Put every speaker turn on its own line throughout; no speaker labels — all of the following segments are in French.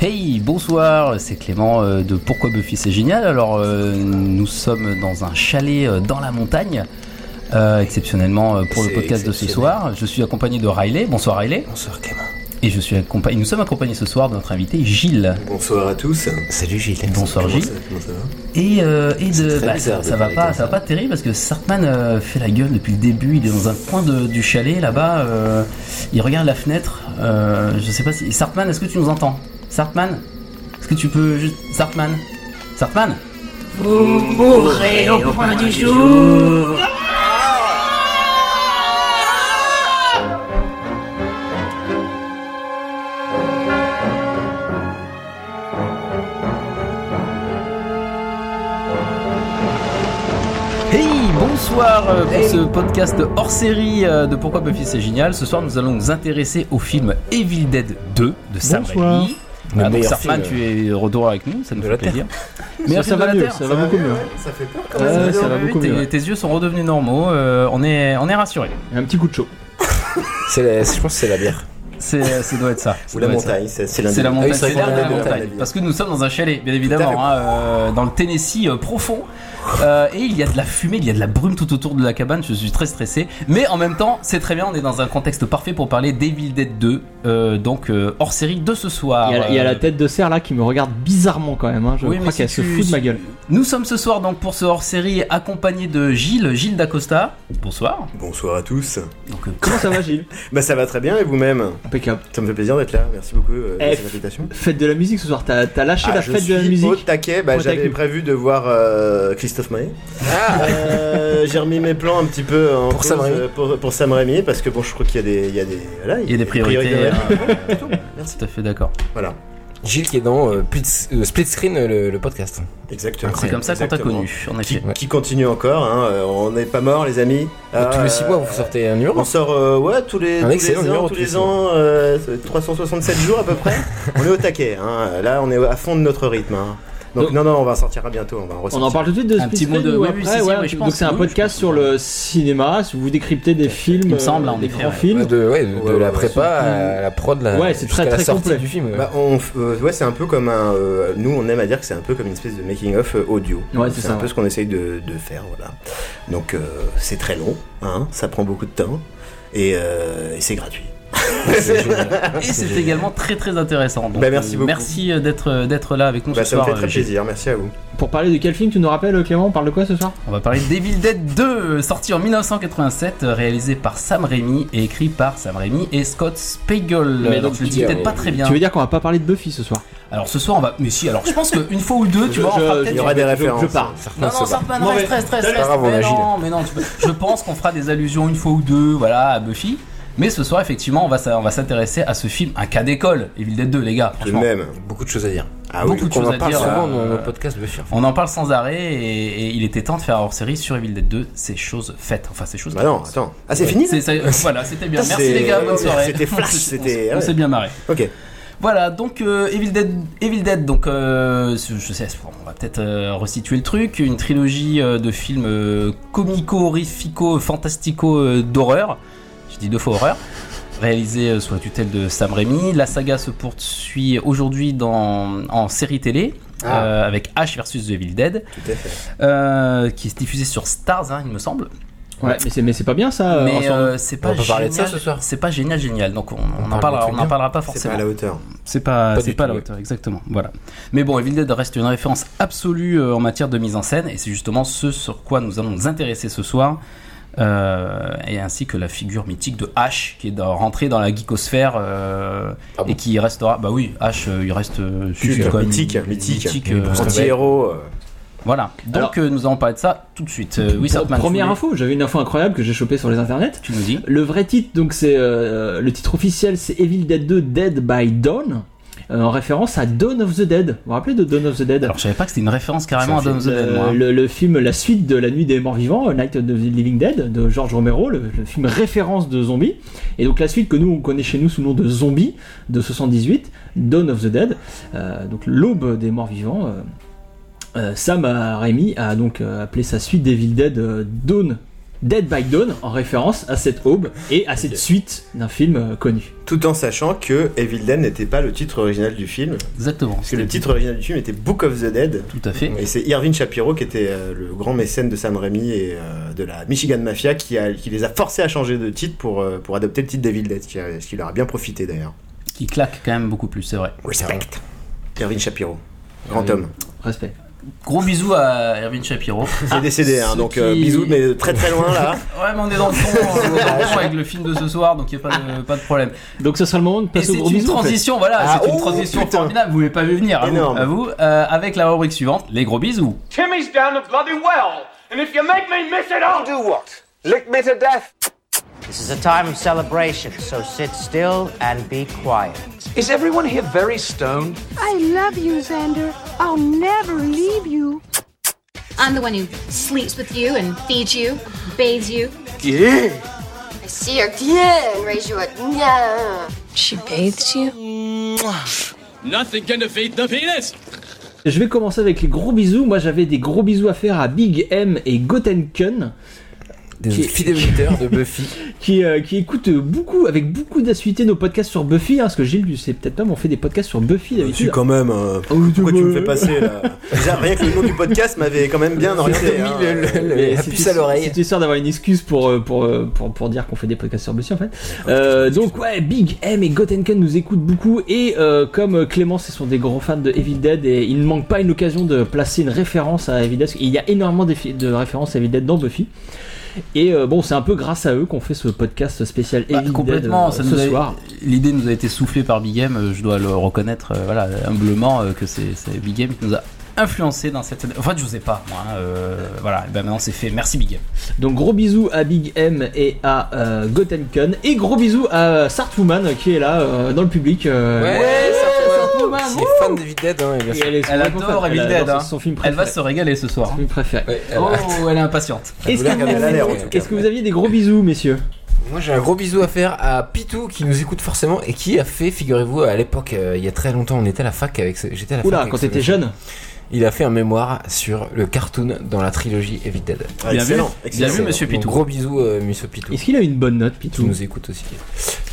Hey, bonsoir, c'est Clément euh, de Pourquoi Buffy c'est génial. Alors, euh, nous sommes dans un chalet euh, dans la montagne, euh, exceptionnellement euh, pour le
C'est
podcast de ce
exceptionnel.
soir. Je suis accompagné de Riley. Bonsoir Riley.
Bonsoir Clément.
Et je suis accompagné. Nous sommes accompagnés ce soir de notre invité Gilles.
Bonsoir à tous.
Salut Gilles.
Bonsoir
Comment
Gilles.
ça, comment ça va
Et, euh, et de,
très
bah,
bizarre
ça,
de
ça va
parler
pas,
comme
ça va pas terrible parce que Sartman euh, fait la gueule depuis le début. Il est dans un coin de- du chalet là-bas. euh, il regarde la fenêtre. euh, je sais pas si Sartman, est-ce que tu nous entends Sartman, est-ce que tu peux juste Sartman, Sartman Hey, bonsoir euh, pour ce podcast hors série euh, de Pourquoi Buffy c'est génial. Ce soir, nous allons nous intéresser au film Evil Dead 2 de Sam
Bonsoir.
Raimi. Voilà, donc
meilleur
Sartman,
film,
tu es de retour avec nous, ça nous
de
fait
la Terre.
plaisir. Meilleur
ça
film de
va
la
mieux,
Terre.
ça va beaucoup mieux.
Ça fait peur
Ouais,
Ouais,
ça va
Euh, oui,
beaucoup
tes,
mieux.
tes yeux sont redevenus normaux, euh, on est, on est rassuré.
Un petit coup de chaud.
C'est la- Je pense que c'est la bière.
C'est, euh, ça doit être ça. ça
Ou la
doit être ça.
montagne, c'est c'est l'un
C'est
des-
la
Ah oui,
montagne,
c'est
c'est
l'un
la
des
montagne,
deux, la
parce que nous sommes dans un chalet, bien évidemment,
fait.
hein, euh, dans le Tennessee euh, profond, Euh, et il y a de la fumée, il y a de la brume tout autour de la cabane. Je suis très stressé, mais en même temps, c'est très bien. On est dans un contexte parfait pour parler d'Evil Dead 2, euh, donc euh, hors série de ce soir.
Il y, a, il y a
Euh,
la tête de cerf là qui me regarde bizarrement quand même. hein. Je
Oui, mais
crois
si
qu'elle se
tu-
fout de ma
si-
gueule.
Nous sommes ce soir donc pour ce hors série accompagné de Gilles, Gilles D'Acosta. Bonsoir.
Bonsoir à tous.
Donc, euh,
Comment ça va Gilles
Bah ça va très bien et vous-même
Impeccable.
Ça me fait plaisir d'être là, merci beaucoup euh,
Eh,
de cette invitation.
Fête de la musique ce soir, t'as t'as lâché
Ah,
la
je
fête de la
suis au
musique.
taquet, bah,
Au
j'avais
taquet.
prévu de voir euh, Christophe Maé. Euh, J'ai remis mes plans un petit peu en
Pour
pause,
Sam Raimi.
euh, pour, pour Sam Raimi, parce que bon, je crois qu'il y a des, il y a des, voilà, Ah,
il y a des priorités.
ouais.
euh,
Merci.
Tout à fait d'accord.
Voilà,
Gilles qui est dans euh, Plit- euh, Split Screen, euh, le, le podcast.
exactement.
C'est comme ça qu'on t'a
Exactement.
connu, en
Qui,
effet.
qui continue encore, hein, euh, on n'est pas mort les amis.
Tous
Euh,
les 6 mois, vous sortez un numéro.
On sort euh, ouais tous les
Un
tous les
excellent
ans,
numéro
tous
tous
les
les
ans euh, 367 jours à peu près. on est au taquet hein. Là on est à fond de notre rythme hein. Donc,
Donc-
non non, on va en sortir un bientôt, on va en
On en
ressortir.
parle tout de suite de
Un
Split
petit mot
Screen
de-
ou
oui,
après,
oui, si, si,
ouais,
oui, je
Donc
pense,
c'est un
oui,
podcast
je pense.
sur le cinéma, si vous décryptez des films,
me semble,
euh,
en
des
effet,
grands
ouais.
films.
De, ouais, de,
Ouais,
de
ouais,
la
ouais,
prépa à la prod, la,
Ouais, c'est
jusqu'à
très,
la
très
sortie
complet.
du film.
Bah, on f- euh, ouais, c'est un peu comme un euh, nous on aime à dire que c'est un peu comme une espèce de making of euh, audio.
Ouais, c'est
c'est
ça,
un peu
ouais.
ce qu'on essaye de, de faire voilà. Donc euh, c'est très long hein, ça prend beaucoup de temps et, euh, et c'est gratuit.
C'est génial.
Et c'est également très très intéressant. Donc,
Bah, merci
euh,
beaucoup.
Merci euh, d'être euh, d'être là avec nous
Bah,
ce
ça me
soir.
fait très
euh, Gilles.
plaisir, merci à vous.
Pour parler de quel film, tu nous rappelles Clément, on parle de quoi ce soir
On va parler d'Evil Dead 2, euh, sorti en 1987, euh, réalisé par Sam Raimi et écrit par Sam Raimi et Scott Spiegel.
Mais
Euh,
donc,
je le
tu
dis
veux-
peut-être pas très bien.
Tu veux dire qu'on va pas parler de Buffy ce soir
Alors ce soir on va. Mais si, alors je pense qu'une fois ou deux, tu
Je-
vois, on
je-
fera
je-
peut-être.
Il y aura des
je-
références.
Je pars.
Certains
Non, non,
se barrent.
Sarpan,
Non, mais-
reste, reste, reste,
C'est pas grave, on
mais
a
non, mais non, tu peux- Je pense qu'on fera des allusions une fois ou deux, voilà, à Buffy. Mais ce soir, effectivement, on va, s'a- on va s'intéresser à ce film, un cas d'école, Evil Dead 2, les gars.
De
Franchement,
même.
Beaucoup de choses à dire.
Ah
Beaucoup de
On
choses
en
à
parle
dire.
souvent
euh,
dans nos podcasts, bien sûr.
On en parle sans arrêt et, et il était temps de faire hors série sur Evil Dead 2. C'est chose faite. Enfin, c'est chose.
Bah non, attends. Ah c'est fini là
C'est- c'est- voilà, c'était bien.
Putain,
Merci
c'est- euh,
les gars, bonne soirée.
c'était flash,
On s'est-
c'était-
On s'est- on
ouais.
s'est bien marré.
OK.
Voilà, donc euh, Evil Dead, Evil Dead, donc euh, je sais, on va peut-être euh, resituer le truc, une trilogie euh, de films euh, comico, horrifico, fantastico euh, d'horreur. J'ai dit deux fois horreur. Réalisé euh, sous la tutelle de Sam Raimi, la saga se poursuit aujourd'hui dans en série télé.
Ah.
euh, avec H versus The Evil Dead,
Tout à fait.
euh, qui est diffusé sur Stars, hein, il me semble.
Ouais, mais c'est- mais c'est pas bien ça. euh,
Mais
ensemble.
euh, c'est pas
peut parler
génial.
de ça ce soir.
C'est pas génial, génial. Donc on
On
n'en
parle de
parlera, on
Twitter.
en parlera pas
C'est
forcément.
pas à la hauteur.
C'est pas,
Pas
c'est
du
pas à
tout,
la
oui.
hauteur, exactement. Voilà. Mais bon, Evil Dead reste une référence absolue euh, en matière de mise en scène, et c'est justement ce sur quoi nous allons nous intéresser ce soir, euh, et ainsi que la figure mythique de H, qui est dans- rentrée dans la geekosphère euh,
Ah bon
et qui restera. Bah oui, H, euh, il reste euh,
Culte,
c'est quand même
mythique, mythique.
euh,
Pour Anti-
Anti-héros. euh,
voilà. Donc
Alors-
euh, nous allons parler de ça tout de suite. Euh, oui,
Pre-
Sartman,
Première
tu-
info, j'avais une info incroyable que j'ai chopée sur les internets.
Tu nous dis.
Le vrai titre, donc c'est euh, le titre officiel, c'est Evil Dead 2 Dead by Dawn, euh, en référence à Dawn of the Dead. Vous vous rappelez de Dawn of the Dead
Alors, je savais pas que c'était une référence carrément à
C'est un
Dawn of the
film,
Dead,
euh,
moi.
le, le film La suite de La Nuit des Morts Vivants, euh, Night of the Living Dead, de George Romero, le, le film référence de zombies. Et donc la suite que nous on connaît chez nous sous le nom de Zombie de 78, Dawn of the Dead, euh, donc l'aube des morts vivants. euh, euh, Sam euh, Raimi a donc euh, appelé sa suite Devil Dead euh, Dawn Dead by Dawn en référence à cette aube et à cette suite d'un film euh, connu.
Tout en sachant que Evil Dead n'était pas le titre original du film.
Exactement.
Parce que le titre original du film était Book of the Dead.
Tout à fait.
Et c'est Irving Shapiro qui était euh, le grand mécène de Sam Raimi et euh, de la Michigan Mafia qui, a- qui les a forcés à changer de titre pour, euh, pour adopter le titre d'Evil Dead, ce qui, a- ce qui leur a bien profité d'ailleurs.
Qui claque quand même beaucoup plus, c'est vrai.
Respect. Euh, Irving Shapiro, grand
Irving.
homme.
Respect.
Gros bisous à Erwin Shapiro.
C'est décédé, hein,
ceux
donc euh,
qui-
bisous, mais très très loin là.
Ouais, mais on est dans le fond, euh, on est dans le fond avec le film de ce soir, donc il n'y a pas de, pas de problème.
Donc ce sera le moment de
Et
passer
c'est
au gros
une
bisou. en fait.
transition, voilà,
Ah,
c'est une
oh,
transition
putain.
formidable, vous ne l'avez pas vu venir, à vous,
Énorme.
à vous, euh, avec la rubrique suivante, les gros bisous.
Timmy's down the bloody well, and if you make me miss it, I'll do what? Lick me to death.
This is a time of celebration, so sit still and be quiet.
Is everyone here very stoned?
I love you, Xander. I'll never leave you.
I'm the one who sleeps with you and feeds you, bathes you.
I see her yeah, and raise you a yeah.
She bathes you?
Je vais commencer avec les gros bisous. Moi j'avais des gros bisous à faire à Big M et Gotenkun
Des
Qui-
fidèles auditeurs de Buffy.
qui, euh, qui écoutent beaucoup, avec beaucoup d'assiduité nos podcasts sur Buffy. Hein, parce que Gilles, tu sais peut-être pas, mais on fait des podcasts sur Buffy
Dessus
d'habitude.
quand même. euh,
Oh,
oui,
pourquoi
tu
tu me
vois.
fais passer là Déjà, rien que le nom du podcast m'avait quand même bien orienté.
C'était
hein.
mis le- le-
euh, Mais
le- la
c'est
puce à
une-
l'oreille.
C'est une histoire d'avoir une excuse pour, euh, pour, euh, pour, pour dire qu'on fait des podcasts sur Buffy en fait. Euh, donc ouais, Big M et Gotenken nous écoutent beaucoup et euh, comme euh, Clémence, ils sont des gros fans de Evil Dead et ils ne manquent pas une occasion de placer une référence à Evil Dead. Il y a énormément d'effi- de références à Evil Dead dans Buffy. Et euh, bon, c'est un peu grâce à eux qu'on fait ce podcast spécial
Bah,
Evil Dead
complètement,
euh,
ça
ce
nous a-
soir.
L'idée nous a été soufflée par Big Game, euh, je dois le reconnaître euh, voilà, humblement euh, que c'est c'est Big Game qui nous a influencé dans cette. Enfin, je vous ai pas, moi. hein, euh, voilà, et ben maintenant c'est fait. Merci Big Game.
Donc gros bisous à Big M et à euh, Gotenken et gros bisous à Sartwoman euh, qui est là euh, dans le public. euh,
Sartwoman, qui est fan de Dead, hein, et bien
et
sûr.
est
Elle
complètement
adore
fan.
Evil
Elle
Dead.
adore
hein.
son film
Elle va
préféré.
se régaler ce soir.
Son film préféré.
Ouais, elle
Oh,
a-
elle est impatiente.
Est-ce
voulait regarder la l'air, en
que,
tout
vous...
cas.
est-ce que vous aviez des gros bisous, messieurs
Moi j'ai un gros bisou à faire à Pitou qui nous écoute forcément et qui a fait, figurez-vous, à l'époque, euh, il y a très longtemps, on était à la fac avec ce... J'étais à la fac.
Oula,
avec
quand
ce
t'étais
monsieur.
jeune
Il a fait un mémoire sur le cartoon dans la trilogie Evil Dead.
Ah,
Bien vu.
excellent,
Bien
excellent.
vu, monsieur
Donc,
Pitou.
Gros bisous, euh, monsieur Pitou.
Est-ce qu'il a une bonne note,
Qui
Pitou
nous écoute aussi.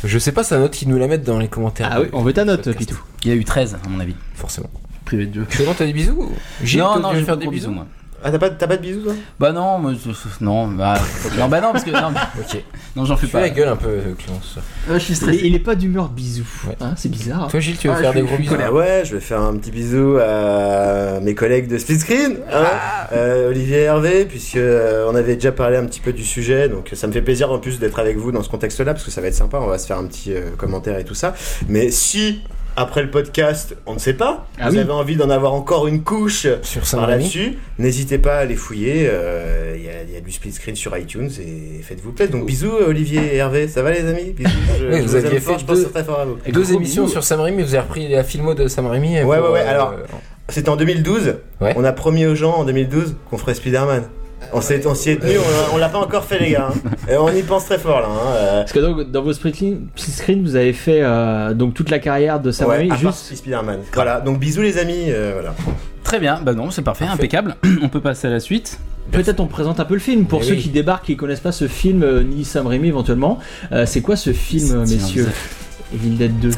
Je sais pas sa note, ils nous la mettent dans les commentaires.
Ah oui, on veut ta note,
Podcast,
Pitou.
Il y a eu 13, à mon avis.
Forcément.
Privé de Dieu.
Clément, t'as des bisous Gilles,
non,
toi,
non,
tu
je
veux
vais
faire
faire des bisous, moi.
Ah, t'as pas, t'as pas de bisous toi
Bah non, moi, je- je- non, bah, non, bah non, parce que non, mais-
Ok.
non, j'en fais
Tu fais la
pas.
gueule un peu, euh, Clément. ce soir.
je suis
Il, il est pas d'humeur bisous.
Ouais.
Hein, c'est bizarre. hein.
Toi, Gilles, tu veux
Ah,
faire
je suis-
des gros
je suis
bisous
Bah ouais, je vais faire un petit bisou à mes collègues de Split Screen, hein,
Ah.
euh, Olivier et Hervé, puisque euh, on avait déjà parlé un petit peu du sujet, donc ça me fait plaisir en plus d'être avec vous dans ce contexte-là, parce que ça va être sympa, on va se faire un petit euh, commentaire et tout ça. Mais si après le podcast, on ne sait pas,
Ah
vous
oui.
avez envie d'en avoir encore une couche
Sur
par
Saint-Rémy
là-dessus, n'hésitez pas à les fouiller. euh, Il y a- il y, a du split screen sur iTunes et faites-vous plaisir. Donc bisous euh, Olivier et Hervé, ça va les amis Bisous. Je,
Oui,
je
vous
aime
aviez
fort,
fait
je pense
deux-
très fort à vous.
Et
Deux
gros
émissions
bisous.
sur Sam Raimi, vous avez repris la filmo de Sam Raimi. euh,
Ouais, ouais, ouais, alors- C'était en 2012.
Ouais.
On a promis aux gens en 2012 qu'on ferait Spider-Man. On s'est- on s'y est tenu, on, on l'a pas encore fait les gars. hein. Et on y pense très fort là. hein, euh,
Parce que donc, dans vos split screen- split screen, vous avez fait euh, donc toute la carrière de Sam
ouais,
Raimi
à part
juste.
Spider-Man. Voilà, donc bisous les amis. euh, voilà.
Très bien, bah non, c'est parfait, impeccable. On peut passer à la suite.
Peut-être on présente un peu le film pour
Mais
ceux
oui.
qui débarquent, qui connaissent pas ce film euh, ni Sam Raimi éventuellement. Euh, c'est quoi ce film, euh,
Tiens,
messieurs Evil Dead 2.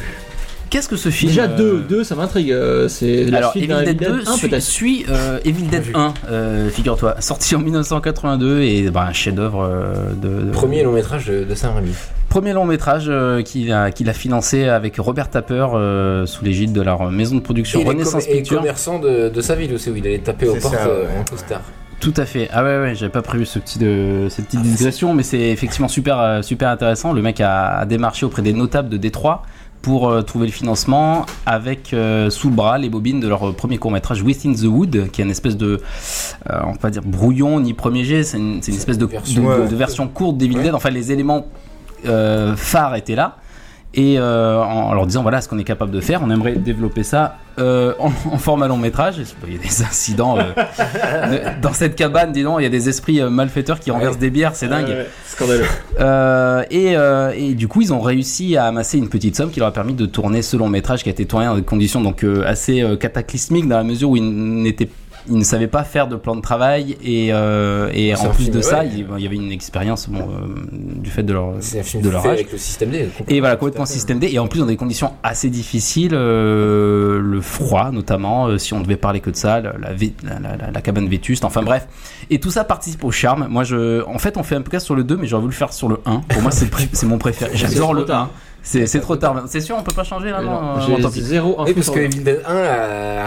Qu'est-ce que ce film
Déjà
euh,
2, 2 ça m'intrigue. euh, c'est la
Alors,
suite
Evil
d'un
Dead 2
1
suit,
peut-être. Ah,
suit, euh, Evil Dead
J'ai vu.
1, euh, figure-toi, sorti en 1982 et bah, un chef-d'œuvre euh, de, de-
Premier long métrage de, de Sam Raimi.
premier long métrage euh, qu'il a, qu'il a financé avec Robert Tapper euh, sous l'égide de leur maison de production
Et il est
Renaissance
com- et
Pictures.
commerçant de, de sa ville aussi, où il allait taper aux
C'est
portes
ça,
euh,
ouais.
en costard.
Tout à fait. Ah ouais, ouais, j'avais pas prévu ce petit de, cette petite digression, mais Ah, c'est effectivement super, euh, super intéressant. Le mec a, a démarché auprès des notables de Détroit pour euh, trouver le financement avec euh, sous le bras les bobines de leur euh, premier court métrage Within the Wood, qui est une espèce de, euh, on va pas dire brouillon ni premier jet, c'est une, c'est une espèce de, de- de- de version,
Version,
ouais.
courte d'Evil
Ouais.
Dead. Enfin, les éléments euh, phares étaient là. Et euh, en, en leur disant voilà ce qu'on est capable de faire, on aimerait développer ça euh, en, en format long métrage. Et c'est- Il y a des incidents euh, ne- dans cette cabane, dis donc, il y a des esprits euh, malfaiteurs
Ah
qui renversent des bières, c'est dingue.
Scandaleux.
Euh, et, euh, et du coup, ils ont réussi à amasser une petite somme qui leur a permis de tourner ce long métrage qui a été tourné dans des conditions donc euh, assez euh, cataclysmiques dans la mesure où ils n'étaient il ne savait pas faire de plan de travail et, euh, et
C'est
en
un
plus
film,
de ça,
ouais.
il, bon, il y avait une expérience bon, euh, du fait de leur,
C'est un film
de
fait
leur âge.
avec le système D. euh, complètement.
Et voilà, complètement système D. Et en plus, dans des conditions assez difficiles, euh, le froid notamment, euh, si on devait parler que de ça, la, la vé- la- la- la- la cabane vétuste, enfin bref. Et tout ça participe au charme. Moi, je, en fait, on fait un podcast sur le 2, mais j'aurais voulu le faire sur le 1. Pour moi, c'est le pré- c'est mon préféré. J'adore
trop
le
tard.
1. C'est c'est trop tard. C'est sûr, on peut pas changer là,
Mais
non,
Ah non,
euh, bon,
J'ai
tant pis.
zéro info
Oui, parce
sur
que
le-
Evil Dead 1 a,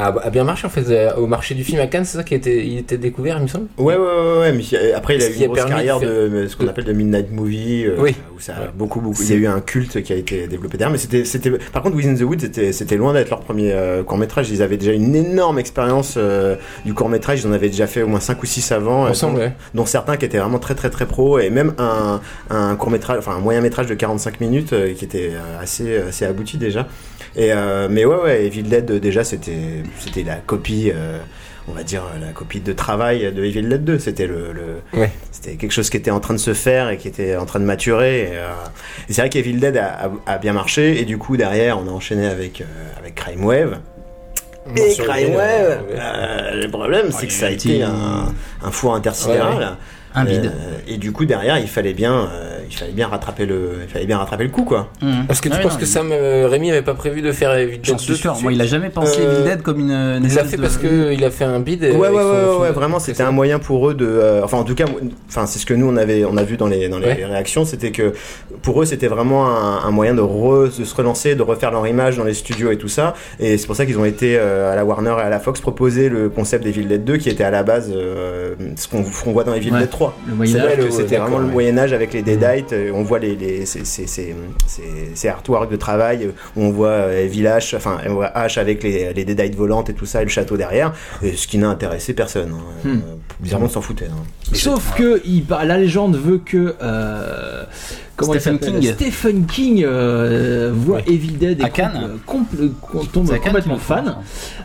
a- a bien marché en fait euh, au marché du film à Cannes, c'est ça qui était, il était découvert, il me semble.
Ouais, ouais, ouais, ouais, mais euh, après, il a
Ce
eu
qui a
une grosse
permis de
carrière de,
faire-
euh, ce qu'on appelle de Midnight Movie, euh,
Oui.
où ça a beaucoup, beaucoup. Il y a eu un culte qui a été développé derrière, mais c'était, c'était, par contre, Within the Woods, c'était, c'était loin d'être leur premier euh, court-métrage. Ils avaient déjà une énorme expérience euh, du court-métrage. Ils en avaient déjà fait au moins 5 ou 6 avant. euh,
Ensemble,
dont,
ouais.
dont certains qui étaient vraiment très, très, très pro, et même un, un court-métrage, enfin, un moyen-métrage de 45 minutes, euh, qui était euh, assez, assez abouti déjà. Et, euh, mais ouais, ouais, Evil Dead, euh, déjà, c'était, c'était la copie, euh, on va dire, euh, la copie de travail de Evil Dead 2. C'était le, le-
Ouais.
c'était quelque chose qui était en train de se faire et qui était en train de maturer. Et, euh, et c'est vrai qu'Evil Dead a, a- a bien marché. Et du coup, derrière, on a enchaîné avec, euh, avec Crime Wave. Et
Sur Evil
Crime
Dead,
Wave,
ouais. Ah,
euh, le problème, c'est
il
que
y a
ça a
eu un
été
petit-
un, un four intersidéral.
Ouais, ouais.
Un bide.
Euh, et du coup, derrière, il fallait bien, euh, il fallait bien rattraper le, il fallait bien rattraper le coup, quoi.
Mmh.
Parce que tu
Ah ouais,
penses
non,
que
il-
Sam euh, Rémi avait pas prévu de faire Evil Dead
J'en
2
suis
tout de
sûr. Moi,
suite.
il a jamais pensé à Evil
Euh,
Dead comme une. une
Il l'a
espèce
fait
de-
parce que il a fait un euh, bid.
Ouais, ouais, ouais, ouais, ouais, vraiment, c'était un moyen pour eux de. euh, enfin, en tout cas, moi, enfin, c'est ce que nous on avait, on a vu dans les, dans les
Ouais.
réactions, c'était que pour eux, c'était vraiment un, un moyen de, re- de se relancer, de refaire leur image dans les studios et tout ça. Et c'est pour ça qu'ils ont été euh, à la Warner et à la Fox proposer le concept d'Evil Dead 2, qui était à la base euh, ce qu'on qu'on voit dans Evil
Ouais.
Dead 3.
Le Moyen
C'est-à-dire
Âge,
que
ouais,
c'était
d'accord,
vraiment le
ouais.
Moyen Âge avec les Deadites. euh, On voit les, les ces, ces, ces, ces- ces artworks de travail. euh, où On voit euh, Village, enfin on voit H avec les, les Deadites volantes et tout ça et le château derrière. Et ce qui n'a intéressé personne. hein. Euh,
Hmm.
Bizarrement, on s'en foutait. hein.
Sauf que il, par- la légende veut que euh, comment il
Stephen
s'appelle
King.
Stephen King euh, voit Evil Dead et
À Cannes.
compl- compl- tombe
C'est à Cannes
complètement
qu'ils le font,
fan.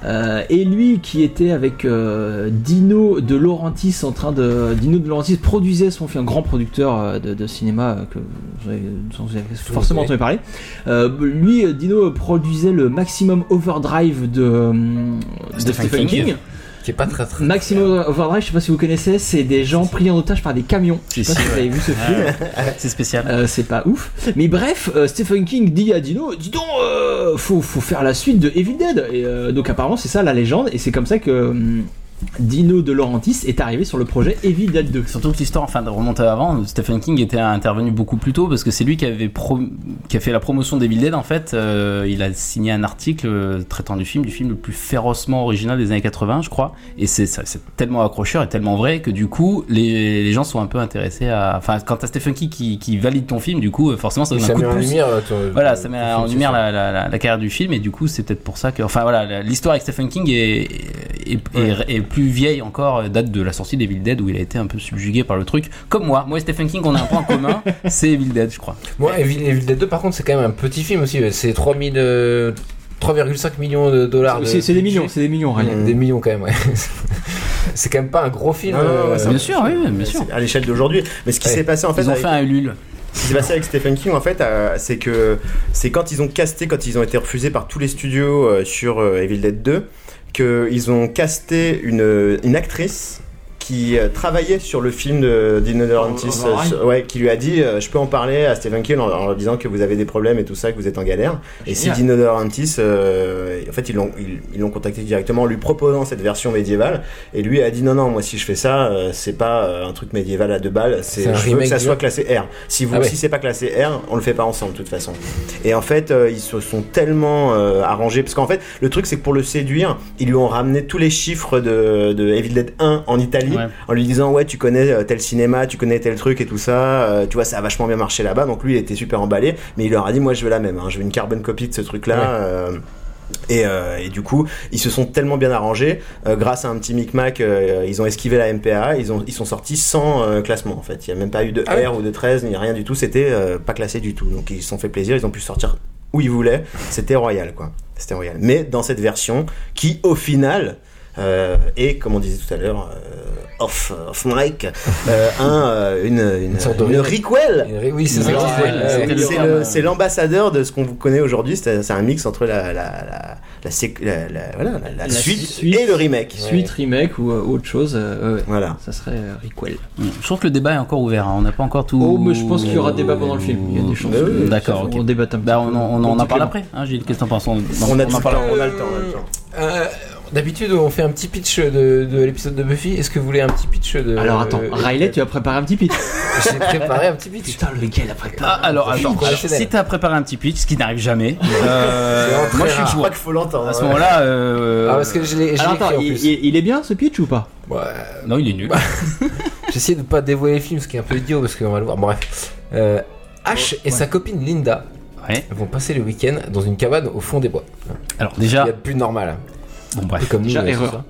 Euh, et lui qui était avec euh, Dino de Laurentiis en train de Dino de Laurentiis produisait son film, un grand producteur euh, de, de cinéma euh, que vous avez, dont vous avez forcément
connaissez.
entendu parler. Euh, lui, euh, Dino produisait le Maximum Overdrive de, euh, de
Stephen
Stephen,
King.
King.
Qui est pas très très.
Maximum Overdrive, je sais pas si vous connaissez, c'est des gens pris en otage par des camions. Je sais
Si,
pas
si,
si vous avez vu ce film.
Ah, C'est spécial.
Euh, c'est pas ouf. Mais bref, euh, Stephen King dit à Dino, dis donc, euh, faut, faut faire la suite de Evil Dead. Et, euh, donc apparemment, c'est ça la légende, et c'est comme ça que hum, Dino de Laurentiis est arrivé sur le projet Evil Dead 2.
Surtout que l'histoire, enfin, de remonter avant, Stephen King était intervenu beaucoup plus tôt parce que c'est lui qui avait pro- qui a fait la promotion d'Evil Dead en fait. Euh, il a signé un article euh, traitant du film, du film le plus férocement original des années 80, je crois. Et c'est ça- c'est tellement accrocheur et tellement vrai que du coup, les, les gens sont un peu intéressés à. Enfin, quand t'as Stephen King qui, qui valide ton film, du coup, euh, forcément, ça donne
Ça
un coup
met
de
en
pouce.
lumière. euh, ton-
Voilà,
ton
ça met
film,
en
c'est
lumière
ça.
la, la- la- la carrière du film et du coup c'est peut-être pour ça que... Enfin voilà, la- l'histoire avec Stephen King est, est, est- est plus vieille encore, euh, date de la sortie d'Evil Dead où il a été un peu subjugué par le truc. Comme moi, moi et Stephen King on a un point commun, c'est Evil Dead je crois.
Moi, Evil, Evil Dead 2, par contre, c'est quand même un petit film aussi. C'est 3000, euh, 3,5 millions de dollars. de
C'est c'est des
budget.
millions, c'est des millions, Ryan.
Des millions quand même, ouais. c'est quand même pas un gros film.
Non, non,
euh,
ouais, ça-
bien sûr, oui, oui, bien
Mais
sûr.
c'est À l'échelle d'aujourd'hui. Mais ce qui
Ouais.
s'est passé en fait,
Ils ont
avec-
fait un Ulule.
ce qui s'est passé avec Stephen King en fait, euh, c'est que c'est quand ils ont casté, quand ils ont été refusés par tous les studios euh, sur euh, Evil Dead 2, qu'ils ont casté une, une actrice qui euh, travaillait sur le film de Dino De Laurentiis,
Oh, oh,
euh, sur- ouais, qui lui a dit euh, je peux en parler à Stephen King en, en leur disant que vous avez des problèmes et tout ça, que vous êtes en galère. Et si
Génial.
Dino De Laurentiis, euh, en fait ils l'ont ils, ils l'ont contacté directement en lui proposant cette version médiévale et lui a dit non non moi si je fais ça euh, c'est pas euh, un truc médiéval à deux balles, c'est
C'est un
je veux que
remake
ça
du-
soit classé R. Si vous
Ah ouais.
si c'est pas classé R, on le fait pas ensemble de toute façon. Et en fait, euh, ils se sont tellement euh, arrangés parce qu'en fait, le truc c'est que pour le séduire, ils lui ont ramené tous les chiffres de, de Evil Dead 1 en Italie
Ouais.
en lui disant ouais, tu connais euh, tel cinéma, tu connais tel truc et tout ça, euh, tu vois, ça a vachement bien marché là-bas. Donc lui, il était super emballé, mais il leur a dit moi je veux la même, hein, je veux une carbone copie de ce truc là.
Ouais.
et, euh, et du coup, ils se sont tellement bien arrangés, euh, grâce à un petit micmac, euh, ils ont esquivé la MPA, ils, ont, ils sont sortis sans euh, classement en fait. Il n'y a même pas eu de
Ah ouais.
R ou de 13, ni rien du tout, c'était euh, pas classé du tout. Donc ils se sont fait plaisir, ils ont pu sortir où ils voulaient, c'était royal quoi. C'était royal. Mais dans cette version, qui au final Euh, et comme on disait tout à l'heure, euh, off, off mic, euh, un, euh, une, une,
Une sorte de
une
remake.
requel.
Oui, c'est ça.
Ouais,
qui fait,
ouais,
euh,
c'était
oui.
le
C'est
terme,
le-
euh.
c'est l'ambassadeur de ce qu'on vous connaît aujourd'hui. C'est c'est un mix entre la, la, la, la, séqu- la- la- voilà, la- la
La
suite,
suite.
et le remake.
Suite, remake ou euh, autre chose. euh, ouais.
Voilà.
Ça serait euh, Requel.
Je trouve que le débat est encore ouvert. hein. On n'a pas encore tout.
Oh, mais je pense qu'il y aura débat pendant le film. Il y a des chances. que
D'accord,
ça-
ok.
On débat un petit
Bah, on,
peu.
en- on en
Petit
a parlé
Clément.
après, hein, Gilles. Qu'est-ce que t'en penses On,
On a tout
en
le
parle après.
temps, on a le temps, on a le temps.
Euh, D'habitude, on fait un petit pitch de, de l'épisode de Buffy. Est-ce que vous voulez un petit pitch de.
Alors attends,
euh,
Riley, tu as préparé un petit pitch.
J'ai préparé un petit pitch.
Putain, le Requel après.
Ah, alors,
Je suis
attends, alors,
professionnel.
si t'as préparé un petit pitch, ce qui n'arrive jamais, euh,
C'est
moi je
très
suis
rare.
pour.
Je crois qu'il faut l'entendre.
À ce
ouais.
moment-là, euh,
Ah, parce que je l'ai je l'ai
Alors
écrit en
attends, il,
plus.
il- il est bien ce pitch ou pas
Ouais,
euh, non, il est nul.
J'essaie de pas dévoiler le film, ce qui est un peu idiot parce qu'on va le voir. Bref. Euh, Ash et sa copine Linda
Ouais.
vont passer le week-end dans une cabane au fond des bois.
Alors
Il
déjà,
y a de plus normal.
bon
Un peu
bref,
comme nous,
déjà,
euh, ce
erreur.
soir.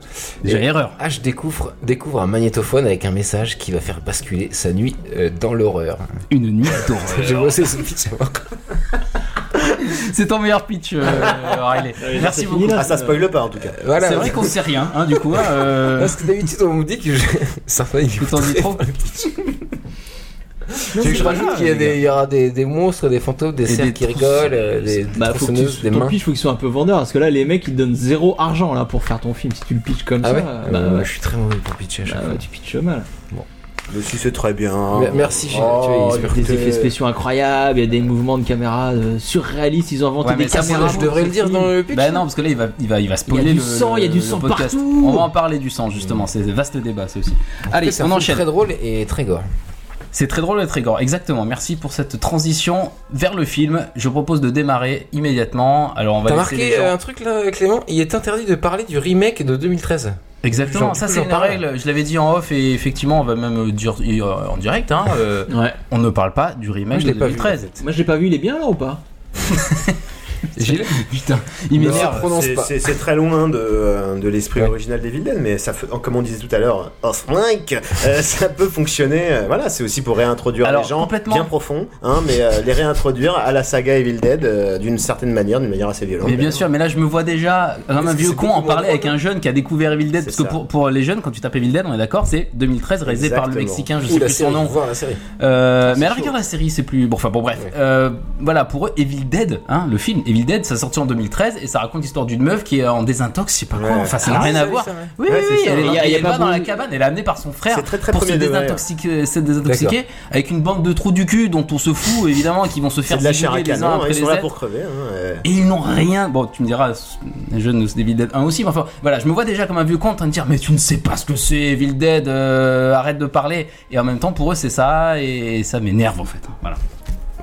déjà erreur.
Ash découvre, découvre un magnétophone avec un message qui va faire basculer sa nuit euh, dans l'horreur.
Une nuit
J'ai
d'horreur.
bossé ce pitch encore.
C'est ton meilleur pitch, euh, Riley. Merci
c'est
beaucoup.
fini, là.
Ah, ça spoile pas en tout cas.
Voilà.
C'est vrai qu'on sait rien, hein, du coup. hein, euh,
Parce que d'habitude, on me dit que je. Certains, ils
tu t'en dis
très
trop.
Tu veux que je rajoute qu'il y, a des- il y aura des, des monstres, des fantômes, des
des
cerfs qui
tronçonneuses.
rigolent, euh, des, des
Bah, faut que
tronçonneuses,
tu,
des
ton
mains.
pitch, faut qu'il soit un peu vendeur parce que là, les mecs ils te donnent zéro argent là pour faire ton film. Si tu le pitches comme
Ah
ça,
ouais
euh,
Bah,
bah, ouais.
Je suis très mauvais pour pitcher à chaque
Bah,
fois.
ouais, tu pitches mal.
Mais si c'est très bien.
Mais- merci, Gilles,
Oh,
tu vois, il se euh,
Des
écoutez,
effets spéciaux incroyables, il y a des mouvements de caméra euh, surréalistes. Ils ont inventé
Ouais, mais
des
ça,
caméras.
c'est-
Je devrais le dire dans le pitch
Bah non, parce que là, il va, il va, il va spoiler
Il y a du
le-
sang, il y a du
le
sang
podcast.
partout.
On va en parler du sang, justement. C'est un vaste débat, c'est aussi. Allez,
C'est un
on
film
enchaîne.
très drôle et très gore.
C'est très drôle et très gore, exactement. Merci pour cette transition vers le film. Je propose de démarrer immédiatement. Alors on va
T'as
laisser les
marqué
gens-
euh, un truc là, Clément Il est interdit de parler du remake de 2013.
Exactement,
genre,
ça
du coup,
c'est
j'en
une
parle.
règle. Je l'avais dit en off et effectivement on va même euh, dire euh, en direct. Hein, euh,
Ouais.
on ne parle pas du remake
je
de
l'ai pas vu,
2013.
Moi, je l'ai pas vu. Il est bien là ou pas
Gilles
Putain, il
Non,
m'énerve.
se prononce
c'est-
pas.
C'est c'est très loin de, euh, de l'esprit
Ouais.
original des Dead, mais ça, fait- comme on disait tout à l'heure, off mic, euh, ça peut fonctionner. euh, voilà, c'est aussi pour réintroduire
Alors,
les gens
complètement.
bien profond, hein, mais euh, les réintroduire à la saga Evil Dead euh, d'une certaine manière, d'une manière assez violente.
Mais bien sûr, mais là je me vois déjà comme un
que
vieux
c'est
con
beaucoup
en
moins
parler
drôle,
avec un jeune qui a découvert Evil Dead.
C'est
Parce que
ça.
pour, pour les jeunes, quand tu tapes Evil Dead, on est d'accord, c'est 2013 réalisé par le
Exactement.
Mexicain, je
Ou
sais
la
plus son
série,
nom.
voir la série.
Euh, mais à la
chaud.
rigueur, la série, c'est plus. Bon, enfin, bon, bref.
Ouais.
Euh, voilà, pour eux, Evil Dead, hein, le film Evil Dead, ça sorti en 2013 et ça raconte l'histoire d'une meuf qui est en désintox, je sais pas quoi.
Ouais.
Enfin, ça n'a
Ah,
rien
ça,
à
oui,
voir.
ça, ouais.
Oui,
Ouais,
oui,
c'est
oui,
ça.
elle,
Il y a-
elle
il y a
est
pas
pas dans la
bon-
cabane, elle est amenée par son frère
C'est très, très
pour se
premier degré,
désintoxiquer, se désintoxiquer avec une bande de trous du cul dont on se fout, évidemment, et qui vont se
C'est
faire
de la chair à
zigouiller les uns
canon, hein,
après
ils sont
les
là
autres.
pour crever. hein, euh.
Et ils n'ont rien. Bon, tu me diras, les jeunes c'est Evil Dead 1 aussi, mais enfin, voilà, je me vois déjà comme un vieux con en train de dire, mais tu ne sais pas ce que c'est Evil Dead, euh, arrête de parler. Et en même temps, pour eux, c'est ça, et ça m'énerve en fait. hein, Voilà.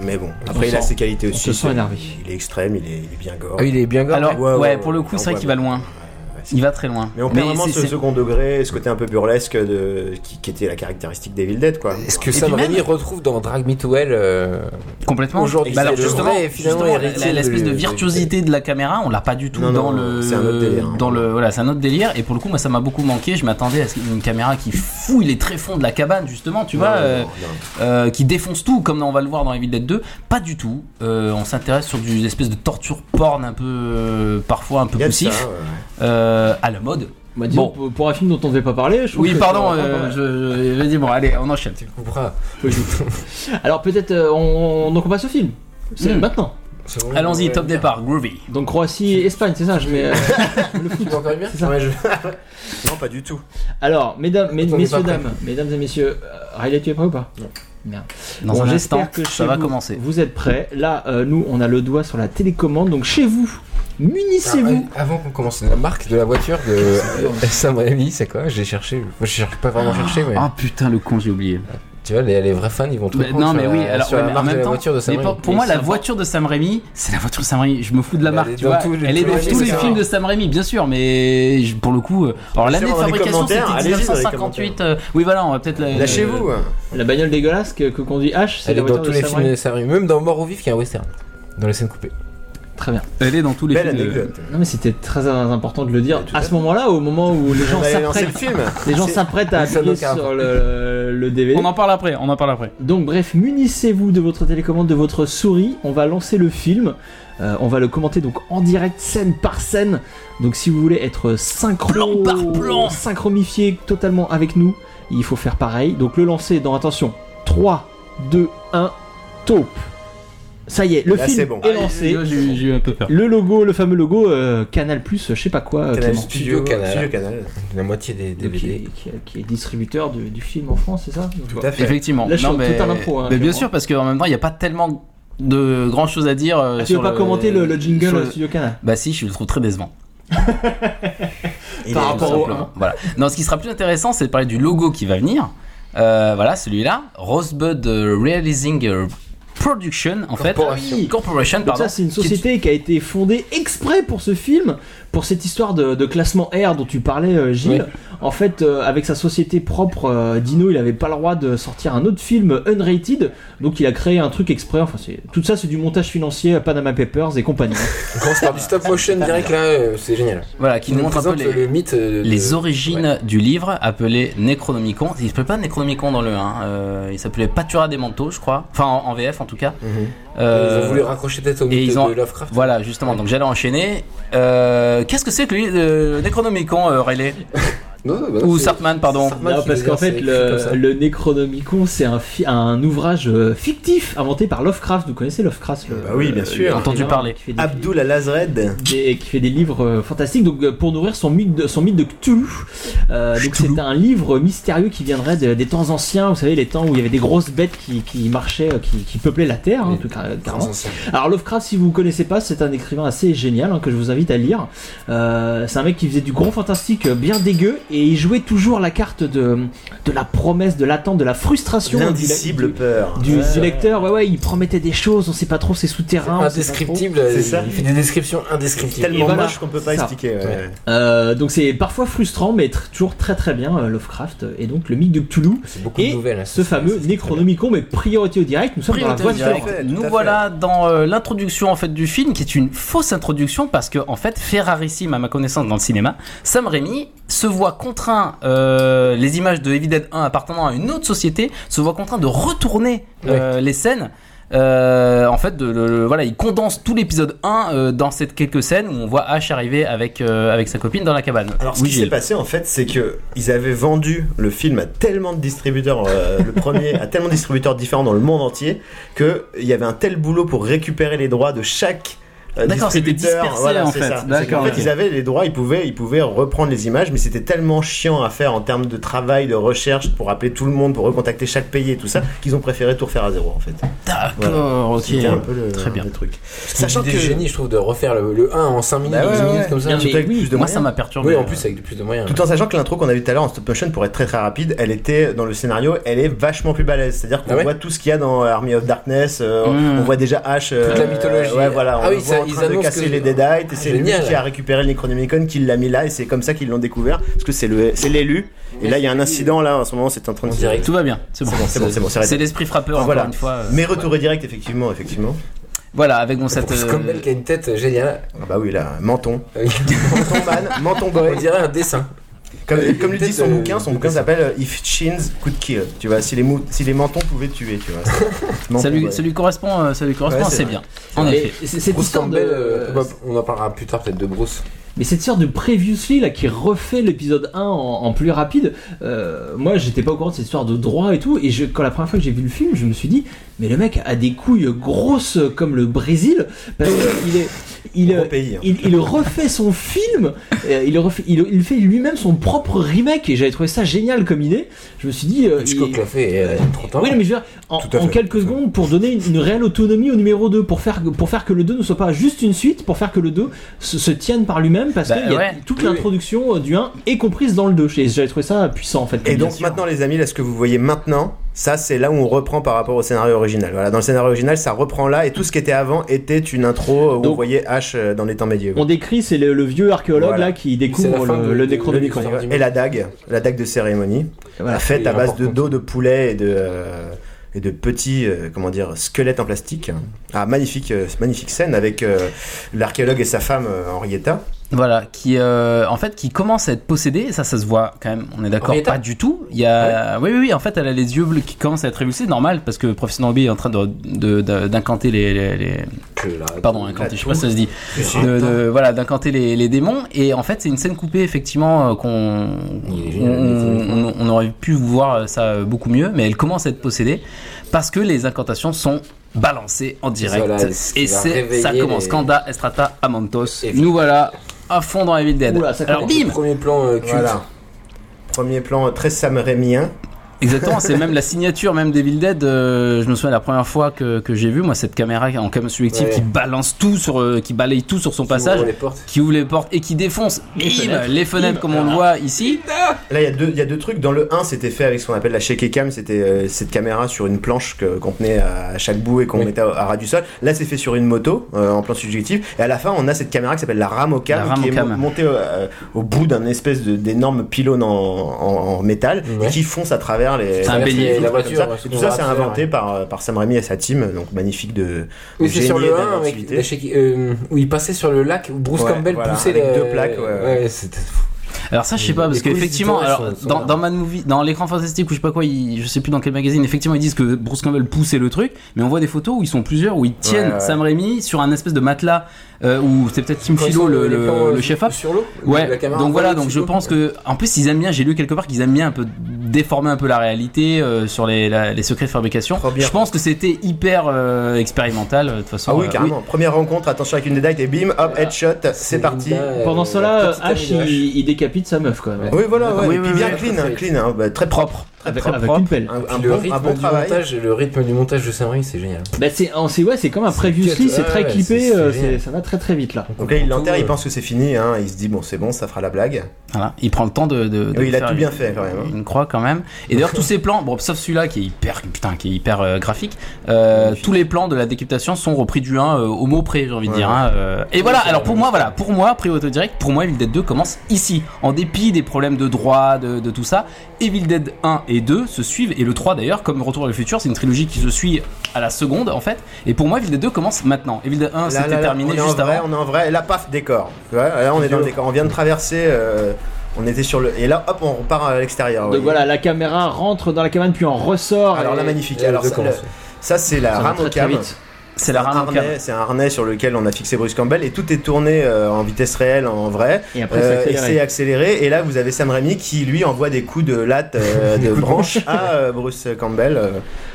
Mais bon, après, il a
sent-
ses qualités
On
aussi.
se sent
c'est-
énervé.
Il est extrême, il est, il est bien gore.
Ah, il est bien gore.
Alors,
ouais,
ouais,
ouais, ouais,
pour le
ouais,
coup,
on
c'est vrai
voit
qu'il va
bien.
loin.
Ouais, c'est-
Il va très loin.
Mais on perd vraiment
c'est-
ce
c'est-
second degré, ce côté un peu burlesque de, qui, qui était la caractéristique d'Evil Dead, quoi.
Est-ce que
Et
Sam
puis même-
Raimi retrouve dans Drag Me to Hell euh,
Complètement.
Aujourd'hui,
Bah alors,
c'est le
justement,
vrai, finalement,
justement,
héritier
la- la- l'espèce de
de-
virtuosité de la caméra, on l'a pas du tout
Non,
dans
non,
le.
c'est un autre délire, hein.
Dans le, voilà, c'est un autre délire. Et pour le coup, moi, ça m'a beaucoup manqué. Je m'attendais à ce qu'il y ait une caméra qui fouille les tréfonds de la cabane, justement, tu vois,
Non,
euh,
non, non.
euh, qui défonce tout, comme on va le voir dans Evil Dead 2. Pas du tout. Euh, on s'intéresse sur du espèce de torture porn un peu, euh, parfois un peu
Il y a de ça,
poussif,
ouais.
euh, à la mode.
Bah, disons,
Bon.
pour- pour un film dont on ne devait pas parler, je trouve
Oui,
que-
pardon.
Ouais,
euh,
ouais.
je, je, dis bon, allez, on enchaîne.
on pourra-
Alors peut-être euh, on, donc on passe au film. C'est
Hmm.
maintenant.
c'est bon,
Allons-y,
ouais.
top départ, groovy.
Donc Croatie et Espagne, c'est ça. Je mets. euh,
Tu vas encore bien
C'est ça.
Ouais, je-
Non, pas du tout.
Alors mesdames, mes-
Attends, on est
messieurs
pas prêt.
dames, mesdames et messieurs, euh, Riley, tu es prêt ou pas
Non.
Merde.
Dans
Bon,
un instant,
j'espère que chez
ça va
vous,
commencer.
Vous êtes prêts Là, euh, nous, on a le doigt sur la télécommande. Donc chez vous, munissez-vous.
Ah, Avant qu'on commence, la marque de la voiture de euh, Sam Raimi, c'est quoi J'ai cherché. Moi, je cherche pas vraiment cherché, mais
Ah putain, le con, j'ai oublié.
tu vois, les, les vrais fans, ils vont tout
Bah,
prendre
non,
sur
mais
la-
oui, alors
sur
ouais,
la
mais en
marque de
même
la
temps,
voiture de Sam
mais
Raimi.
pour, pour moi, la voiture de Sam Raimi, c'est la voiture de Sam Raimi. Je me fous de la
Elle
marque,
est
tu
dans
vois.
tous les-
Elle est
tous
dans
les
tous les
films,
films de Sam Raimi, bien sûr, mais je- pour le coup, euh, alors l'année de
Justement, dans les
fabrication c'était
commentaires, allez-y dans les
1958. euh, oui, voilà, on va peut-être la-
Lâchez-vous. hein.
La bagnole dégueulasse que, que conduit H, c'est
Elle
la
est dans
voiture
tous
de
les
Sam
films de
Raimi.
Sam Raimi, même dans Mort au Vif, qui est un western. Dans les scènes coupées.
Très bien.
Elle est dans tous les films.
Belle
de-
anecdote.
Non mais c'était très important de le dire
tout à
à ce
fait.
moment-là, au moment où les gens
On allait lancer le
s'apprêtent,
film.
les gens
C'est-
s'apprêtent à
Ça n'a
appuyer
aucun
sur le, le DVD.
On en parle après, on en parle après.
Donc bref, munissez-vous de votre télécommande, de votre souris. On va lancer le film. Euh, on va le commenter donc en direct, scène par scène. Donc si vous voulez être synchro,
Plan par plan.
synchromifié totalement avec nous, il faut faire pareil. Donc le lancer dans attention. 3, 2, 1, taupe. Ça y est, le
Là,
film
c'est
est,
bon.
lancé.
J'ai j'ai- j'ai eu un peu peur.
Le logo, le fameux logo euh, Canal Plus, je sais pas quoi. euh,
Canal
Clément.
Studio Canal.
Studio Canal.
La moitié des
Donc, qui, est,
DVD.
qui est- qui est distributeur du, du film en France, c'est ça
Tout à fait.
Effectivement.
Là, je
non,
suis en
mais,
totale impro, hein,
mais bien
clairement.
sûr, parce qu'en même temps, il n'y a pas tellement de grand chose à dire. euh,
Ah, Tu
sur
veux pas
le-
commenter le,
Euh,
le jingle
sur le-
Studio Canal
Bah si, je le trouve très décevant.
Il
Par
est-
Tout
rapport au-
simplement. Voilà. Non, ce qui sera plus intéressant, c'est de parler du logo qui va venir. Euh, voilà, celui-là, Rosebud euh, Realizing euh, Production, en fait.
Corporation.
Ah oui.
Corporation,
Donc
pardon.
ça, c'est une
Qui est-
société qui a été fondée exprès pour ce film, pour cette histoire de, de classement R dont tu parlais, euh, Gilles. En fait, euh, avec sa société propre, euh, Dino, il avait pas le droit de sortir un autre film unrated, donc il a créé un truc exprès. Enfin, c'est tout ça, c'est du montage financier, euh, Panama Papers et compagnie.
On commence par du stop motion direct là, euh, c'est génial.
Voilà, qui
Il
nous
nous
montre un peu
présente
les,
le mythe. euh, de-
les origines du livre appelé Necronomicon. Il ne s'appelait pas Necronomicon dans le 1. euh, il s'appelait Pâtura des manteaux, je crois. Enfin, en, en VF en tout cas.
Mhm.
Euh,
Ils ont voulu raccrocher tête au
et
mythe
ils ont-
de Lovecraft.
Voilà, justement. Donc j'allais enchaîner. Euh, Qu'est-ce que c'est que le euh, Necronomicon, euh, Riley
Non, non, bah non,
Ou
c'est-
Sartman, pardon.
Sartman
Non,
qui
parce
les a,
qu'en fait,
c'est écrit comme
le,
ça.
le Necronomicon, c'est un, fi- un ouvrage euh, fictif inventé par Lovecraft. Vous connaissez Lovecraft le-
Bah oui, bien
le-
sûr.
le-
Entendu
le-
parler.
qui fait des-
Abdul Al-Azred.
des- qui fait des livres euh, fantastiques. Donc, euh, pour nourrir son mythe de, son mythe de Cthulhu, Euh, donc c'est un livre mystérieux qui viendrait de- des temps anciens. Vous savez, les temps où il y avait des grosses bêtes qui, qui marchaient, euh, qui, qui peuplaient la terre, hein,
Oui.
tout car-
Sans
carrément.
sens.
Alors Lovecraft, si vous ne connaissez pas, c'est un écrivain assez génial hein, que je vous invite à lire. Euh, c'est un mec qui faisait du grand fantastique euh, bien dégueu et il jouait toujours la carte de, de la promesse, de l'attente, de la frustration. euh,
L'indicible peur.
Du, du- du lecteur, ouais, ouais, il promettait des choses, on sait pas trop, c'est souterrain. on sait pas trop.
Indescriptible,
Ah, C'est
il-
ça.
il fait des descriptions
C'est
indescriptibles.
Tellement
Et voilà.
moche qu'on peut pas
Ça.
expliquer. ouais.
Ouais.
Euh, donc c'est parfois frustrant, mais tr- toujours très très bien euh, Lovecraft. Et donc le mythe de Cthulhu,
C'est beaucoup
et
de nouvelles. hein,
ce
c'est-
fameux
c'est- c'est
Necronomicon, mais priorité au direct, nous sommes
Priorité
dans
au
la voie de
direct.
fait, tout
Nous
à fait.
voilà dans euh, l'introduction en fait du film, qui est une fausse introduction parce que en fait, ferrarissime à ma connaissance dans le cinéma, Sam Raimi se voit contraint euh, les images de Evil Dead 1 appartenant à une autre société se voit contraint de retourner euh, les scènes. Euh, en fait, de, le- le- voilà, il condense tout l'épisode 1 euh, dans cette quelques scènes où on voit Ash arriver avec euh, avec sa copine dans la cabane.
Alors, ce
Oui,
qui s'est
Gilles.
passé en fait, c'est que ils avaient vendu le film à tellement de distributeurs, euh, le premier, à tellement de distributeurs différents dans le monde entier, que il y avait un tel boulot pour récupérer les droits de chaque. euh,
D'accord, c'était
distributeur.
dispersé,
Voilà,
en
c'est
fait.
ça. C'est
D'accord,
qu'en
ok.
fait, ils avaient les droits, ils pouvaient, ils pouvaient reprendre les images, mais c'était tellement chiant à faire en termes de travail, de recherche, pour appeler tout le monde, pour recontacter chaque pays et tout ça, qu'ils ont préféré tout refaire à zéro en fait.
D'accord, ok.
C'était un peu le,
Très bien.
le truc.
C'est une
Sachant que
idée de génie, je trouve, de refaire le, le 1 en 5 minutes,
Bah ouais,
12 minutes
ouais.
comme ça.
Surtout avec plus de
Moi, ça
moyens.
m'a perturbé. euh.
Oui, en plus, avec plus de moyens.
Tout en sachant que l'intro qu'on a vu tout à l'heure en stop motion, pour être très très rapide, elle était dans le scénario, elle est vachement plus balèze. C'est-à-dire qu'on
Ah ouais Mmh.
voit tout ce qu'il y a dans Army of Darkness, euh,
Mm.
on voit déjà Ash. euh,
Toute la mythologie.
Ouais, voilà, on
Ah oui,
le voit
ça,
en
ils
train de
annoncent
casser
que-
les Deadites, et c'est lui
Génial.
qui a récupéré le Necronomicon, qui l'a mis là, et c'est comme ça qu'ils l'ont découvert, parce que c'est le- c'est l'élu. Et là, il y a un incident, là, en ce moment, c'est en train de
En
se-
direct.
Tout va bien, c'est bon.
C'est bon, c'est bon, c'est bon, c'est réglé.
C'est l'esprit frappeur, encore
Voilà.
une fois. euh,
Mais retour au direct, effectivement, effectivement.
Voilà, avec bon, cette. euh,
Bruce Campbell qui a une tête géniale.
Ah bah oui, là, menton.
Oui.
menton man, menton
On
boy.
dirait un dessin.
Comme, comme le
Peut-être,
dit son
euh,
bouquin, son bouquin s'appelle euh, If Chins Could Kill. Tu vois, si les, mou- si les mentons pouvaient tuer, tu vois. C'est- menton,
Ça lui,
ouais.
ça lui correspond, euh, ça lui correspond
Ouais, c'est
assez
vrai.
bien. En
Mais
effet.
c'est- cette
Bruce
histoire de-
Campbell, euh, on en parlera plus tard peut-être de Bruce.
Mais cette sorte de Previously là qui refait l'épisode 1 en, en plus rapide, euh, moi j'étais pas au courant de cette histoire de droit et tout, et je, quand la première fois que j'ai vu le film, je me suis dit, mais le mec a des couilles grosses comme le Brésil, parce qu'il est. Il,
Gros
euh,
pays, hein.
il, il refait son film, euh, il, refait, il, il fait lui-même son propre remake, et j'avais trouvé ça génial comme idée. Je me suis dit. euh,
Hitchcock
il-
l'a fait euh, il y a 30 ans.
oui, non, mais je veux dire, en,
Tout à
en
fait,
quelques secondes, pour donner une, une réelle autonomie au numéro 2, pour faire, pour faire que le 2 ne soit pas juste une suite, pour faire que le 2 se, se tienne par lui-même, parce
Bah,
qu'il y a
ouais.
toute
Oui, oui.
l'introduction euh, du 1 est comprise dans le 2. Et J'avais trouvé ça puissant, en fait.
Et
comme
donc
version.
maintenant, les amis, là, ce que vous voyez maintenant, ça, c'est là où on reprend par rapport au scénario original. Voilà, dans le scénario original, ça reprend là, et tout ce qui était avant était une intro où
Donc-
on voyait H euh, dans les temps médiévaux.
On décrit, c'est le, le vieux archéologue
Voilà.
là qui
C'est la
découvre
fin
le,
de-
le
de-
Necronomicon.
de-
Et la dague, la dague de cérémonie,
Voilà.
la fête
Et
à base de
importante.
dos de poulet et de euh, et de petits, euh, comment dire, squelettes en plastique. Ah, magnifique, euh, magnifique scène avec euh, l'archéologue et sa femme euh, Henrietta.
Voilà, qui euh, en fait qui commence à être possédée, ça ça se voit quand même, on est d'accord,
Henrietta
pas du tout. Il y a, oui, oui, oui, en fait elle a les yeux bleus qui commencent à être révulsés, normal, parce que Professeur Norby est en train de- de- de- d'incanter les, les- les- pardon, incanter, je sais pas si ça se dit, de, de- voilà, d'incanter les, les démons, et en fait c'est une scène coupée effectivement euh, qu'on,
Il est
on,
génial,
on- on aurait pu voir ça euh, beaucoup mieux, mais elle commence à être possédée parce que les incantations sont balancées en direct,
Voilà,
et
qui va
c'est, ça
réveiller
commence
les-
quand Da Estrata Amantos.
Et-
Nous voilà à fond dans Evil Dead.
Oula, ça
Alors
commence.
bim
Premier plan euh, culte.
Voilà. Premier plan euh, très Sam Raimien.
Exactement, c'est même la signature même d'Evil Dead. euh, je me souviens la première fois que, que j'ai vu moi cette caméra en cam subjective
Ouais.
qui balance tout sur, euh, qui balaye tout sur son passage,
ouvre les portes.
qui ouvre les portes et qui défonce bim, les fenêtres,
fenêtres. Bim.
comme on le voit ici.
Là, il y, a deux- il y a deux trucs. Dans le 1, c'était fait avec ce qu'on appelle la shaky cam. C'était euh, cette caméra sur une planche que- qu'on tenait à chaque bout et qu'on mettait à, à ras du sol. Là, c'est fait sur une moto euh, en plan subjectif. Et à la fin, on a cette caméra qui s'appelle la
La
Ramocam, qui est
Ramocam.
mo- montée euh, au bout d'un espèce de- d'énorme pylône en, en- en métal
Ouais.
et qui fonce à travers les.
C'est un
les-
bélier.
les-
La
comme
voiture,
ça.
ouais, c'est
Tout
qu'on
ça,
va
c'est
faire,
inventé
ouais.
par, euh, par Sam Raimi et sa team. Donc, magnifique de.
Oui,
de
c'est sur
génie
le 1
et
avec
d'inventivité.
la shaky- euh, où il passait sur le lac où Bruce
Ouais,
Campbell
voilà,
poussait
avec
les
deux plaques, ouais, ouais.
c'était
Alors ça je sais pas
Les
parce
coulisses
qu'effectivement,
du tournage
alors
sont- sont
dans,
là.
dans Mad Movie, dans l'écran fantastique ou je sais pas quoi, ils- je sais plus dans quel magazine, effectivement ils disent que Bruce Campbell poussait le truc, mais on voit des photos où ils sont plusieurs où ils tiennent
Ouais, ouais.
Sam Raimi sur un espèce de matelas euh, où c'est peut-être Tim
Quand ils
Philo
sont
le,
les
le-
plans,
le
euh,
chef-op.
sur l'eau
Ouais,
la caméra
donc voilà,
envoyée
donc je
sur l'eau.
pense que, en plus, ils aiment bien, j'ai lu quelque part qu'ils aiment bien un peu déformer un peu la réalité euh, sur les, la- les secrets de fabrication.
Trop bien.
Je pense que c'était hyper euh, expérimental, euh, de toute façon.
Ah oui,
euh,
carrément. Première rencontre, attention avec une dédite et bim, hop, headshot, c'est parti.
Linda, euh,
Pendant cela,
la
euh,
petite amie
H,
de H.
il, il décapite sa meuf, quoi.
Ouais.
Ah Oui, voilà, ouais.
Oui,
et
oui,
puis
oui,
bien
oui,
clean,
très
hein, clean, hein, bah, très propre. Très,
Avec,
très
avec
propre.
une pelle.
Un, un
Puis le
bon, un
rythme
bon
du
travail.
montage, le rythme du montage de Sam Raimi, c'est génial.
Bah, c'est, on- c'est- ouais, c'est comme un previously,
cut,
c'est
ouais,
très
ouais,
clippé,
c'est-
euh,
c'est
c'est-
génial.
ça va très très vite là.
Donc là, il l'enterre,
Tout,
il
euh,
pense que c'est fini, hein, il se dit, bon, c'est bon, ça fera la blague.
Voilà, il prend le temps de. de- de
Oui, il a
faire
tout
une-
bien fait, quand même, hein.
Une croix quand même. Et d'ailleurs, tous ces plans, bon, sauf celui-là qui est hyper, putain, qui est hyper euh, graphique, euh, tous les plans de la décapitation sont repris du 1 euh, au mot près, j'ai envie de
Ouais.
dire. hein, euh. Et voilà, alors pour moi, voilà, pour moi, prix auto direct, pour moi, Evil Dead 2 commence ici. En dépit des problèmes de droit, de, de tout ça, Evil Dead 1 et 2 se suivent, et le 3 d'ailleurs, comme Retour vers le futur, c'est une trilogie qui se suit à la seconde en fait. Et pour moi, Evil Dead 2 commence maintenant. Evil Dead 1,
Là, là,
Ah, c'était
là,
terminé
on est en
juste
vrai,
avant.
On est en vrai, et là, paf, décor. Tu vois, là, on est dans le décor. On vient de traverser, euh, on était sur le. Et là, hop, on repart à l'extérieur.
Donc
oui.
voilà, la caméra rentre dans la cabane puis en ressort.
Alors
et-
là, magnifique.
Euh,
Alors,
de
ça, le- ça, c'est la
ça va très, très
Ramocam.
vite.
C'est la
Un
rame au câble.
harnais- C'est un harnais sur lequel on a fixé Bruce Campbell et tout est tourné euh, en vitesse réelle en vrai.
Et après, c'est
Euh, et
accéléré.
c'est accéléré. Et là, vous avez Sam Raimi qui lui envoie des coups de latte euh, de branche à euh, Bruce Campbell. euh,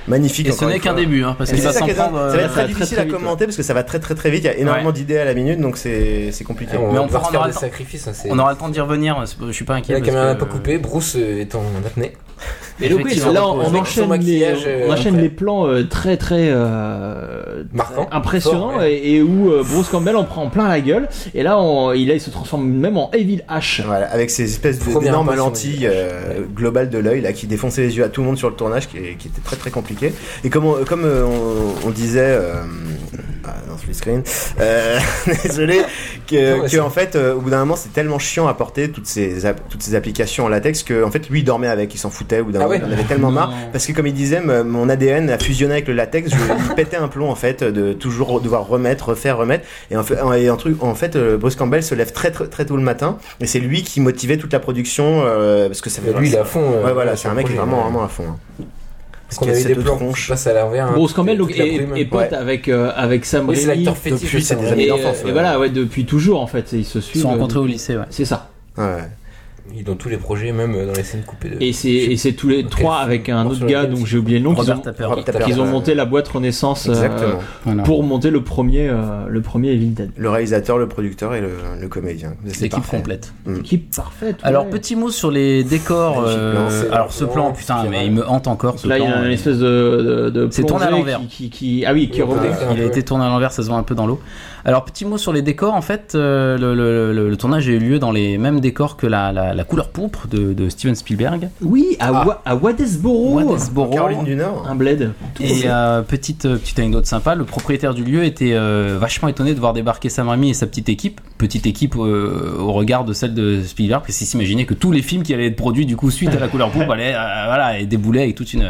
magnifique.
Et ce
encore
n'est
une
qu'un
fois.
début, hein, parce
Et
qu'il
c'est
va
ça
s'en
qui est dingue.
prendre.
ça va
euh,
être très
très,
difficile
très
à
vite,
commenter parce que ça va très très très vite. Il y a énormément
Ouais.
d'idées à la minute, donc c'est c'est compliqué.
On
Mais on
va
pourra- on
faire
aura
des
le temps.
sacrifices. hein, c'est-
On aura le temps d'y revenir, c'est pas- je suis pas inquiet.
La
parce
caméra n'a
que-
pas coupé, Bruce euh, est en apnée.
Et donc oui,
Effectivement,
là, on,
avec
on
son
enchaîne, les,
maquillage, euh,
on enchaîne
après.
les plans euh, très très euh,
Marquant.
impressionnants
Fort, ouais.
et, et où euh, Bruce Campbell en prend plein la gueule. Et là, on- il, là, il se transforme même en Evil H.
Voilà, avec ces espèces de-
Première
d'énormes
impression,
lentilles euh, globales de l'œil là qui défonçaient les yeux à tout le monde sur le tournage, qui, qui était très très compliqué. Et comme on, comme euh, on, on disait euh, ah, dans celui screen, euh, désolé, que,
Non, mais
que,
c'est-
en fait euh, au bout d'un moment c'est tellement chiant à porter toutes ces app- toutes ces applications en latex que en fait lui il dormait avec, il s'en foutait au bout d'un
Ah
moment,
ouais
il en avait tellement marre
Non.
parce que comme il disait m- mon ADN a fusionné avec le latex, je il pétait un plomb en fait de toujours devoir remettre, refaire, remettre. Et en fait, et en, truc, en fait euh, Bruce Campbell se lève très très, très tôt le matin et c'est lui qui motivait toute la production euh, parce que ça fait
Lui, il est à fond. euh,
Ouais, voilà, c'est
sur
un
le
mec qui est
projet,
vraiment
ouais.
vraiment à fond. hein.
Parce
Parce
qu'on
qu'il y a
avait des
cette
plans qui
tronche.
passent à l'envers.
Bruce Campbell donc, est, est
et
pote avec, euh, avec Sam
Oui, c'est
Raimi.
l'acteur fétiche
depuis,
de Sam
c'est des amis
Et,
Raimi.
euh,
d'enfance,
et
ouais.
voilà, ouais, depuis toujours en fait, ils se
Ils
suivent.
se sont
euh,
rencontrés au lycée, ouais.
C'est ça.
Ouais.
Et Dans tous les projets, même euh, dans les scènes coupées de.
Et c'est et c'est tous les trois avec un
Sur
autre
le
gars
film,
dont
c'est-
j'ai oublié le nom. qu'ils
Robert
ont-
Tapper.
Rob Tapper,
qu'ils ont
ouais.
monté la boîte Renaissance euh,
Exactement.
Voilà.
pour monter le premier, euh, le premier Evil Dead.
Le réalisateur, le producteur et le, le comédien. C'est
L'équipe
parfait.
complète.
Équipe parfaite. ouais.
Alors, petit mot sur les décors.
Magnifique
euh,
plan, c'est
alors, ce
vraiment
plan, putain,
inspirant.
mais il me hante encore. Ce
Là, il y
plan,
a une
euh,
espèce de, de, de
C'est tourné à
plongée
l'envers. Euh,
Qui, qui, qui- ah oui, qui
Oui,
remonte.
voilà.
Il a été tourné à l'envers, ça se voit un peu dans l'eau. Alors, petit mot sur les décors. En fait, euh, le, le- le- le tournage a eu lieu dans les mêmes décors que la, la- la couleur pourpre de, de Steven Spielberg.
Oui, à, Wa- à Wadesboro.
ah. Wadesboro.
Caroline du Nord.
Un bled.
Et euh, petite, euh, petite anecdote sympa, le propriétaire du lieu était euh, vachement étonné de voir débarquer Sam Raimi et sa petite équipe, petite équipe euh, au regard de celle de Spielberg, parce qu'il s'imaginait que tous les films qui allaient être produits du coup suite à la couleur pourpre allaient euh, voilà, et déboulaient avec toute une...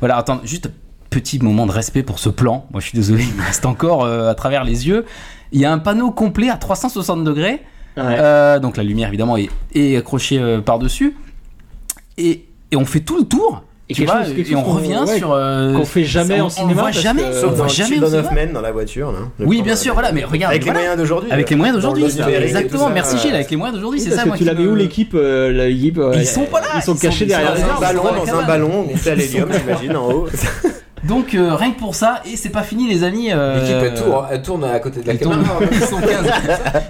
Voilà, attends, juste petit moment de respect pour ce plan. Moi, je suis désolé, il me reste encore euh, à travers les yeux. Il y a un panneau complet à 360 degrés.
Ouais.
Euh, donc la lumière évidemment est, est accrochée euh, par-dessus. Et, et on fait tout le tour.
Et
tu
quelque
vois,
chose- quelque
et on
chose qu'on-
revient
ouais,
sur. euh,
qu'on fait jamais
on-
en
On le
cinéma,
voit
parce
jamais.
que-
on le
Sauf
voit
euh, dans
jamais au
Children
cinéma.
of Men dans la voiture. Là, Le
Oui,
plan,
bien
euh,
sûr, voilà, mais regarde,
Avec
voilà.
les moyens d'aujourd'hui.
Avec
euh,
les moyens
dans
d'aujourd'hui.
l'autre numérique et tout
Exactement,
ça,
merci
euh,
Gilles, avec les moyens d'aujourd'hui,
Oui,
c'est
parce
ça.
que
moi
tu
qui
l'avais
me-
où l'équipe euh, la- l'équipe, euh,
Ils sont pas là,
Ils sont
ils
cachés
sont-
derrière
ils
les
sont
Dans un
arbres.
là.
ballon, dans un ballon, gonflé à l'hélium, j'imagine, en haut.
Donc euh, rien que pour ça, et c'est pas fini les amis. euh,
L'équipe elle
hein.
tourne, elle tourne à côté de la
Ils, tournent-
caméra.
ils sont 15.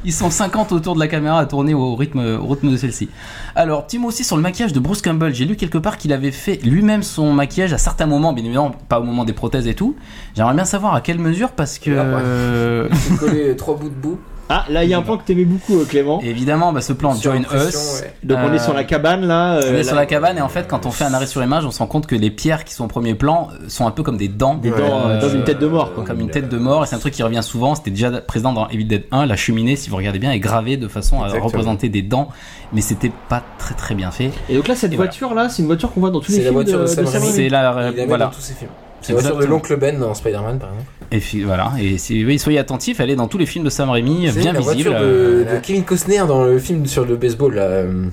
Ils sont 50 autour de la caméra à tourner au rythme, au rythme de celle-ci. Alors, petit mot aussi sur le maquillage de Bruce Campbell. J'ai lu quelque part qu'il avait fait lui-même son maquillage à certains moments, bien évidemment, pas au moment des prothèses et tout. J'aimerais bien savoir à quelle mesure, parce que.
Ah, ouais.
euh,
J'ai collé trois bouts de boue.
Ah, là, il y a un point que t'aimais beaucoup, euh, Clément.
évidemment, bah, ce plan
Sur
Join
impression,
Us.
ouais.
Donc, on est
Euh,
sur la cabane, là.
On
euh,
est sur
là-
la cabane et en fait quand on fait un arrêt sur image on se rend compte que les pierres qui sont au premier plan euh, sont un peu comme des dents.
Des dents, euh, dans une tête de mort, quoi.
Comme une tête de mort et c'est un truc qui revient souvent. C'était déjà présent dans Evil Dead 1. La cheminée si vous regardez bien est gravée de façon à
Exactement.
représenter des dents mais c'était pas très très bien fait.
Et donc là, cette
Et voilà.
voiture, là, c'est une voiture qu'on voit dans tous
C'est
les
la
films
voiture de Sam Raimi.
C'est la
Il la met dans
Euh, voilà.
tous ses films.
C'est
C'est la voiture de
exactement.
l'oncle Ben dans Spider-Man par exemple.
Et puis, voilà et si oui, soyez attentifs elle est dans tous les films de Sam Raimi
C'est
bien
la
visible.
voiture
euh,
de, de Kevin Costner dans le film sur le baseball là, euh,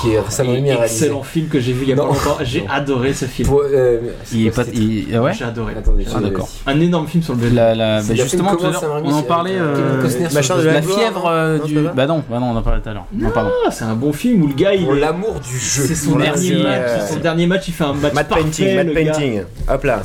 qui est Sam Raimi a réalisé.
Excellent film que j'ai vu il y a pas
Non.
longtemps. J'ai adoré ce film.
Pour, euh, c'est
Il est
quoi
pas
ce titre
il- ah ouais.
J'ai adoré.
Attendez,
Ah,
je-
d'accord.
Un énorme film sur le baseball.
La, la-
C'est
bah,
la
justement
film
tout à
Comment Sam
l'heure,
Raimi,
on en
c'est
parlait
avec, euh,
euh,
Kevin Costner sur
Machin
le
de
la
gloire,
fièvre euh,
non,
du
c'est pas
bah non bah non on en parlait tout à l'heure. Non, pardon.
Ah, c'est un bon film où le gars, il
Pour
est-
l'amour du jeu.
C'est son
Voilà,
dernier
c'est,
match.
euh,
Son dernier match, il fait un match
Matt
parfait.
painting,
le
Matt
gars.
painting. Hop là.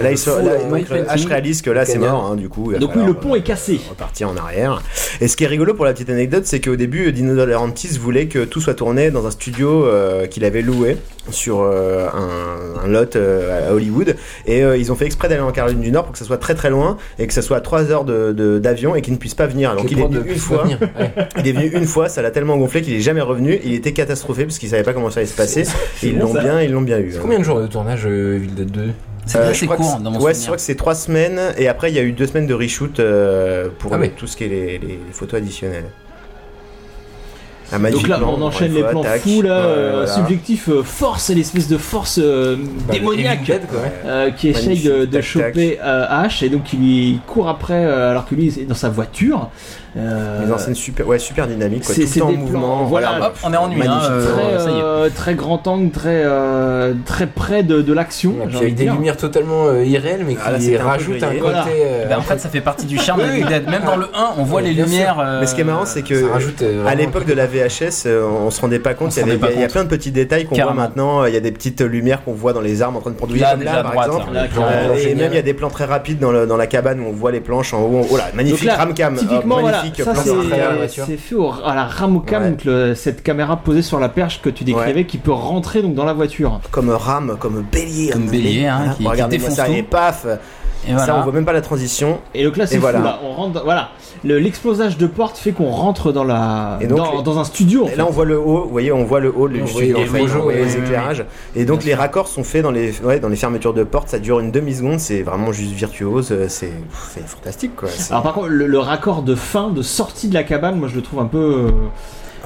Là, il se-
Fou,
là,
hein,
donc,
Matt
H
painting.
réalise que là, c'est
Gagnant.
mort, hein, du coup. il va
Donc oui,
falloir,
le pont
euh,
est cassé.
repartir en arrière. Et ce qui est rigolo pour la petite anecdote, c'est qu'au début, Dino De Laurentiis voulait que tout soit tourné dans un studio euh, qu'il avait loué sur euh, un, un lot euh, à Hollywood. Et euh, ils ont fait exprès d'aller en Caroline du Nord pour que ça soit très très loin et que ça soit à 3 heures d'avion de, d'avion et qu'il ne puisse pas venir. Alors
Les
qu'il est
prods
venu
ne
une
peuvent pas
fois,
venir. Ouais.
il est venu une fois, ça l'a tellement gonflé qu'il est jamais revenu. Il était catastrophé parce qu'il savait pas comment ça allait se passer. Et ils
bon,
l'ont
ça.
bien, ils l'ont bien eu. hein.
Combien de jours de tournage euh, Evil Dead 2
C'est
Euh,
vrai,
je
c'est
crois que
court
c'est-
dans mon
Ouais, c'est
souvenir.
vrai que c'est trois semaines et après il y a eu deux semaines de reshoot euh, pour
Ah
euh,
ouais.
tout ce qui est les, les- les photos additionnelles. Un
Donc
magic
là,
plan,
on
encore
enchaîne
une
les
fois,
plans
tac.
fous
Ouais,
là, euh,
voilà. Bah,
subjectif euh, force, l'espèce de force euh, démoniaque
Evil Dead, quoi, ouais.
euh, qui essaye
Magnifique,
de, de
tac,
choper euh, Ash et donc il lui court après euh, alors que lui il est dans sa voiture. Euh,
Les enseignes super, ouais, super dynamiques, quoi, tout
c'est-
le
c'est
temps en
des plans,
mouvement.
voilà,
Hop, on est en nuit,
Magnifique.
hein, euh,
très,
ça y est.
euh, très grand angle, très, euh, très près de, de l'action.
Et puis
j'ai envie
avec
de
des
dire.
lumières totalement euh, irréelles, mais qui
Ah, là, c'était un peu
rajoutent un côté.
grillé.
Voilà.
euh,
Bah, en fait, ça fait partie du charme de
Oui, oui.
Evil Dead. Même dans le 1, on voit
Oui,
les
bien sûr.
lumières. euh,
Mais ce qui est marrant, c'est que
ça rajoute. euh,
à
vraiment
l'époque de la VHS, euh, on se rendait pas
On
compte.
se
Il y, avait,
rendait pas
il y a
compte.
plein de petits détails qu'on voit
Carrément.
maintenant. Il y a des petites lumières qu'on voit dans les arbres en train de produire,
Là,
comme
déjà à
là, par
droite,
exemple.
là.
Là,
Ouais,
Euh,
alors,
et
génial.
même il y a des plans très rapides dans, le- dans la cabane où on voit les planches en haut. Oh là,
Donc
magnifique
là,
ramcam, Hop,
Typiquement, voilà,
magnifique
ça
plan
c'est- euh,
central.
central, la voiture.
c'est fait au, à la ramocam,
Ouais.
donc le- cette caméra posée sur la perche que tu décrivais, qui peut rentrer donc dans la voiture.
comme rame, comme bélier.
Comme
hein,
bélier, hein, qui- qui
regardez
défonce
ça,
tout.
et paf
Et voilà.
Ça, on voit même pas la transition.
Et donc là, c'est
Et
fou,
voilà.
là, on rentre, dans- voilà, Le- l'explosage de porte fait qu'on rentre dans la,
Et donc,
dans,
les-
dans un studio. en
Et
fait.
là, on voit le haut, vous voyez, on voit le haut
On
du
voit
studio,
les
en fait,
Mojo,
on voit
ouais,
les
ouais,
éclairages. Et donc, les raccords sont faits dans les, ouais, dans les fermetures de portes, ça dure une demi-seconde, c'est vraiment juste virtuose, euh, c'est pff, c'est fantastique, quoi. C'est-
Alors par contre, le, le raccord de fin, de sortie de la cabane, moi je le trouve un peu, euh,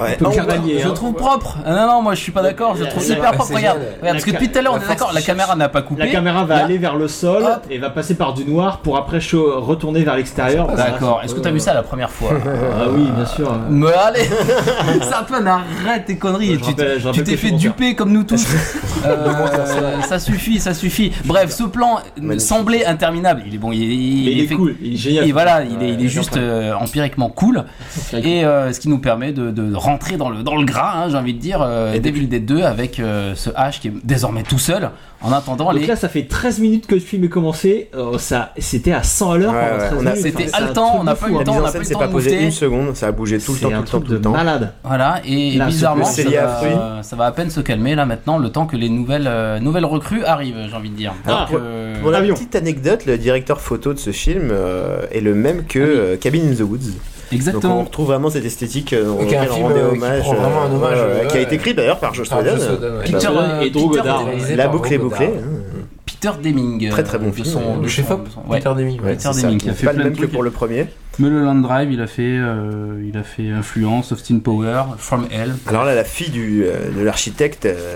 Ouais.
un peu
Ah, on-
cavalier.
Je
hein.
trouve propre. Ah non, non, moi je suis pas d'accord. Je
La-
trouve
la-
hyper
la-
propre.
c'est
Regarde,
génial.
regarde, parce que
La-
depuis tout à l'heure on
la
est
force
d'accord, la
qui
caméra n'a pas
La
coupé.
caméra va
Là-
aller vers le sol
Hop.
et va passer par du noir pour après cho- retourner vers l'extérieur. Bah,
D'accord.
c'est-
Est-ce que t'as vu ça la première fois
Ah oui, bien sûr.
Mais allez, Sartman, arrête tes conneries.
Je
Tu t'es-
rappelle- je
tu
rappelle
t'es
que je
fait
suis mon
duper comme nous tous. Euh, ça suffit, ça suffit. Bref, ce plan
Magnifique.
semblait interminable. Il est bon, il, il-
Mais il,
il
est
fait-
cool, il est génial.
Et voilà, il est, il est
Ouais,
juste
j'entends.
euh, empiriquement cool. Et euh, ce qui nous permet de, de rentrer dans le, dans le gras, hein, j'ai envie de dire, euh, Devil Dead 2 avec euh, ce H qui est désormais tout seul en attendant
Donc
Oh, les.
là, ça fait 13 minutes que le film est commencé. Euh, ça, c'était à 100 à l'heure
Ouais,
pendant
ouais,
13
on a-
minutes.
C'était
Enfin, c'est un
haletant,
truc
on n'a
de
pas
fou,
eu
hein.
La
temps,
mise
on
en
a
scène
pas eu
s'est
le
pas
temps de
posée
moufter.
une seconde, ça a bougé tout le
C'est
temps, tout
un
le temps,
truc
tout
de
le temps.
malade.
Voilà, et
Là,
bizarrement,
c'est
ça
lié à Fruit.
va, ça va à peine se calmer là maintenant, le temps que les nouvelles, euh, nouvelles recrues arrivent, j'ai envie de dire.
Ah,
Donc, euh,
Pour la
Avion.
petite anecdote, le directeur photo de ce film euh, est le même
Ah
que euh, Cabin in the Woods. Donc on
exactement.
retrouve vraiment cette esthétique euh,
Donc, un
auquel on
film,
rendait
euh, qui
hommage,
prend vraiment un hommage,
ouais,
euh,
qui a
ouais.
été écrit d'ailleurs par Joss
Par Joss
Whedon.
Whedon, ouais.
Bah,
Peter,
Bah,
euh,
et Drew
Peter
Goddard.
Deming-
réalisé
La
par
boucle est
Rob
bouclée.
Goddard.
hein.
Peter Deming. euh,
Très, très bon
de
film.
son-
Le
de
chef-op
son- ouais.
Peter Deming.
Ouais.
Ouais,
Peter
c'est ça.
Deming qui a fait
Pas le
plein de
même que
trucs.
pour le premier.
Mulholland Drive, il a fait, euh, il a fait Influence, Austin Power, From Hell.
Alors là, la fille du, euh, de l'architecte, euh,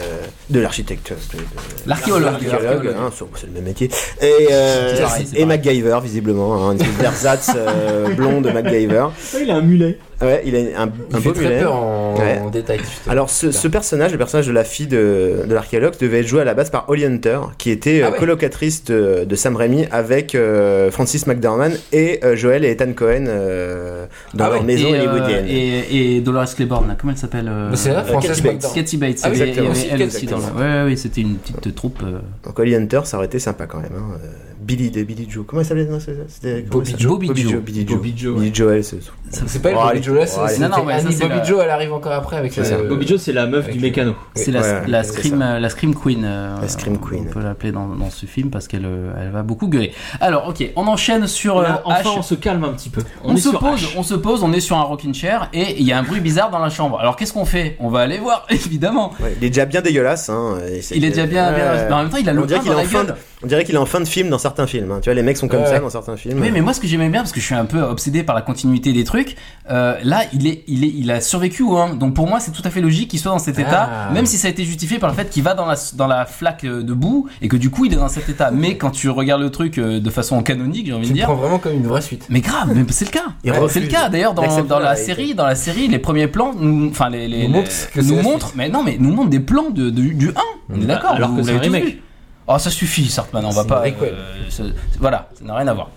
de l'architecte, euh, de- de-
L'archéologue.
l'archéologue, hein, c'est c'est le même métier, et, euh,
C'est pareil, c'est
et MacGyver visiblement, hein, une espèce d'ersatz euh, blond de MacGyver.
Ah, il a un mulet.
Ouais, il a un, un
Il
beau
fait très
mulet.
peur hein, en,
Ouais.
en détail. justement.
Alors ce, ce personnage, le personnage de la fille de, de l'archéologue, devait être joué à la base par Holly Hunter, qui était euh,
Ah ouais.
colocatrice de, de Sam Raimi avec euh, Francis McDormand et euh, Joel et Ethan Cohen euh, dans
Ah
leur
ouais.
maison
et, euh,
hollywoodienne.
et, et Dolores Claiborne, là, comment elle s'appelle euh,
Mais c'est là, Frances
Cathy Bates.
McDormand.
Cathy Bates.
Ah oui,
elle, est- elle, est-
exactement.
elle aussi dans
Exactement.
la... Ouais, ouais, ouais, c'était une petite troupe. euh,
Donc Holly Hunter, ça aurait été sympa quand même. hein. Euh, Billy de Billy Joe. Comment il s'appelait non, c'est- c'était- comment
Bobby
ça-
Joe.
Bobby
Bobby
Joe.
Joe.
Billy Joe.
Bobby Joe,
Billy
ouais.
Joe, elle, c'est-
C'est pas
Oh,
Bobby
allez.
Joe là, c'est
Oh, allez.
c'était
Non, non, mais ça,
Annie
c'est
Bobby
la-
Joe, elle arrive encore après avec
C'est ça.
le...
Euh, Bobby Joe, c'est la meuf
avec
du
le-
mécano.
C'est
Ouais,
la,
ouais,
la
c'est
Scream,
ça.
euh, la Scream Queen. euh,
La Scream
On
Queen.
peut l'appeler dans, dans ce film parce qu'elle euh, elle va beaucoup gueuler. Alors, ok, on enchaîne sur. euh,
Là, enfin,
H.
on se calme un petit peu.
On,
est
se
sur
pose,
H.
on se pose, on est sur un rocking chair et il y a un bruit bizarre dans la chambre. Alors qu'est-ce qu'on fait On va aller voir, évidemment.
Ouais, il est déjà bien dégueulasse. hein. Et c'est-
Il est déjà bien, bien- mais en même temps, il a le
on dirait
pain
qu'il est
dans
en
la
fin
gueule.
de, on dirait qu'il est en fin de film dans certains films. hein. Tu vois, les mecs sont comme
Ouais.
ça dans certains films.
Oui, mais moi, ce que j'aimais bien, parce que je suis un peu obsédé par la continuité des trucs, euh, là, il est, il est, il a survécu au 1. Donc pour moi, c'est tout à fait logique qu'il soit dans cet état,
Ah.
même si ça a été justifié par le fait qu'il va dans la, dans la flaque euh, de boue et que du coup, il est dans cet état. Mais quand tu regardes le truc euh, de façon canonique, j'ai envie de
Tu le
dire.
prends vraiment comme une vraie suite.
Mais grave, mais c'est le cas.
Il
c'est
refuse.
le cas d'ailleurs dans,
N'accepte
dans
pas la
la
réalité.
série, dans la série, les premiers plans, nous, enfin les, les-
Nous
les-
montrent que c'est
nous
la Bah,
montrent, mais non, mais nous montrent des plans de, de- du 1. On est d'accord.
Alors
vous
que c'est un
l'avez tous
remake.
vu. Oh, ça suffit, Sartman, on va
C'est
pas.
une prequel.
euh, ce- voilà, ça n'a rien à voir.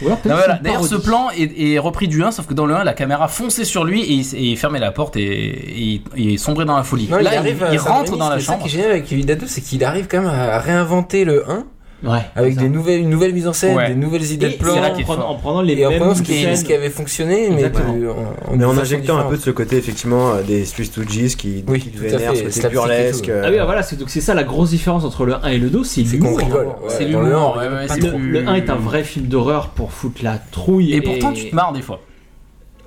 Ou alors,
Non,
peut-être
mais voilà.
c'est une
D'ailleurs, ce
parodie.
plan est, est repris du 1, sauf que dans le 1, la caméra fonçait sur lui et il, s- et il fermait la porte et, et il- il sombrait dans la folie.
Non,
Là, il,
arrive à
il
San
rentre
Remo,
dans la
c'est
chambre.
Ça qui est génial avec Evil Dead 2, c'est qu'il arrive quand même à réinventer le 1
Ouais.
avec des nouvelles, une nouvelle mise en scène,
Ouais.
des nouvelles idées
Et
de plans.
c'est là qu'il
en,
est
prenant,
fort.
en prenant les
Et en
mêmes
prenant ce qui,
scènes.
ce qui avait fonctionné, mais, bah, euh,
Exactement.
de- en,
Mais en
façon
injectant un peu de
différente.
ce côté effectivement euh, des Swiss Stooges qui,
Oui,
qui
tout à
vénèrent
fait,
ce
c'est
côté
la psyché et
burlesque.
tout.
euh,
Ah oui, ah, voilà, c'est donc c'est ça la grosse différence entre le 1 et le 2, c'est
C'est qu'on
l'humour.
rigole. ouais.
C'est
Dans le 1, on
l'humour. ouais,
rigole
ouais,
pas
c'est
Le,
plus-
le 1 est un vrai film d'horreur pour foutre la trouille.
Et pourtant, tu te marres des fois.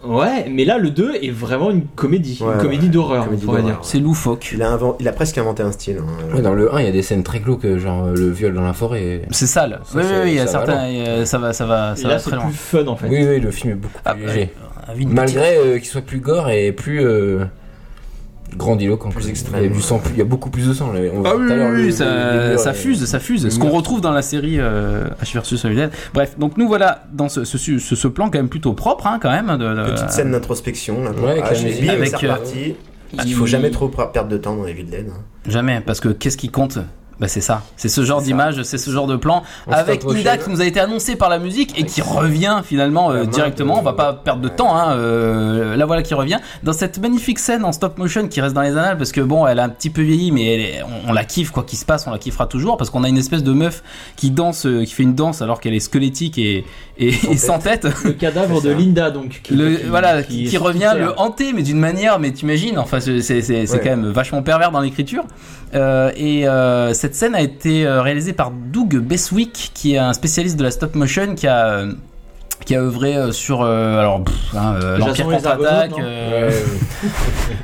Ouais, mais là, le 2 est vraiment une comédie.
Ouais,
une
ouais,
comédie d'horreur, on
comédie
pourrait dire.
d'horreur.
C'est loufoque.
Il a, invent- il a presque inventé un style. hein.
Ouais, dans le 1, il y a des scènes très glauques, genre euh, le viol dans la forêt.
C'est sale.
Ça,
Oui, oui,
c'est-
oui, il y a
ça va
certains, euh, ça va, ça va,
Et
ça
là,
va
c'est
très loin.
plus fun en fait.
Oui, oui, le film est beaucoup
Ah,
plus léger.
Ah, une
Malgré euh, qu'il soit plus gore et plus euh, grandiloquent.
Plus
quoi.
extrême.
Il y a, du sang, plus- il y a beaucoup plus de sang. là. On
Ah
voit
oui,
tout à l'heure,
oui,
le-
oui,
le- le
ça,
mur,
ça
euh,
fuse, ça fuse. Ce
le
qu'on
mur.
retrouve dans la série euh, H versus Evil Dead. Bref, donc nous voilà dans ce, ce, ce- ce plan quand même plutôt propre, hein, quand même. de- de-
euh, Petite scène d'introspection. Là, pour
Euh, Ouais, avec
H,
la
et
musique.
bim,
Avec,
c'est
euh,
reparti. Il faut jamais trop pr- perdre de hein. temps dans les villes d'aide.
Jamais, parce que qu'est-ce qui compte bah c'est ça, c'est ce genre d'image, c'est ce genre de plan
On se
avec
rapproche,
Ida
là.
qui nous a été annoncé par la musique et qui revient finalement euh,
La main
directement.
de-
On va pas perdre de temps, hein, euh, la voilà qui revient dans cette magnifique scène en stop motion qui reste dans les annales parce que bon, elle a un petit peu vieilli, mais elle est- on, on la kiffe quoi qu'il se passe, on la kiffera toujours parce qu'on a une espèce de meuf qui danse, euh, qui fait une danse alors qu'elle est squelettique et, et, et sans tête.
Le cadavre
C'est
de
ça.
Linda, donc. qui-
Le,
qui-
voilà, qui, qui
est
revient
sorti euh,
le hanter, mais d'une manière, mais t'imagines, enfin, c'est c'est- c'est- c'est
Ouais.
quand même vachement pervers dans l'écriture. Euh, et euh, cette scène a été euh, réalisée par Doug Beswick, qui est un spécialiste de la stop motion, qui a euh, qui a œuvré euh, sur euh, alors pff, hein, euh,
Jason
l'empire
et les
contre-attaque,
Argonautes, non
euh,
Euh,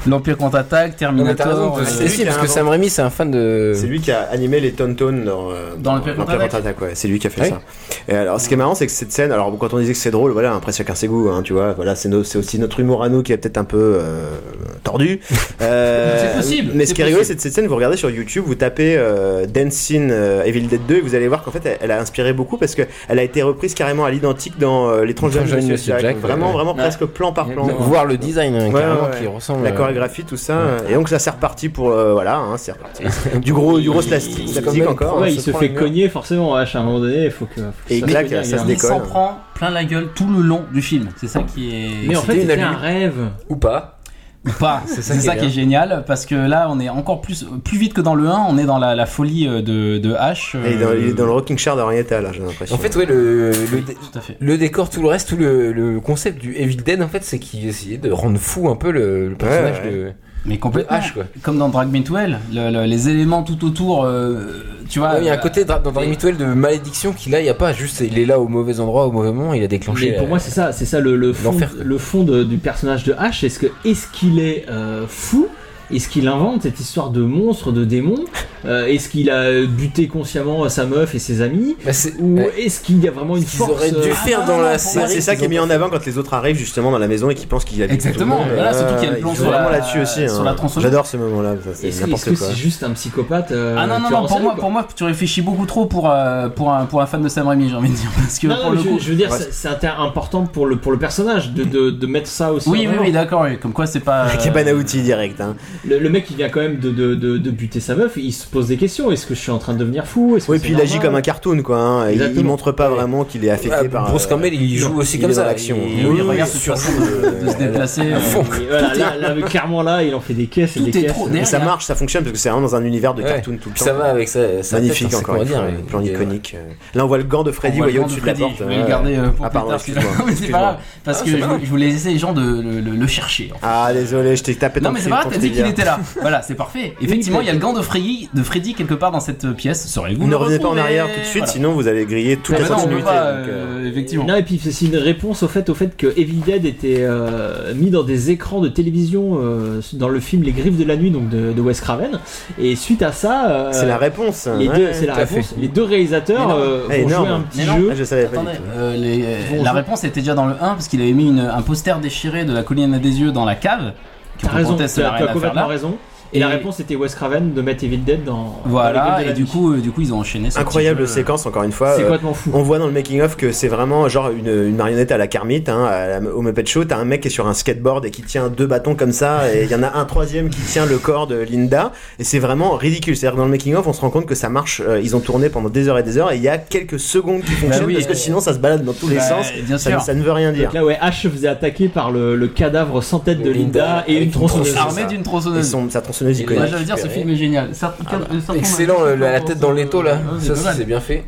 l'empire contre-attaque,
non, mais t'as raison,
Terminator.
de-
euh,
c'est
lui qui
si,
a
parce que
inventé-
Sam Raimi, c'est un fan de.
C'est lui qui a animé les Tontones dans, euh,
Dans l'Empire contre-attaque.
contre-attaque, ouais. C'est lui qui a fait
Ouais.
ça. Et alors, ce qui est marrant, c'est que cette scène, alors quand on disait que c'est drôle, voilà, après chacun ses goûts, hein, tu vois, voilà, c'est nos- c'est aussi notre humour à nous qui est peut-être un peu euh, tordu. Euh,
C'est possible,
Mais
c'est
ce qui est rigolo,
possible.
c'est que cette scène, vous regardez sur YouTube, vous tapez euh, Dancing euh, Evil Dead 2 et vous allez voir qu'en fait, elle, elle a inspiré beaucoup parce que elle a été reprise carrément à l'identique dans euh, L'étrange
L'étrange
jeune de Monsieur Jack. Vraiment,
ouais.
vraiment
Ouais.
presque plan par plan.
Voir le design hein,
Ouais,
carrément
ouais, ouais.
qui ressemble.
La
euh,
chorégraphie, tout ça. euh, Et donc ça, c'est reparti pour euh, voilà, hein, c'est reparti. Du gros, du gros slapstick slapstick encore.
Ouais,
hein,
il
ça
se
prend
fait
les murs.
cogner forcément H à un moment donné, il faut que. faut que
Et
ça
claque,
devienne,
ça se
hein.
il
décolle.
s'en prend plein la gueule tout le long du film. C'est ça qui est.
Mais en fait,
une
c'était un
allure.
rêve.
Ou pas.
ou pas. C'est ça, qui, est génial parce que là, on est encore plus plus vite que dans le 1, on est dans la, la folie euh, de, de H. euh,
Et il est dans- il est dans le rocking chair d'Henrietta, là, j'ai l'impression.
En fait, ouais, le, le, dé-
Tout à fait.
le décor, tout le reste, tout le, le concept du Evil Dead, en fait, c'est qu'il essayait de rendre fou un peu le, le personnage
ouais.
de.
Mais complètement.
Le H, quoi.
Comme dans Drag Me to Hell, le- le- les éléments tout autour, euh, tu vois.
Ouais, il y a un
euh,
côté dra- dans Dragon
et-
Rituel de malédiction qui là, il n'y a pas. Juste, il est là au mauvais endroit, au mauvais moment, il a déclenché.
Mais pour
la-
moi, c'est ça, c'est ça le, le fond,
euh, L'enfer.
le fond de- du personnage de H. Est-ce que est-ce qu'il est euh, fou Est-ce qu'il invente cette histoire de monstre, de démon Euh, est-ce qu'il a buté consciemment euh, sa meuf et ses amis
Bah, c'est-
Ou
ouais.
est-ce qu'il y a vraiment une
Qu'ils
force
auraient dû
euh,
faire dans la série.
c'est ça qui est mis en avant quand les autres arrivent justement dans la maison et qu'ils pensent qu'il y a
Exactement, voilà, surtout qu'il y a le plan sur la-
vraiment là-dessus aussi.
sur
hein.
la tronçonneuse.
J'adore ce moment-là, ça, c'est
Est-ce que- est-ce
n'importe
que
quoi.
c'est juste un psychopathe euh,
Ah non, non,
tueur
non,
en
pour
série,
moi,
quoi
pour moi, tu réfléchis beaucoup trop pour, euh, pour, un, pour un fan de Sam Raimi, j'ai envie de dire. Parce que
Non, non,
pour
mais
le
je,
coup.
je veux dire,
Ouais.
c'est- c'est inter- important pour le, pour le personnage de, de, de mettre ça aussi.
Oui,
en
oui,
avant.
oui, d'accord, oui. comme quoi c'est pas.
La
euh,
cabane à outils direct. Hein.
Le, le mec, il vient quand même de, de, de, de buter sa meuf, il se pose des questions. Est-ce que je suis en train de devenir fou Est-ce que
Oui,
c'est
puis il agit
normal
comme un cartoon, quoi. hein. Il, il
Exactement.
montre pas vraiment qu'il est affecté
Ah,
par.
Bruce
euh,
Campbell, il joue
non,
aussi
il
comme
est dans
ça.
l'action.
Et
Il- oui,
euh, oui, regarde cette
sur-
façon de, de se déplacer. euh,
fond.
Et voilà, là, là, mais clairement, là, il en fait des caisses et
Tout
des
est
caisses.
trop-
Mais ça
derrière.
marche, ça fonctionne parce que c'est vraiment dans un univers de
Ouais.
cartoon tout le temps.
Ça va avec ça. ça pète,
Magnifique
hein, c'est
encore
comment
une fois,
dire,
le
il-
plan
il est-
iconique. Là, on voit le gant de Freddy,
on
vous
voyez
voyez au-dessus de la porte.
Je vais le
Ouais.
garder euh, pour
Ah,
plus
pardon,
tard,
excuse-moi.
celui-là. mais c'est pas
excuse-moi.
grave, parce
Ah,
que
c'est
je,
pas grave.
je voulais laisser les gens de, le, le- le chercher. en fait.
Ah, désolé, je t'ai tapé
Non
ton
mais c'est
fil
pas grave,
pour
t'as
te
dit qu'il
dire.
était là. Voilà, c'est parfait. Effectivement, il y a le gant de Freddy, de Freddy quelque part dans cette euh, pièce. Seriez-vous
Ne
le
revenez pas en
retrouver
arrière tout de suite,
euh, Voilà.
sinon vous allez griller toute
Ah,
la
bah non, on peut
continuité.
pas,
donc, euh,
euh, effectivement.
Non, et puis c'est une réponse au fait, au fait que Evil Dead était euh, mis dans des écrans de télévision euh, dans le film Les Griffes de la Nuit, donc de, de Wes Craven. Et suite à ça, euh,
C'est la réponse.
les,
ouais.
deux, c'est la
tout à fait.
réponse. les deux réalisateurs
Énorme.
euh,
Eh,
ont
énorme.
joué un petit
Mais non.
jeu.
Ah, je savais pas du
Attendez,
tout.
euh, les-
Bonjour.
la réponse était déjà dans le 1 parce qu'il avait mis une- un poster déchiré de la colline à des yeux dans la cave. qui
T'as raison, t'as
conteste, ça n'a
t'as
rien à faire
complètement
là.
raison. Et, la réponse était Wes Craven de mettre Evil Dead dans. dans les
Voilà,
Griffes de
et
la
du
Nuit.
coup, euh, du coup, ils ont enchaîné. ce
Incroyable
petit jeu.
séquence, encore une fois.
c'est
euh,
complètement fou.
On voit dans le making of que c'est vraiment genre une, une marionnette à la Kermit, hein, à la- au Muppet Show. T'as un mec qui est sur un skateboard et qui tient deux bâtons comme ça, et il y en a un troisième qui tient le corps de Linda. Et c'est vraiment ridicule. C'est-à-dire que dans le making of, on se rend compte que ça marche. euh, ils ont tourné pendant des heures et des heures, et il y a quelques secondes qui fonctionnent
oui,
parce que
euh,
sinon ça se balade dans tous les
bah,
sens.
bien
ça,
sûr.
ça ne veut rien dire.
Donc là, ouais, Ash se faisait attaquer par le, le cadavre sans tête de Linda et une tronçonneuse.
c'est
Armé
ça.
d'une
Et
tronçonneuse.
son, sa tronçonneuse
Moi,
iconique.
j'allais dire, ce
récupéré.
film est génial. Certains-
Ah bah.
euh, certains-
Excellent, le- la, la tête dans l'étau là.
Ouais, c'est
Ça,
pas
ça,
mal.
c'est bien fait.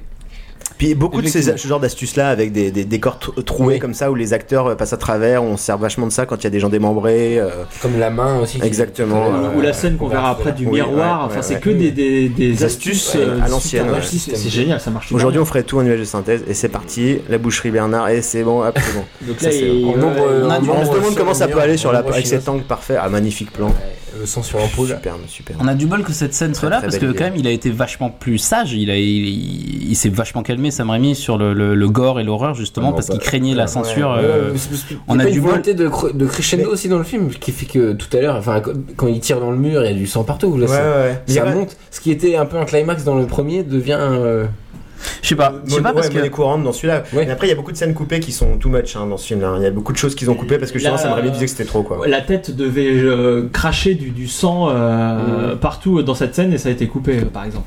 Puis beaucoup de ces,
Effectivement.
ce genre d'astuces-là avec des, des décors tr- troués
Oui.
comme ça où les acteurs euh, passent à travers, on se sert vachement de ça quand il y a des gens démembrés. euh,
Comme la main aussi. qui-
Exactement.
qui-
Ou-
ou la scène qu'on verra après du
Oui,
miroir.
ouais,
Enfin,
ouais,
c'est
ouais.
que des, des, des
Des
astuces
astuces, ouais,
euh,
à l'ancienne,
super
ouais.
vaches. C'est c'est génial, ça marche.
Aujourd'hui, on ferait tout en image de synthèse et c'est parti. La boucherie Bernard et c'est bon, hop, c'est bon.
on, Donc
ça,
là,
c'est-
il-
en nombre,
ouais,
euh,
on a
en
du-
On
nombre
se demande
sur
comment
le
ça peut
mur,
aller sur
en
la
nombre
avec
chinois.
cet angle parfait. Ah, magnifique plan.
Le sang sur l'ampoule.
Superbe, super.
On a du bol que cette scène soit là
très
parce que
belle
quand
idée.
même il a été vachement plus sage, il, a- il, il- il s'est vachement calmé Sam Raimi sur le, le- le gore et l'horreur justement
Non,
parce
bah,
qu'il craignait la censure.
Ouais,
euh,
ouais, c'est parce qu'il y
on a
pas
du
une
bol.
volonté de, cre- de crescendo aussi dans le film qui fait que tout à l'heure, enfin quand il tire dans le mur, il y a du sang partout. Là, ça ça monte. Ce qui était un peu un climax dans le premier devient. euh,
Je sais pas, je sais pas parce que.
les courantes dans celui-là.
Ouais.
Mais après, il y a beaucoup de scènes coupées qui sont too much hein, dans ce film-là. Il y a beaucoup de choses qu'ils ont coupées parce que justement,
Là,
ça me
euh,
réveillait disait que c'était trop quoi.
La tête devait euh, cracher du, du sang euh, partout dans cette scène et ça a été coupé, euh, par exemple.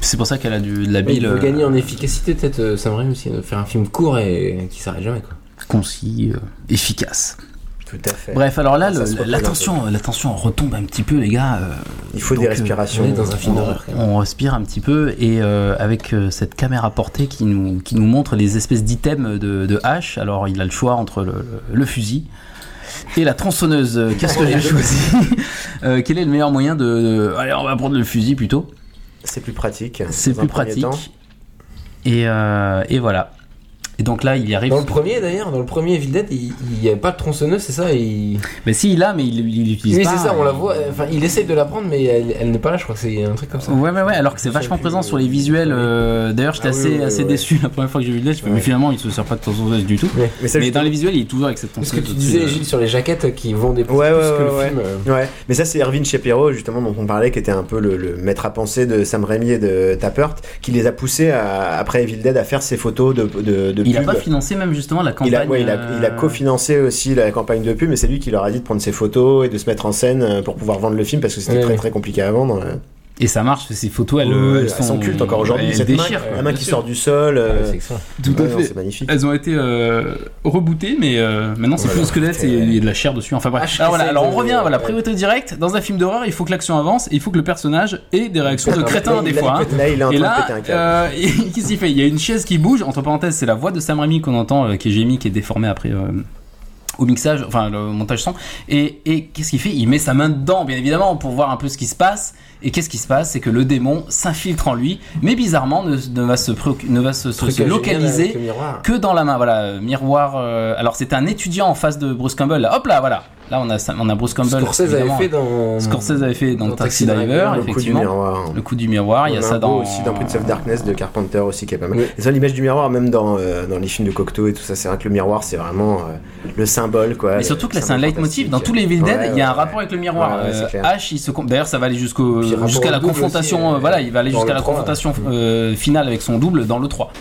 C'est pour ça qu'elle a du, de la
Il
bile.
veut
euh,
gagner en efficacité, peut-être euh, Sam Raimi aussi, de faire un film court et qui s'arrête jamais. Quoi.
concis, euh, efficace.
Tout à fait.
Bref, alors là,
Ça
le-
se représente.
la tension, la tension retombe un petit peu, les gars. euh,
Il faut des
donc, euh,
respirations.
on est dans un film
on,
d'horreur. quand même.
on respire un petit peu et euh, avec euh, cette caméra portée qui nous, qui nous montre les espèces d'items de, de hache, alors il a le choix entre le, le- le fusil et la tronçonneuse. Euh, Qu'est-ce que j'ai choisi Euh, Quel est le meilleur moyen de, de- Allez, on va prendre le fusil plutôt.
C'est plus pratique.
C'est
dans un
plus
premier
pratique.
temps.
Et, euh, et voilà. Et donc là, il y arrive.
Dans le premier d'ailleurs, dans le premier Evil Dead, il il y avait pas de tronçonneuse, c'est ça il...
Mais si, il a, mais il il l'utilise
Oui,
pas.
c'est ça, on la voit.
Il-
Enfin, il essaye de la prendre, mais elle, elle n'est pas là, je crois que c'est un truc comme ça.
Ouais, ouais, ouais, alors que c'est
Je sais
vachement
plus,
présent
euh,
sur les visuels. euh, D'ailleurs, j'étais
Ah oui,
assez,
oui, oui,
assez
ouais.
déçu la première fois que j'ai vu le Dead. Je fais,
Ouais.
Mais finalement, il se sert pas de tronçonneuse du tout.
Ouais.
Mais ça,
Mais dans les visuels, il est toujours avec cette
Parce que
tronçonneuse.
tu disais,
au-dessus de- euh,
Gilles, sur les jaquettes euh, qui vendent des plus
Ouais,
plus
ouais,
que le
ouais,
film. euh,
Ouais, mais ça c'est Irvine Shapiro justement dont on parlait, qui était un peu le, le maître à penser de Sam Raimi et de Tappert, qui les a poussés à- après Evil Dead à faire ses photos de, de, de
Il a
pub.
pas financé même justement la campagne.
il a, ouais, il a, il a
euh,
cofinancé aussi la campagne de pub, mais c'est lui qui leur a dit de prendre ses photos et de se mettre en scène euh, pour pouvoir vendre le film parce que c'était
Ouais,
très
ouais.
très compliqué à vendre. euh.
Et ça marche, parce que ces photos, elles,
Ouais,
euh,
ouais,
elles
elles
sont,
sont cultes encore aujourd'hui.
elles
Cette main,
déchirent, quoi.
la main
Bien
qui
sûr.
sort du sol,
ouais,
euh,
c'est ça.
Tout
ouais,
à
non,
fait.
c'est magnifique.
Elles ont été euh, rebootées, mais euh, maintenant c'est
Voilà.
plus un squelette et il y a de la chair dessus. Enfin
Ah,
bref.
je
Alors, voilà,
sais
alors on
que-
revient, voilà, priorité directe. Dans un film d'horreur, il faut que l'action avance et il faut que le personnage ait des réactions de
Attends,
crétin
Là,
des
il a-
fois. hein.
Là, il est en
Et
train de
là,
péter un câble.
euh, qu'est-ce qu'il fait Il y a une chaise qui bouge. Entre parenthèses, c'est la voix de Sam Raimi qu'on entend, euh, qui est gémie, qui est déformée après euh, au mixage, enfin le montage son. Et, et qu'est-ce qu'il fait Il met sa main dedans, bien évidemment, pour voir un peu ce qui se passe. Et qu'est-ce qui se passe C'est que le démon s'infiltre en lui, mais bizarrement ne, ne va se, préoccu- ne va se, se-
Truc
se
à génial hein,
localiser
avec le miroir.
que dans la main. Voilà, euh, miroir. euh, alors c'était un étudiant en face de Bruce Campbell. Là. Hop là, voilà. Là, on a, Sam- on a Bruce Campbell.
Scorsese avait
évidemment.
fait dans.
Scorsese avait fait dans, Taxi Driver,
Le coup du
effectivement.
miroir.
Le coup du miroir, Ah, il y a
On
ça
un beau
dans.
aussi dans Prince of Darkness de Carpenter aussi qui est pas mal.
Oui.
Et ça l'image du miroir même dans, euh, dans les films de Cocteau et tout ça, c'est vrai que le miroir c'est vraiment euh, le symbole quoi.
Mais surtout que là,
Le
c'est un
symbole
leitmotiv. Dans tous
fantastique.
les Evil Dead,
Ouais,
il y a un
ouais,
rapport
ouais.
avec le miroir.
Ouais, ouais, c'est
Euh,
clair.
H, il se. com- D'ailleurs, ça va aller jusqu'au
Puis rapport
jusqu'à
au
la
double
confrontation.
aussi,
euh,
euh,
voilà, il va aller
dans
jusqu'à
le
la
trois,
confrontation
Mm.
euh, finale avec son double dans le 3.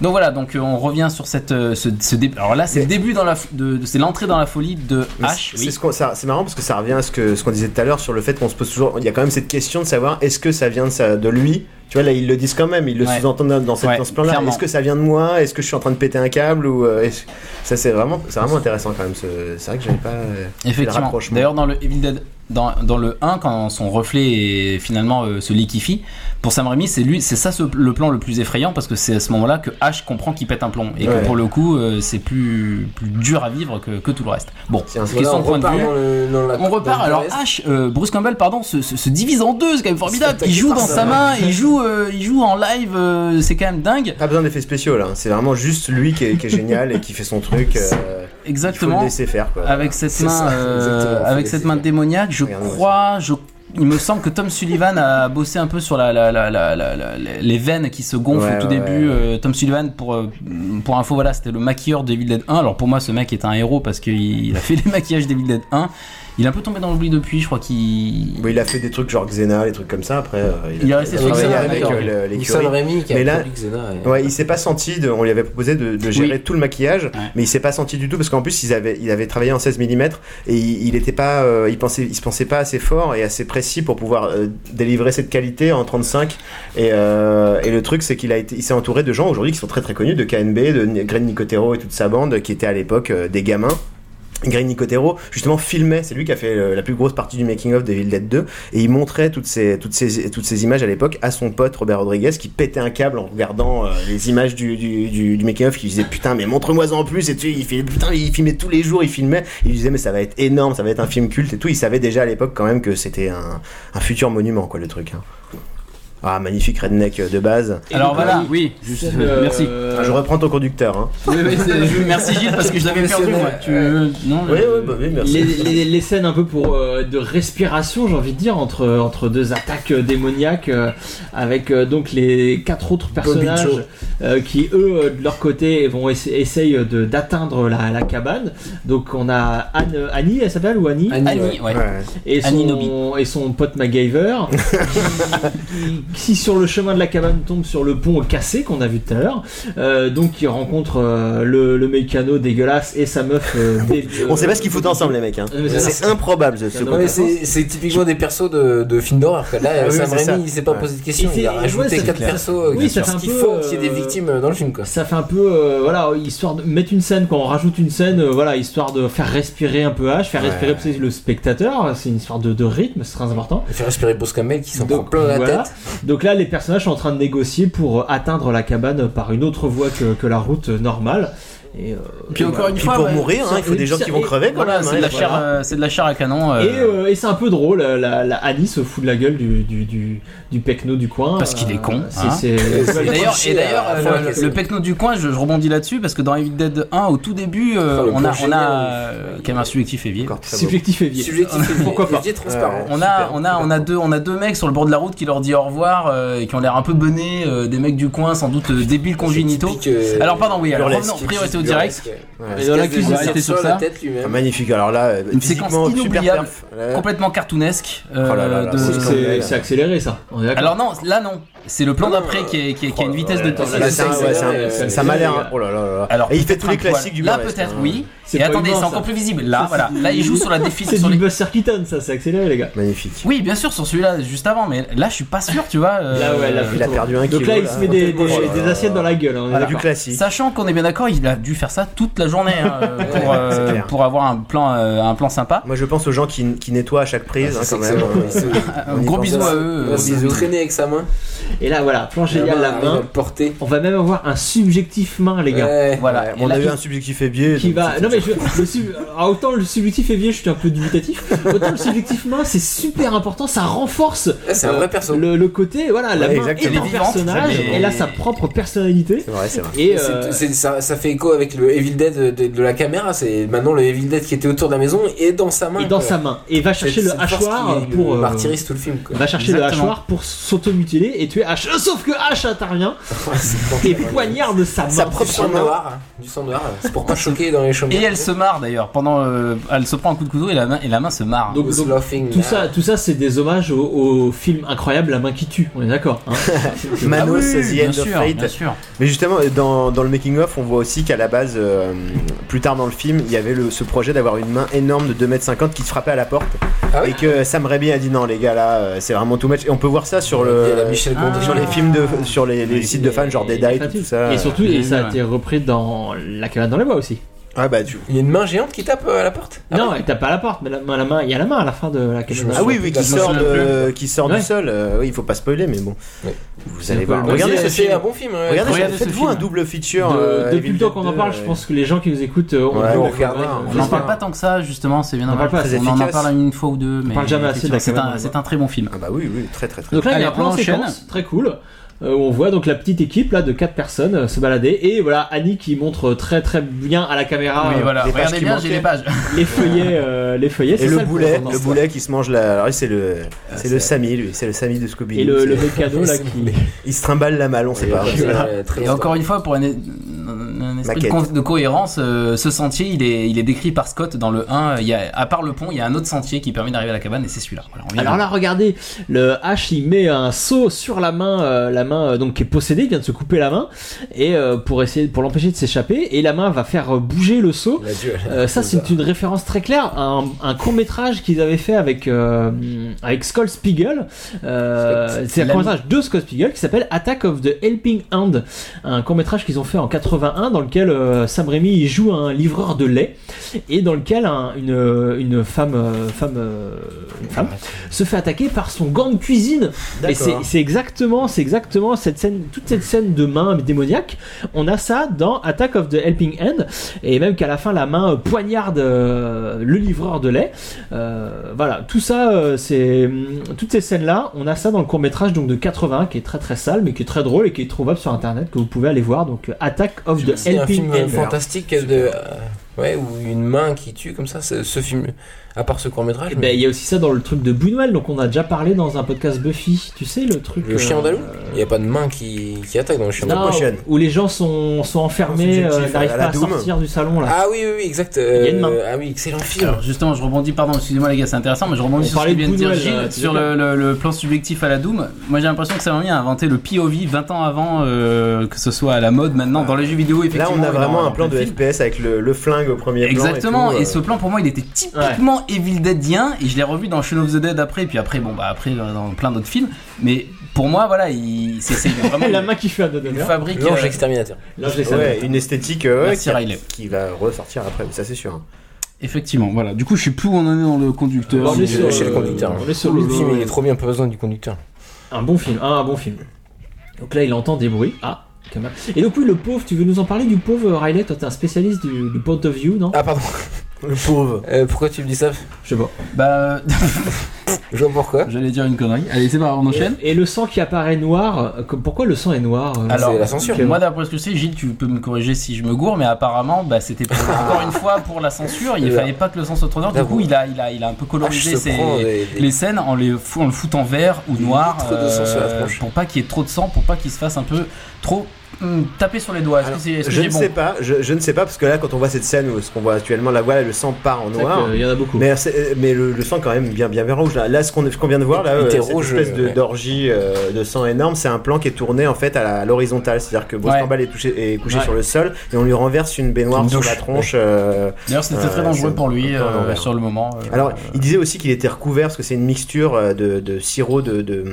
Donc voilà, donc euh, on revient sur cette euh, ce, ce dé- Alors là, c'est le début dans la f- de, de- c'est l'entrée dans la folie de
Mais
H.
c'est-
oui.
c'est ce qu'on- ça- c'est marrant parce que ça revient à ce que ce qu'on disait tout à l'heure sur le fait qu'on se pose toujours. Il y a quand même cette question de savoir est-ce que ça vient de, ça, de lui. Tu vois là ils le disent quand même, ils le
Ouais.
sous-entendent dans, dans cette-
Ouais,
dans ce plan-là.
clairement.
Est-ce que ça vient de moi Est-ce que je suis en train de péter un câble ou euh, est-ce- ça c'est vraiment c'est vraiment intéressant quand même. ce- C'est vrai que j'avais pas. euh, le
Effectivement.
rapprochement.
D'ailleurs, dans le Evil Dead, dans, dans le 1, quand son reflet est- finalement euh, se liquifie, pour Sam Raimi, c'est lui, c'est ça ce- le plan le plus effrayant parce que c'est à ce moment-là que Ash comprend qu'il pète un plomb et
Ouais.
que pour le coup, euh, c'est plus, plus dur à vivre que, que tout le reste. Bon,
Tiens,
c'est
Voilà,
question
on
de point de
repart
vue.
dans le- dans la-
On repart.
hein. dans le
Alors
reste.
Ash, euh, Bruce Campbell, pardon, se, se- se divise en deux. C'est quand même formidable.
attaqué
Il joue
par
dans
sa
sa
main.
main, il joue, euh, il joue en live. euh, c'est quand même dingue.
Pas besoin d'effets spéciaux là, hein. c'est vraiment juste lui qui est, qui est génial et qui fait son truc. euh, il faut
Exactement.
le laisser faire quoi.
avec cette
C'est
main,
ça,
euh,
exactement,
avec
faut
cette
laisser
main
faire.
démoniaque, je
Regarde-moi
crois, je, il me semble que Tom Sullivan a bossé un peu sur la, la- la- la- la- la- les veines qui se gonflent
Ouais,
au tout
ouais,
début.
ouais.
Euh, Tom Sullivan, pour euh, pour info, voilà, c'était le maquilleur d'Evil Dead 1. Alors pour moi, ce mec est un héros parce qu'il il a fait les maquillages d'Evil Dead 1. Il est un peu tombé dans l'oubli depuis, je crois qu'il.
Bon, il a fait des trucs genre Xena, des trucs comme ça. Après, euh,
Il est resté
a
sur
travaillé
Xena,
avec
d'accord,
euh,
ok.
le-
Ou
l'écurie.
Sam Raimi qui a
Mais là-
produit Xena. et-
Ouais, il s'est pas senti de. On lui avait proposé de, de gérer tout le maquillage, mais il s'est pas senti du tout parce qu'en plus ils avaient, il avait travaillé en 16 mm et il, il était pas, euh, il pensait, il se pensait pas assez fort et assez précis pour pouvoir euh, délivrer cette qualité en 35. Et, euh, et le truc c'est qu'il a été, il s'est entouré de gens aujourd'hui qui sont très très connus, de KNB, de N- Greg Nicotero et toute sa bande qui étaient à l'époque euh, des gamins. Greg Nicotero justement filmait, c'est lui qui a fait euh, la plus grosse partie du making of Evil Dead 2 et il montrait toutes ces toutes ces toutes ces images à l'époque à son pote Robert Rodriguez qui pétait un câble en regardant euh, les images du du, du, du making of qui disait putain mais montre-moi en plus et tu sais, il filmait putain il filmait tous les jours il filmait il disait mais ça va être énorme ça va être un film culte et tout il savait déjà à l'époque quand même que c'était un, un futur monument quoi le truc hein. ah magnifique redneck euh, de base
Alors voilà, oui,
oui,
juste, euh, merci.
Ah, je reprends ton conducteur hein.
Oui, oui, c'est- merci Gilles parce que je l'avais perdu moi. Tu veux- non,
oui
euh,
oui bah oui merci
les, les- les scènes un peu pour euh, de respiration, j'ai envie de dire, entre, entre deux attaques euh, démoniaques, euh, avec euh, donc les quatre autres personnages
Joe.
euh, qui, eux, euh, de leur côté, vont essa- essayent euh, de- d'atteindre la, la cabane. Donc on a Anne, euh, Annie, elle s'appelle ou Annie,
Annie, ouais.
Annie, ouais.
Ouais.
et, son,
Annie Nobby.
et son pote MacGyver, qui, qui, sur le chemin de la cabane tombe sur le pont cassé qu'on a vu tout à l'heure. Euh, donc ils rencontrent euh, le, le mécano dégueulasse et sa meuf. euh, dé-
on sait
euh,
pas ce qu'ils foutent ensemble les mecs hein.
Mais c'est ça,
c'est
c'est-
improbable ce, ce
Non,
Non, mais
conducteur.
c'est c'est typiquement des persos de, de films d'horreur. quoi. Là,
Ah oui,
Sam
c'est ça.
Raimi, il s'est pas
Ouais.
posé de questions.
Il fait-
Il a
ouais,
rajouté
c'est
quatre
clair.
persos euh,
Oui, ça fait un
qu'il
peu,
faut qu'il y ait des
euh,
victimes euh, dans le film. Quoi.
ça fait un peu euh, voilà histoire de mettre une scène quand on rajoute une scène euh, voilà histoire de faire respirer un peu H faire respirer peut-être le spectateur c'est une histoire de, de rythme c'est très important
Il fait respirer Bruce Campbell qui s'en prend
donc,
plein la
voilà.
tête.
donc là les personnages sont en train de négocier pour euh, atteindre la cabane par une autre voie que, que la route euh, normale et, euh,
Puis
et
encore
voilà.
une
Puis
fois,
pour
ouais,
mourir, hein, il faut
et
des gens
ça-
qui vont
et
crever quand
voilà,
même.
c'est de
hein,
la chair,
voilà.
euh, c'est de la chair à canon. euh,
et, euh, et c'est un peu drôle, euh, la, la Annie se fout de la gueule du, du, du, du pecno du coin. euh,
Parce qu'il est con,
c'est-
hein.
c'est-
Et d'ailleurs, et d'ailleurs,
à la
le-
fois,
euh, le,
qu'est-ce
le
que-
pecno du coin, je, je rebondis là-dessus parce que dans Evil Dead 1, au tout début, euh,
Enfin, le
on a,
plan
on
génial.
a euh, quand même un subjectif évier.
Encore très beau.
subjectif et biais.
Subjectif et
Pourquoi pas
biais transparent.
Ouais.
On a,
Super,
on a,
super
on a deux, on a deux mecs sur le bord de la route qui leur dit au revoir euh, et qui ont l'air un peu benés, euh, des mecs du coin, sans doute euh, débiles congénitaux.
Typique, euh,
Alors pardon, oui, alors
burlesque,
revenons, priorité au
burlesque.
direct.
Et dans la cuisine,
Il
c'était
se
sur
sort
ça.
la tête
Ah,
lui-même.
magnifique. Alors là, euh,
Une
physiquement,
séquence
super
inoubliable.
perf. Ouais.
Complètement cartoonesque. euh,
Oh là là là,
de-
c'est
C'est- C'est c'est accéléré ça. On est d'accord.
Alors non, là non, c'est le plan d'après qui, est- qui, est- qui a une vitesse de
Ouais,
temps.
là, Ah, c'est un- ouais, c'est un-
euh,
c'est- Ça m'a l'air. Oh là là là là.
Alors,
Et il fait
peut-être
tous les
un poil.
classiques du
Là
burlesque,
peut-être,
hein.
oui.
C'est
Et
pas
attendez,
humain,
c'est
ça.
encore plus visible. Là,
Ça,
voilà.
c'est du-
Là, il joue sur la
C'est
définition.
du
Sur les...
Buster Keaton, ça, c'est accéléré, les gars.
Magnifique.
Oui, bien sûr, sur celui-là, juste avant. Mais là, je suis pas sûr, tu vois. euh,
Là, ouais, là,
Il a perdu un kilo.
Donc là, il se met des,
Oh là
des-
là
des
là.
assiettes dans la gueule. hein, on est
Voilà,
d'accord.
Du classique.
Sachant qu'on est bien d'accord, il a dû faire ça toute la journée hein, pour, euh,
c'est clair.
pour avoir un plan, euh, un plan sympa.
Moi, je pense aux gens qui qui nettoient à chaque prise, hein,
C'est
quand
que c'est
même.
bon, il
hein.
se-
Un gros
pense
bisou
à-
à eux.
il
euh,
va se traîner avec sa main.
Et là, voilà, planche
Ah,
égale
bah,
la main.
portée.
On va même avoir un subjectif main, les gars.
Ouais.
Voilà.
Ouais, on
la-
a eu un subjectif ébié.
Qui
donc
va...
c'est-
Non mais je... le sub- Alors, autant le subjectif évier, je suis un peu dubitatif. Autant le subjectif main, c'est super important, ça renforce
Ouais, C'est un
euh,
vrai perso.
le, le côté, voilà, la
Ouais,
main
exactement.
et
Elle
le
est vivante,
personnage,
mais-
elle a sa propre personnalité.
C'est vrai, c'est vrai.
Et
Et c'est-
euh,
c'est- ça, ça fait écho avec le Evil Dead de, de- de la caméra. C'est maintenant le Evil Dead qui était autour de la maison et dans sa main.
et dans
quoi.
sa main. Et va chercher
C'est-
le
c'est force
hachoir
qui
pour. euh, bah,
martyrise tout le film. Quoi.
Va chercher
Exactement.
le hachoir pour s'automutiler et tuer H. Euh, Sauf que H intervient et poignarde sa main.
Sa propre sang noir, hein. du sang noir. hein. C'est pour pas choquer dans les chambres.
Et elle se marre d'ailleurs. Pendant, euh, elle se prend un coup de couteau et la main, et la main se marre.
Donc,
Who's
donc,
laughing
tout
now
ça, tout ça, c'est des hommages au, au film incroyable La main qui tue. On est d'accord. hein.
Ah
Manos,
oui,
The
bien
End
sûr,
of
bien
Fate.
sûr.
Mais justement, dans, dans le making-of, on voit aussi qu'à la base, euh, plus tard dans le film, il y avait le, ce projet d'avoir une main énorme de 2m50 qui se frappait à la porte.
Ah oui
et que Sam Raimi a dit non, les gars, là, euh, c'est vraiment too much. Et on peut voir ça sur,
Il y a
le,
la Michel Gondry.
sur les films de. sur les, les sites de fans, genre
Et-
Dead Eye,
et-
tout ça. Mmh,
Et surtout,
Ouais.
et ça a
Ouais.
été repris dans La cabane dans les bois aussi.
Ah bah, du coup.
Il y a une main géante qui tape euh, à la porte. Ah
non, elle tape pas à la porte, mais la main, la main, il y a la main à la fin de La cabane.
Je me
dans les
Ah
bois.
oui, oui, qui
Je me
sort,
souviens
de- qui sort
Ouais.
du sol. Euh, oui, il faut pas spoiler, mais bon.
Ouais.
Vous
C'est
allez
un peu-
voir.
Mais
Regardez
c'est-
ce
c'est
film.
un bon film. ouais.
Regardez, ce-
regardez ce
faites-vous
film.
un double feature.
De-
euh,
depuis
Evil
le temps
Dead
qu'on en parle,
2,
je
ouais.
pense que les gens qui nous écoutent, euh, on,
Ouais,
on
on-
regardera,
hein.
on-
on
On
on-
n'en parle pas tant que ça, justement, c'est bien
On en
dommage.
parle pas
On
assez
en
efficace.
parle une fois ou deux, mais
parle jamais assez de la
c'est
cabane dans
un,
les
c'est un très bon film.
Ah bah oui, oui, très très très.
Donc là, il y
Allez,
a un plan
on
en
enchaîne.
séquence, très cool. euh, où on voit donc la petite équipe là de quatre personnes euh, se balader et voilà Annie qui montre très très bien à la caméra
oui,
euh,
voilà,
les Ah, pages
regardez
qui
bien,
manquaient.
j'ai les pages.
les feuillets euh, les feuillets
Et
c'est
le
ça,
boulet,
point
le
d'importance.
boulet qui se mange la. Alors lui, c'est le, c'est
c'est-
le Samy, lui, c'est le Samy de Scooby.
et le, le mécano là
C'est-
qui
Il se trimballe la malle, on sait
Et
pas.
après, c'est, euh, très
Et encore
drôle.
une fois, pour un, un esprit de,
Maquette.
con- de cohérence, euh, ce sentier, il est, il est décrit par Scott dans le 1. Il y a, à part le pont, il y a un autre sentier qui permet d'arriver à la cabane, et c'est celui-là. Voilà, on vient
alors
de-
là regardez le H il met un seau sur la main euh, la main euh, donc qui est possédée il vient de se couper la main et euh, pour essayer pour l'empêcher de s'échapper et la main va faire euh, bouger le seau
La duel.
Euh, ça, c'est une référence très claire à un, court métrage qu'ils avaient fait avec, euh, avec Scott Spiegel. Euh, c'est un
La-
court métrage de Scott Spiegel qui s'appelle Attack of the Helping Hand. Un court métrage qu'ils ont fait en 81 dans lequel euh, Sam Raimi il joue un livreur de lait et dans lequel un- une, une femme, euh, femme, euh, une femme se fait attaquer par son gant de cuisine. Et c'est c'est exactement, c'est exactement cette scène, toute cette scène de main démoniaque. On a ça dans Attack of the Helping Hand, et même qu'à la fin la main euh, poignarde euh, le livreur de lait. Euh, voilà, tout ça, euh, c'est toutes ces scènes là, on a ça dans le court métrage donc de 81 qui est très très sale, mais qui est très drôle et qui est trouvable sur internet que vous pouvez aller voir. Donc euh, Attack of the
C'est un
Helping
film euh,
Hand.
fantastique de. euh, Ouais, ou une main qui tue comme ça. c'est- Ce film, à part ce court métrage.
Eh ben, Il y a aussi ça dans le truc de Buñuel, donc on a déjà parlé dans un podcast Buffy, tu sais, le truc.
Le chien
euh,
andalou Il n'y a pas de main qui, qui attaque dans le chien andalou.
Non,
prochaine.
où les gens sont, sont enfermés,
Subjectif,
euh, n'arrivent
à
pas
la
à
Doom.
sortir du salon là.
Ah oui, oui, oui, exact.
Il y a une main.
euh, Ah oui, excellent film.
Alors justement, je rebondis, pardon, excusez-moi les gars, c'est intéressant, mais je rebondis
On
sur ce
parlait
que
de
vient de dire
Buñuel, là,
Gilles,
tu
sur
sais
le, le- le plan subjectif à la Doom. Moi j'ai l'impression que ça m'a mis à inventer le POV 20 ans avant euh, que ce soit à la mode maintenant dans les jeux vidéo,
Là,
effectivement.
on a
et dans-
vraiment
dans
un plan
plein
de
films.
FPS avec le, le flingue au premier plan.
Exactement,
tout,
et,
euh,
ce plan pour moi il était typiquement Evil Deadien et je l'ai revu dans Shaun of the Dead après, et puis après, bon bah après dans dans plein d'autres films, mais pour moi voilà, il- c'est c'est vraiment
la
une,
main qui fait un
une
donneur.
fabrique.
L'ange
euh,
exterminateur.
Ouais, une esthétique euh,
Merci,
qui,
Riley.
qui va ressortir après, mais ça c'est sûr. hein.
Effectivement, voilà. Du coup, je sais plus où on en est dans le conducteur.
On est
mais-
sur,
chez le
euh,
conducteur.
on est sur
Le
le-
film, il est trop bien, pas besoin du conducteur.
Un bon film, un, un bon film. Donc là, il entend des bruits. Ah, quand même. Et donc, oui, le pauvre, tu veux nous en parler du pauvre Riley Toi, t'es un spécialiste du, du point of view, non
Ah, pardon.
Le pauvre.
Euh, pourquoi tu me dis ça
Je sais pas.
Bah,
Je vois pourquoi.
j'allais dire une connerie. Allez, c'est pas, on enchaîne.
Et, et le sang qui apparaît noir, euh, comme- pourquoi le sang est noir euh,
Alors,
C'est la censure.
Moi, d'après ce que je sais, Gilles, tu peux me corriger si je me gourre, mais apparemment, bah, c'était pour- encore une fois pour la censure. Il
Là.
fallait pas que le sang soit trop noir. Du
Là,
coup,
vous-
il a, il a, il a un peu
Ah, je
colorisé
te
ses-
prends des- des-
les scènes en, les fou- en le foutant vert ou
Des
noir euh,
litres de sang sur la tronche.
pour pas qu'il y ait trop de sang, pour pas qu'il se fasse un peu trop hum, taper sur les doigts. Est-ce que
Alors,
c'est est-ce que
je
j'ai
ne
bon
sais pas, je, je ne sais pas parce que là, quand on voit cette scène où ce qu'on voit actuellement, la voilà, le sang part en
C'est vrai
noir.
que, euh, Il y en a beaucoup.
Mais, c'est- mais le, le sang quand même bien bien bien rouge là. Là ce qu'on ce qu'on vient de voir là,
Il
euh,
était
cette
rouge,
espèce de
ouais.
d'orgie euh, de sang énorme, c'est un plan qui est tourné en fait à la- à l'horizontale, c'est-à-dire que Bruce
Ouais.
Campbell est touché est couché
Ouais.
sur le sol et on lui renverse une baignoire
Une
sur la
douche,
tronche. euh,
D'ailleurs, c'était
Euh,
très dangereux
c'est
pour lui
un peu
euh,
l'envers.
sur le moment. euh,
Alors il disait aussi qu'il était recouvert parce que c'est une mixture euh, de, de sirop de, de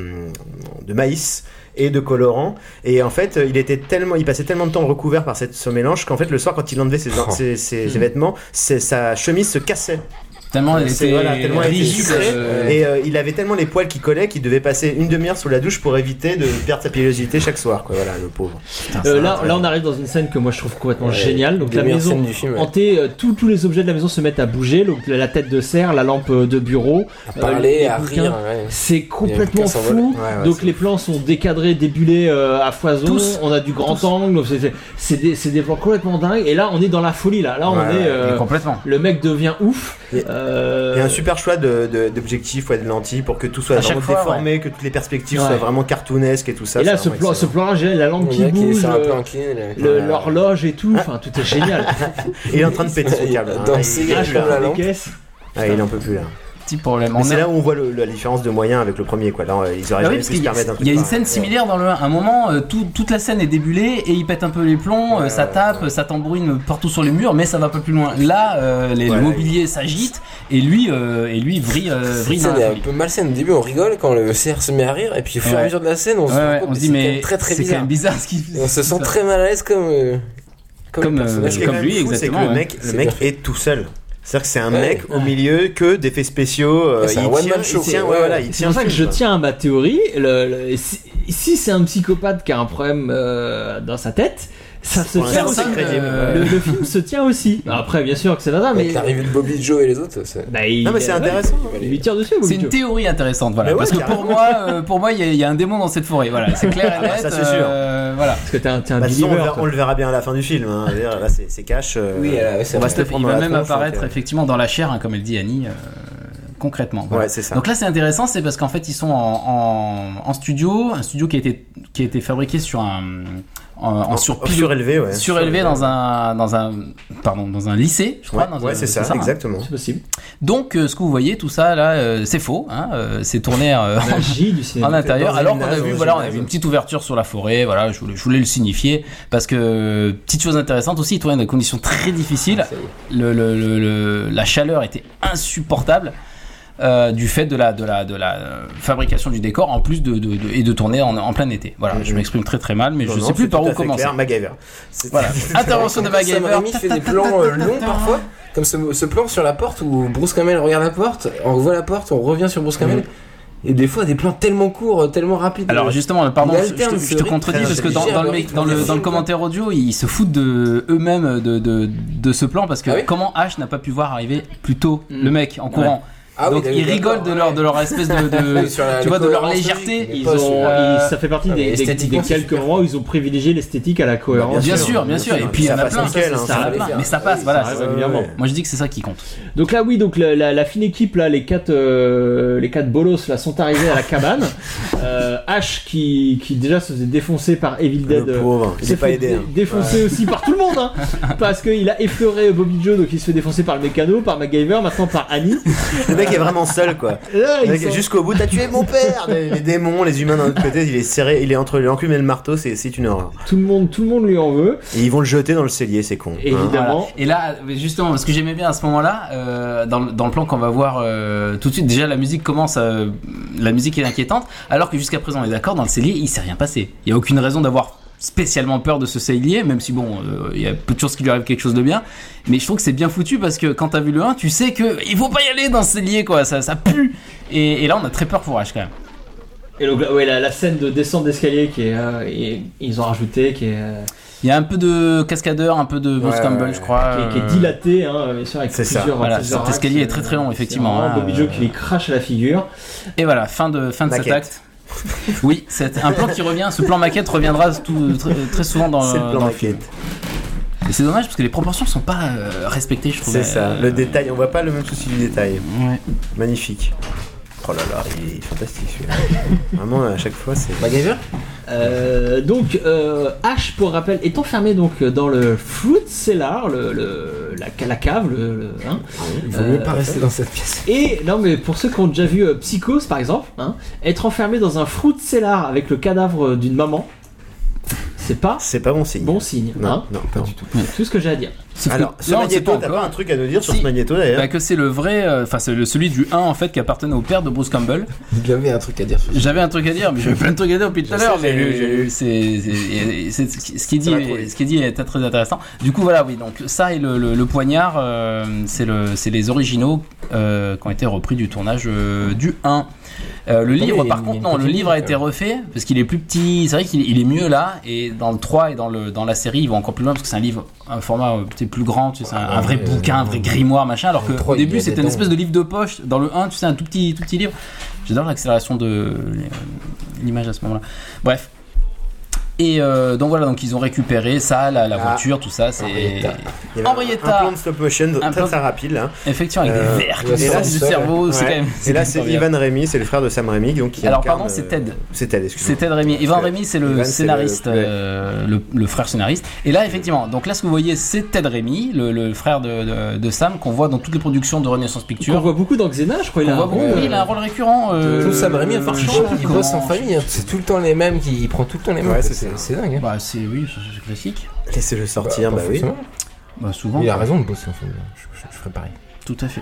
de maïs et de colorant et en fait il était tellement il passait tellement de temps recouvert par cette, ce mélange qu'en fait le soir quand il enlevait ses,
Oh.
ses, ses- ses
Mm.
vêtements, ses- sa chemise se cassait.
Tellement elle
C'est-
était
voilà, tellement elle était
rigide,
sucrée.
euh,
Et euh, il avait tellement les poils qui collaient qu'il devait passer une demi-heure sous la douche pour éviter de perdre sa pilosité chaque soir. Quoi. Voilà, le pauvre.
Euh, là, là, on arrive dans une scène que moi je trouve complètement
Ouais,
géniale. Donc
des
la
meilleures
maison
scènes du film, ouais.
hantée, euh, tous- tous les objets de la maison se mettent à bouger. Donc la la tête de cerf, la lampe euh, de bureau,
À
euh,
parler,
les
à
bouquins.
rire. ouais.
C'est complètement
bouquins s'envolent.
fou.
Ouais, ouais,
Donc
c'est
les plans sont décadrés, débulés euh, à foison.
Tous.
On a du grand angle. donc c'est- c'est- C'est des, c'est des plans complètement dingues. Et là, on est dans la folie. Là, là, on
Ouais,
est.
ouais,
euh,
mais complètement.
le mec devient ouf.
Il y a-
Euh,
Il y a un super choix de- de- d'objectifs, ouais, de lentilles pour que tout soit
À chaque
vraiment
fois,
déformé, que toutes les perspectives
Ouais.
soient vraiment cartoonesques et tout ça.
et là,
c'est
ce
vraiment
plan, ce
excellent.
plan-là, j'ai la lampe
Il
qui
y en a qui
bouge,
sont un
le-
peu inclinés, là.
le- l'horloge et
Ah.
tout. Enfin, tout est génial.
Il est en train de péter son câble. hein.
Danser,
il, est plus
comme
là.
la
Des
lampe.
caisses.
Ah, il est un peu plus là.
petit problème.
Mais
On
c'est
a-
là où on voit le- la différence de moyens avec le premier. Quoi. Là, on- ils
Ah
auraient
oui,
jamais
parce
pu se
qu'il y a-
permettre un
il
truc
y a une
pareil.
scène similaire dans le 1. À un moment, euh, tout- toute la scène est débulée et il pète un peu les plombs, euh, ça tape, ça tambourine partout sur les murs, mais ça va pas plus loin. Là, euh, les-
Voilà,
le mobilier s'agite et lui, euh, et lui vrille, euh, vrille
Cette
dans
scène
la
est un
folie.
peu malsaine. Au début, on rigole quand le CR se met à rire, et puis au fur et
Ouais.
à mesure de la scène, on se
Ouais, ouais,
rend compte
on se
que
dit
c'est quand
mais
même très très
c'est quand
bizarre.
même bizarre ce qu'il
Et on se
ce qu'il
sent
fait.
très mal à l'aise comme, euh, comme,
Comme,
le
euh,
Mais ce
personnage.
qui est
comme
quand
lui,
même fou, c'est que
exactement,
le
ouais.
mec, le
C'est
mec
bien
est tout seul. C'est-à-dire que c'est un
Ouais.
mec au milieu que d'effets spéciaux. euh,
C'est un
il
one-man
tient,
show,
il tient,
quoi.
ouais, voilà, il
C'est
tient
pour ça
le
que je
film, quoi.
tiens à ma théorie. Le, le- si si c'est un psychopathe qui a un problème euh, dans sa tête, ça se
Pour
tient
l'instant,
aussi.
c'est crédible.
euh,
Le, le film se tient aussi. Après, bien sûr que c'est nada, mais.
Avec l'arrivée de Bobby Joe et les autres, c'est.
Bah, il-
Non, mais c'est
ouais,
intéressant. hein.
Il lui tire dessus, vous
C'est une théorie intéressante, voilà.
Mais ouais,
Parce que
carrément.
pour moi, euh, pour moi, il y, a- il y a un démon dans cette forêt, voilà. C'est clair
Ah
et
bah,
net.
ça, c'est sûr.
euh, voilà.
Parce que t'es un, t'es un
Bah, de toute façon, on,
believer.
verra- on
toi.
le verra bien à la fin du film. hein. Je veux dire, Là, c'est c'est cash. euh,
euh, c'est
On va
vrai.
se le-
prendre
Bah, il
dans
va
la
même
tronche,
apparaître
donc, euh.
effectivement dans la chair, hein, comme elle dit Annie, euh, concrètement. voilà.
Ouais, c'est ça.
Donc là, c'est intéressant, c'est parce qu'en fait, ils sont en, en- en studio, un studio qui a été, qui a été fabriqué sur un, en, en
En-
sur-
en surélevé, ouais.
surélevé dans un, dans un, pardon, dans un lycée, je crois.
Ouais,
dans
ouais,
un-
c'est ça,
hein.
exactement.
C'est possible.
Donc, euh, ce que vous voyez, tout ça là, euh, c'est faux. hein, euh, c'est tourné euh, en-
Magie du
en
cinéma.
intérieur.
dans un
Alors qu'on a
gymnase,
vu,
dans un
voilà, on a
gymnase.
vu une petite ouverture sur la forêt. Voilà, je voulais, je voulais le signifier parce que petite chose intéressante aussi, il tournait dans des conditions très
Ah,
difficiles. Le, le- le- le- la chaleur était insupportable. euh, du fait de la, de la, de la euh, fabrication du décor en plus de, de- de- et de tourner en, en plein été. Voilà, je m'exprime très très mal, mais
Non,
je
non,
sais
c'est
plus par
tout
où
à fait
commencer.
clair, MacGyver. C'est-
Voilà, intervention de
Comme Sam Raimi
MacGyver.
fait des plans euh, longs parfois, comme ce, ce plan sur la porte où Bruce Campbell regarde la porte, on voit la porte, on revient sur Bruce Campbell, et des fois des plans tellement courts, tellement rapides.
Mhm. Alors justement, euh, pardon,
Il
je, je te-
alterne
je
ce
te
rythme
contredis
très
parce que dans,
intelligent,
dans le,
le
mec-
rythme
dans, le,
des
dans le
films.
commentaire audio, ils se foutent de eux-mêmes de, de, de ce plan parce que
Ah oui Mm.
comment Ash n'a pas pu voir arriver plus tôt le mec en courant.
Ah oui,
Donc
d'accord,
ils rigolent de leur de leur espèce de, de-
Oui, sur la-
tu
la
vois de leur
cohérence
légèreté.
logique, mais
Ils
pas
ont,
sur-
euh,
ils- ça fait partie
Ah, mais
des, des,
esthétiquement,
des
c'est
quelques
super.
moments où ils ont privilégié l'esthétique à
Bah,
la cohérence.
Bien sûr, bien
bien
sûr.
sûr.
Et puis il y en
Ça
a
passe
plein.
nickel, hein,
Ça en a
ça
plein.
va les
Mais ça passe, voilà.
Ça arrive
c'est-
régulièrement.
Moi je dis que c'est ça qui compte.
Donc là, oui, donc la, la- la fine équipe, là, les quatre, euh, les quatre bolos, là, sont arrivés à la cabane. Euh, Ash, qui, qui déjà se faisait défoncer par Evil Dead.
Le
euh,
pauvre, il
s'est
est pas
fait
aidé. hein.
dé- Défoncer aussi par tout le monde, hein, parce qu'il a effleuré Bobby Joe, donc il se fait défoncer par le mécano, par MacGyver, maintenant par Annie.
Le mec est vraiment seul, quoi.
Là,
Le
ils
mec,
sont-
Jusqu'au bout, t'as tué mon père. Les les démons, les humains d'un autre côté, il est serré, il est entre l'enclume et le marteau, c'est c'est une horreur.
tout le monde, tout le monde lui en veut.
Et ils vont le jeter dans le cellier, c'est con.
Et
hein.
Évidemment.
Et là, justement, ce que j'aimais bien à ce moment-là, euh, dans, le- dans le plan qu'on va voir euh, tout de suite, déjà la musique commence, à- la musique est inquiétante, alors que jusqu'à présent, on est d'accord, dans le cellier, il s'est rien passé. Il n'y a aucune raison d'avoir spécialement peur de ce cellier, même si bon, euh, il y a peu de chances qu'il lui arrive quelque chose de bien. Mais je trouve que c'est bien foutu parce que quand t'as vu le 1, tu sais que il faut pas y aller dans ce cellier, quoi, ça, ça pue. Et, et là, on a très peur pour H quand même.
Et donc, là, ouais, la, la scène de descente d'escalier qui est, euh, et- ils ont rajouté, qui est, euh,
Il y a un peu de cascadeur, un peu de Bruce
Ouais,
Campbell,
ouais,
je crois.
qui est, qui est
euh,
dilatée, hein, bien sûr, avec
C'est ça.
plusieurs.
Voilà,
plusieurs
cet
axes,
escalier est
euh,
très, très long,
c'est
effectivement,
vraiment
hein,
Bobby Joe qui les crache à la figure.
Et voilà, fin de, fin de cet
Maquette.
acte. Oui, c'est un plan qui revient. Ce plan maquette reviendra tout- très, très souvent dans,
Hein. C'est le plan
dans
maquette.
Et C'est dommage parce que les proportions sont pas euh, respectées, je trouve.
C'est ça,
Euh,
le détail, on voit pas le même souci du détail.
ouais.
Magnifique. Oh là là, il est fantastique celui-là. Vraiment, à chaque fois, c'est.
MacGyver
Euh, donc euh, H pour rappel est enfermé donc euh, dans le fruit cellar, le, le- la, la cave, le, le- hein.
Il vaut
Euh,
mieux pas rester dans cette pièce.
et non mais pour ceux qui ont déjà vu euh, Psychose par exemple, hein, être enfermé dans un fruit cellar avec le cadavre euh, d'une maman, c'est pas
C'est pas bon signe.
bon signe.
Non,
hein.
non, pas du tout.
Tout ce que j'ai à dire.
Sauf que-
Alors, ce
là, on ne sait
Magneto, t'as
encore.
pas un truc à nous dire sur
Si.
ce Magneto d'ailleurs
Bah, que c'est le vrai, euh, enfin c'est le- celui du 1 en fait qui appartenait au père de Bruce Campbell.
Il avait un truc à dire sur ça.
J'avais un truc à dire, mais j'avais plein de trucs à dire depuis tout à
Je
l'heure.
sais,
Mais
j'ai lu, j'ai
le- c'est c'est- c'est- c'est- ce qui est dit,
Ça va trop vite.
ce qui est dit est très, très intéressant. Du coup, voilà, oui. Donc ça et le, le- le poignard, euh, c'est le, c'est les originaux euh, qui ont été repris du tournage euh, du 1. Euh, le
Attendez,
livre,
il y a
par
une-
contre,
une
non, le
petite-
livre a
euh
été refait parce qu'il est plus petit. C'est vrai qu'il il est mieux là. Et dans le 3 et dans, le, dans la série, ils vont encore plus loin parce que c'est un livre, un format euh, peut-être plus grand. Tu sais, c'est un, un vrai
Ouais,
bouquin, un vrai grimoire, machin. Alors
Le
que au
trois, il y
début,
a
c'était une
dedans.
espèce de livre de poche. Dans le 1, tu sais, un tout petit, tout petit livre. J'adore l'accélération de euh, l'image à ce moment-là. Bref. Et euh, donc voilà, donc ils ont récupéré ça, la, la
Ah.
voiture, tout ça. C'est
Henrietta.
Il y avait un-
Henrietta.
un plan de stop motion
Un
très
plan-
très rapide là.
effectivement avec
Euh,
des verres
ouais,
qui
et là,
sortent du
c'est
ça,
cerveau.
Ouais.
C'est quand même.
Et là,
quand
c'est
même formidable.
Ivan Rémy, c'est le frère de Sam Rémy, donc qui
Alors,
incarne,
pardon, c'est
euh,
Ted.
C'est Ted, excusez-moi.
C'est Ted Rémy. Ivan
Parce que
Rémy, c'est le
Ivan, c'est
scénariste,
le-
euh, le, le frère scénariste. Et là, effectivement, donc là, ce que vous voyez, c'est Ted Rémy, le, le frère de, de- de Sam, qu'on voit dans toutes les productions de Renaissance
Tu en
Pictures.
vois beaucoup dans Xena, je crois. Il
On
a un
voit beaucoup,
rôle,
oui, il a un rôle récurrent. euh,
Tout ça, Rémi, à faire
je sais
chier,
plus
il bosse en
comment-
famille, hein. c'est tout le temps les mêmes, qui il prend tout le temps les mêmes.
Ouais,
quoi.
c'est
c'est
ça.
c'est dingue. hein.
Bah, c'est oui, ça, c'est classique.
Laissez-le sortir,
Pas
bah oui.
forcément.
Bah, souvent.
Il a raison de bosser en famille, hein. je, je- je ferais pareil.
Tout à fait.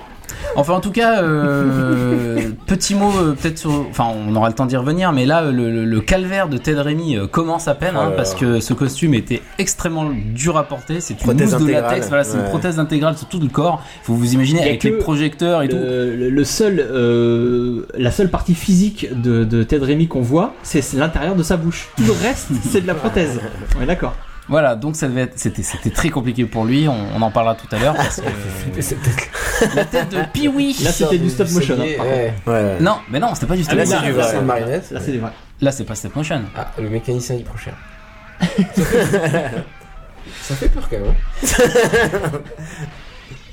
Enfin, en tout cas, euh, petit mot euh, peut-être sur. Enfin, on aura le temps d'y revenir, mais là, euh, le, le- le calvaire de Ted Remy euh, commence à peine hein,
Oh là
parce
là.
que ce costume était extrêmement dur à porter. C'est une
Prothèse
mousse de
intégrale,
latex. Voilà, c'est une
ouais.
prothèse intégrale sur tout le corps. Faut vous imaginer
Il y a
avec
que
les projecteurs et tout.
Le, le- le seul, euh, la seule partie physique de, de Ted Rémy qu'on voit, c'est l'intérieur de sa bouche. Tout le reste, c'est de la prothèse. On est d'accord.
Voilà, donc ça devait être- c'était c'était très compliqué pour lui. On, on en parlera tout à l'heure. parce que- la tête de Pee-wee.
Là, c'était du stop motion. hein,
C'est-
par contre.
ouais.
Ouais, ouais.
Non, mais non, c'était pas du stop
Ah, là,
motion.
c'est du vrai.
C'est une marionnette.
Là, c'est des vrais.
Là, c'est pas stop motion.
Ah, le mécanicien il prend cher. Ça fait peur quand même. hein.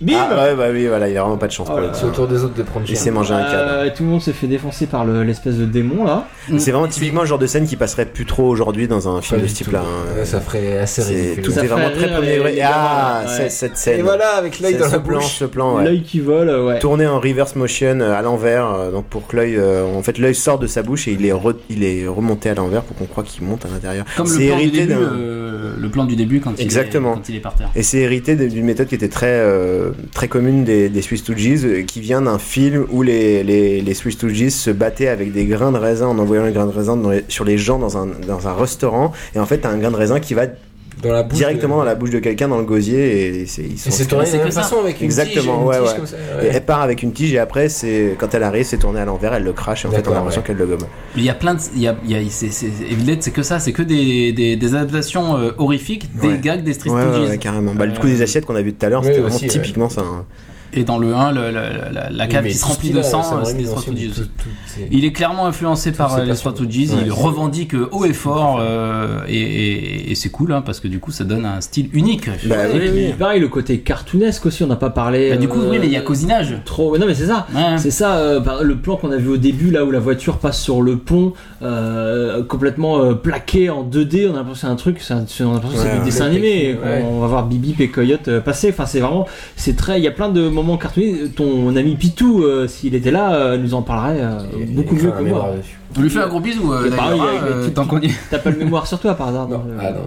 Bim
Ah, ouais, bah oui, voilà, il a vraiment pas de chance
Oh
pour
là
le
C'est
coup.
autour des autres de prendre
Il s'est
cher.
mangé un cadre.
Euh, Tout le monde se fait défoncer par le- l'espèce de démon là.
Mm.
C'est vraiment typiquement le genre de scène qui passerait plus trop aujourd'hui dans un film
Pas
de
du
ce
tout.
type-là.
Ouais,
hein.
Ça ferait assez
C'est- Tout
ridicule.
Ça
est
fait
vraiment très
rire
premier
les-
degré.
les
Ah,
gamins, ouais.
c'est- cette scène.
Et voilà, avec l'œil
C'est
dans
ce
la
plan,
bouche.
ce plan, ouais.
L'œil qui vole, euh, ouais.
Tourné en reverse motion euh, à l'envers, euh, donc pour que l'œil, euh, en fait, l'œil sort de sa bouche et il est, re- il est remonté à l'envers pour qu'on croit qu'il monte à l'intérieur.
Comme le
C'est
plan, du
hérité
début,
d'un-
euh, le plan du début quand il est-
Exactement.
quand il est par terre.
Et c'est hérité de- d'une méthode qui était très, euh, très commune des, des Swiss Stooges, euh, qui vient d'un film où les, les, les Swiss Stooges se battaient avec des grains de raisin en envoyant les grains de raisin dans les- sur les gens dans un, dans un restaurant. Et en fait, t'as un grain de raisin qui va
Dans la bouche. euh,
directement dans la bouche de quelqu'un dans le gosier et, c'est- ils sont.
Et c'est tourné hein. de
C'est
la
que
même
ça.
façon avec une
Exactement,
tige, une
ouais,
tige
ouais.
comme ça.
et
ouais.
elle part avec une tige et après, c'est quand elle arrive, c'est tourné à l'envers, elle le crache et en fait, on
D'accord,
a l'impression
ouais.
qu'elle le gomme.
Mais Il y a plein de. Il y a, il y a- c'est, c'est, Evil Dead, c'est que ça, c'est que des, des, des adaptations euh, horrifiques des
Ouais.
gags des Street
Ouais, ouais,
Stooges.
ouais, carrément. Bah, le coup
Euh,
des assiettes qu'on a vu tout à l'heure,
oui,
c'était vraiment
aussi, ouais.
typiquement ça. hein.
Et dans le 1, le- le- la, la cave
Mais
qui se
tout ce
remplit
qu'il
de
a, ça
sang, euh,
me
c'est des
remet dans
Street
ce film,
Stooges.
tout- tout- c'est-
Il est clairement influencé par euh,
c'est
les
pas
Street
sûr.
Stooges, il
Ouais, c'est-
revendique euh, haut et fort, euh, et, et- et c'est cool, hein, parce que du coup ça donne un style unique.
Bah
Et
oui,
puis,
oui.
Pareil, le côté cartoonesque aussi, on n'a pas parlé.
Bah, du coup,
euh,
oui, Hein. mais il y a cousinage.
Trop... Non, mais c'est ça.
Ouais.
C'est ça, euh, bah, le plan qu'on a vu au début, là où la voiture passe sur le pont, euh, complètement euh, plaqué en 2D, on a l'impression que c'est un truc, c'est un- c'est- on a l'impression que c'est
Ouais,
du
ouais.
dessin
Ouais,
animé.
ouais.
On va voir Bibi et Coyote euh, passer. Enfin, c'est vraiment, c'est très, il y a plein de moments cartoonés. Ton ami Pitou, euh, s'il était là, euh, nous en parlerait euh,
il-
beaucoup
il
mieux
craint
que
les bras
moi.
dessus.
On lui fait un gros bisou, euh,
Et
d'ailleurs,
pareil, avec
hein,
les
euh,
petites-
tant qu'on y est.
T'as pas le mémoire sur toi par hasard
Non,
euh,
ah non.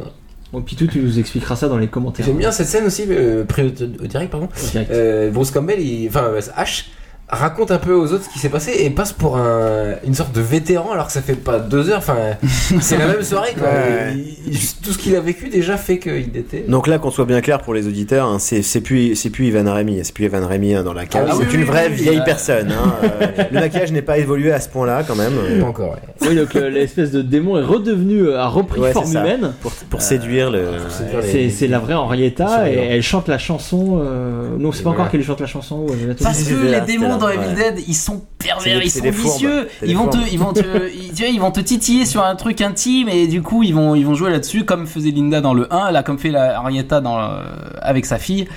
Bon, Pitou, tu nous expliqueras ça dans les commentaires.
J'aime bien cette scène aussi, euh, pris au, au direct, pardon.
En direct.
Euh, Bruce Campbell, il- enfin euh, Ash, raconte un peu aux autres ce qui s'est passé et passe pour un, une sorte de vétéran alors que ça fait pas deux heures. Enfin, c'est la même soirée. Quoi.
Ouais.
Il- il- tout ce qu'il a vécu déjà fait qu'il était.
Donc là, qu'on soit bien clair pour les auditeurs, hein, c'est c'est plus c'est plus Ivan Rémy, c'est plus Ivan Rémy hein, dans la cave.
Ah oui,
c'est
oui, oui,
une vraie
oui,
vieille
euh,
personne. hein, euh, le maquillage n'est pas évolué à ce point-là quand même. euh,
Pas encore. ouais.
Oui, donc euh, l'espèce de démon est redevenu, euh, a repris
Ouais,
forme
c'est ça.
humaine.
Pour,
Euh,
pour séduire le.
C'est dur, les-
C'est c'est la vraie Henrietta
C'est
et
vrai.
elle chante la chanson. euh, Non, c'est
Et
pas
voilà.
encore qu'elle chante la chanson. ouais, elle a tout
Parce
dit.
Si,
que
si,
les
là,
démons
c'est
dans
là,
Evil
ouais.
Dead, ils sont pervers,
C'est des-
ils
c'est
sont
des fourbes.
vicieux.
C'est des
Ils vont te,
fourbes.
ils vont te, ils, tu vois, ils vont te titiller sur un truc intime et du coup ils vont, ils vont jouer là-dessus comme faisait Linda dans le 1, là comme fait la Henrietta dans le- avec sa fille.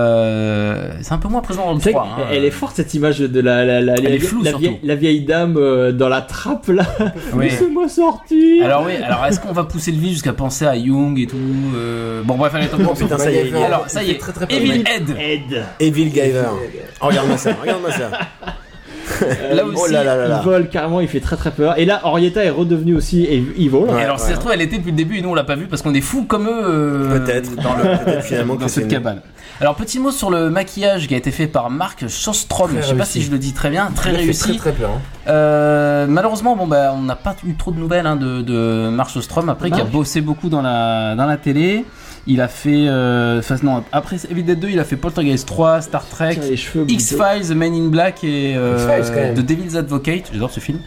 Euh, c'est un peu moins présent dans le
C'est vrai
3. hein.
que- Elle est forte cette image de la, la, la, la-
est floue,
la vieille,
surtout.
la vieille dame euh, dans la trappe là.
Oui.
Laissez-moi sortir.
Alors oui, alors est-ce qu'on va pousser le vide jusqu'à penser à Jung et tout euh, Bon bref, allez, tant pis, on s'en
putain,
fout.
ça y est, il y a-
Alors ça y
il
est,
fait très, très
Evil
mal.
Dead.
Ed.
Evil Giver. Oh, regarde-moi ça, regarde-moi ça.
Là aussi,
Oh là là là là.
Il vole carrément, il fait très très peur. Et là, Henrietta est redevenue aussi evil.
Et
Ouais,
alors, si ça
ouais.
se trouve, elle était depuis le début et nous on l'a pas vu parce qu'on est fous comme eux. euh,
Peut-être.
Dans, le,
Peut-être finalement que
dans
c'est
cette
nous.
cabane. Alors, petit mot sur le maquillage qui a été fait par Marc Schostrom. Je sais pas si je le dis très bien, très
Il a fait
réussi.
très très peur. hein.
Euh, malheureusement, bon bah, on n'a pas eu trop de nouvelles hein, de, de Marc Ostrom après qui a
Dommage.
bossé beaucoup dans la dans la télé. Il a fait, euh, enfin, non, après Evil Dead 2, il a fait Poltergeist 3, Star Trek,
Tire les cheveux.
X-Files, The Men in Black et euh,
X-Files, quand même.
The Devil's Advocate. J'adore ce film.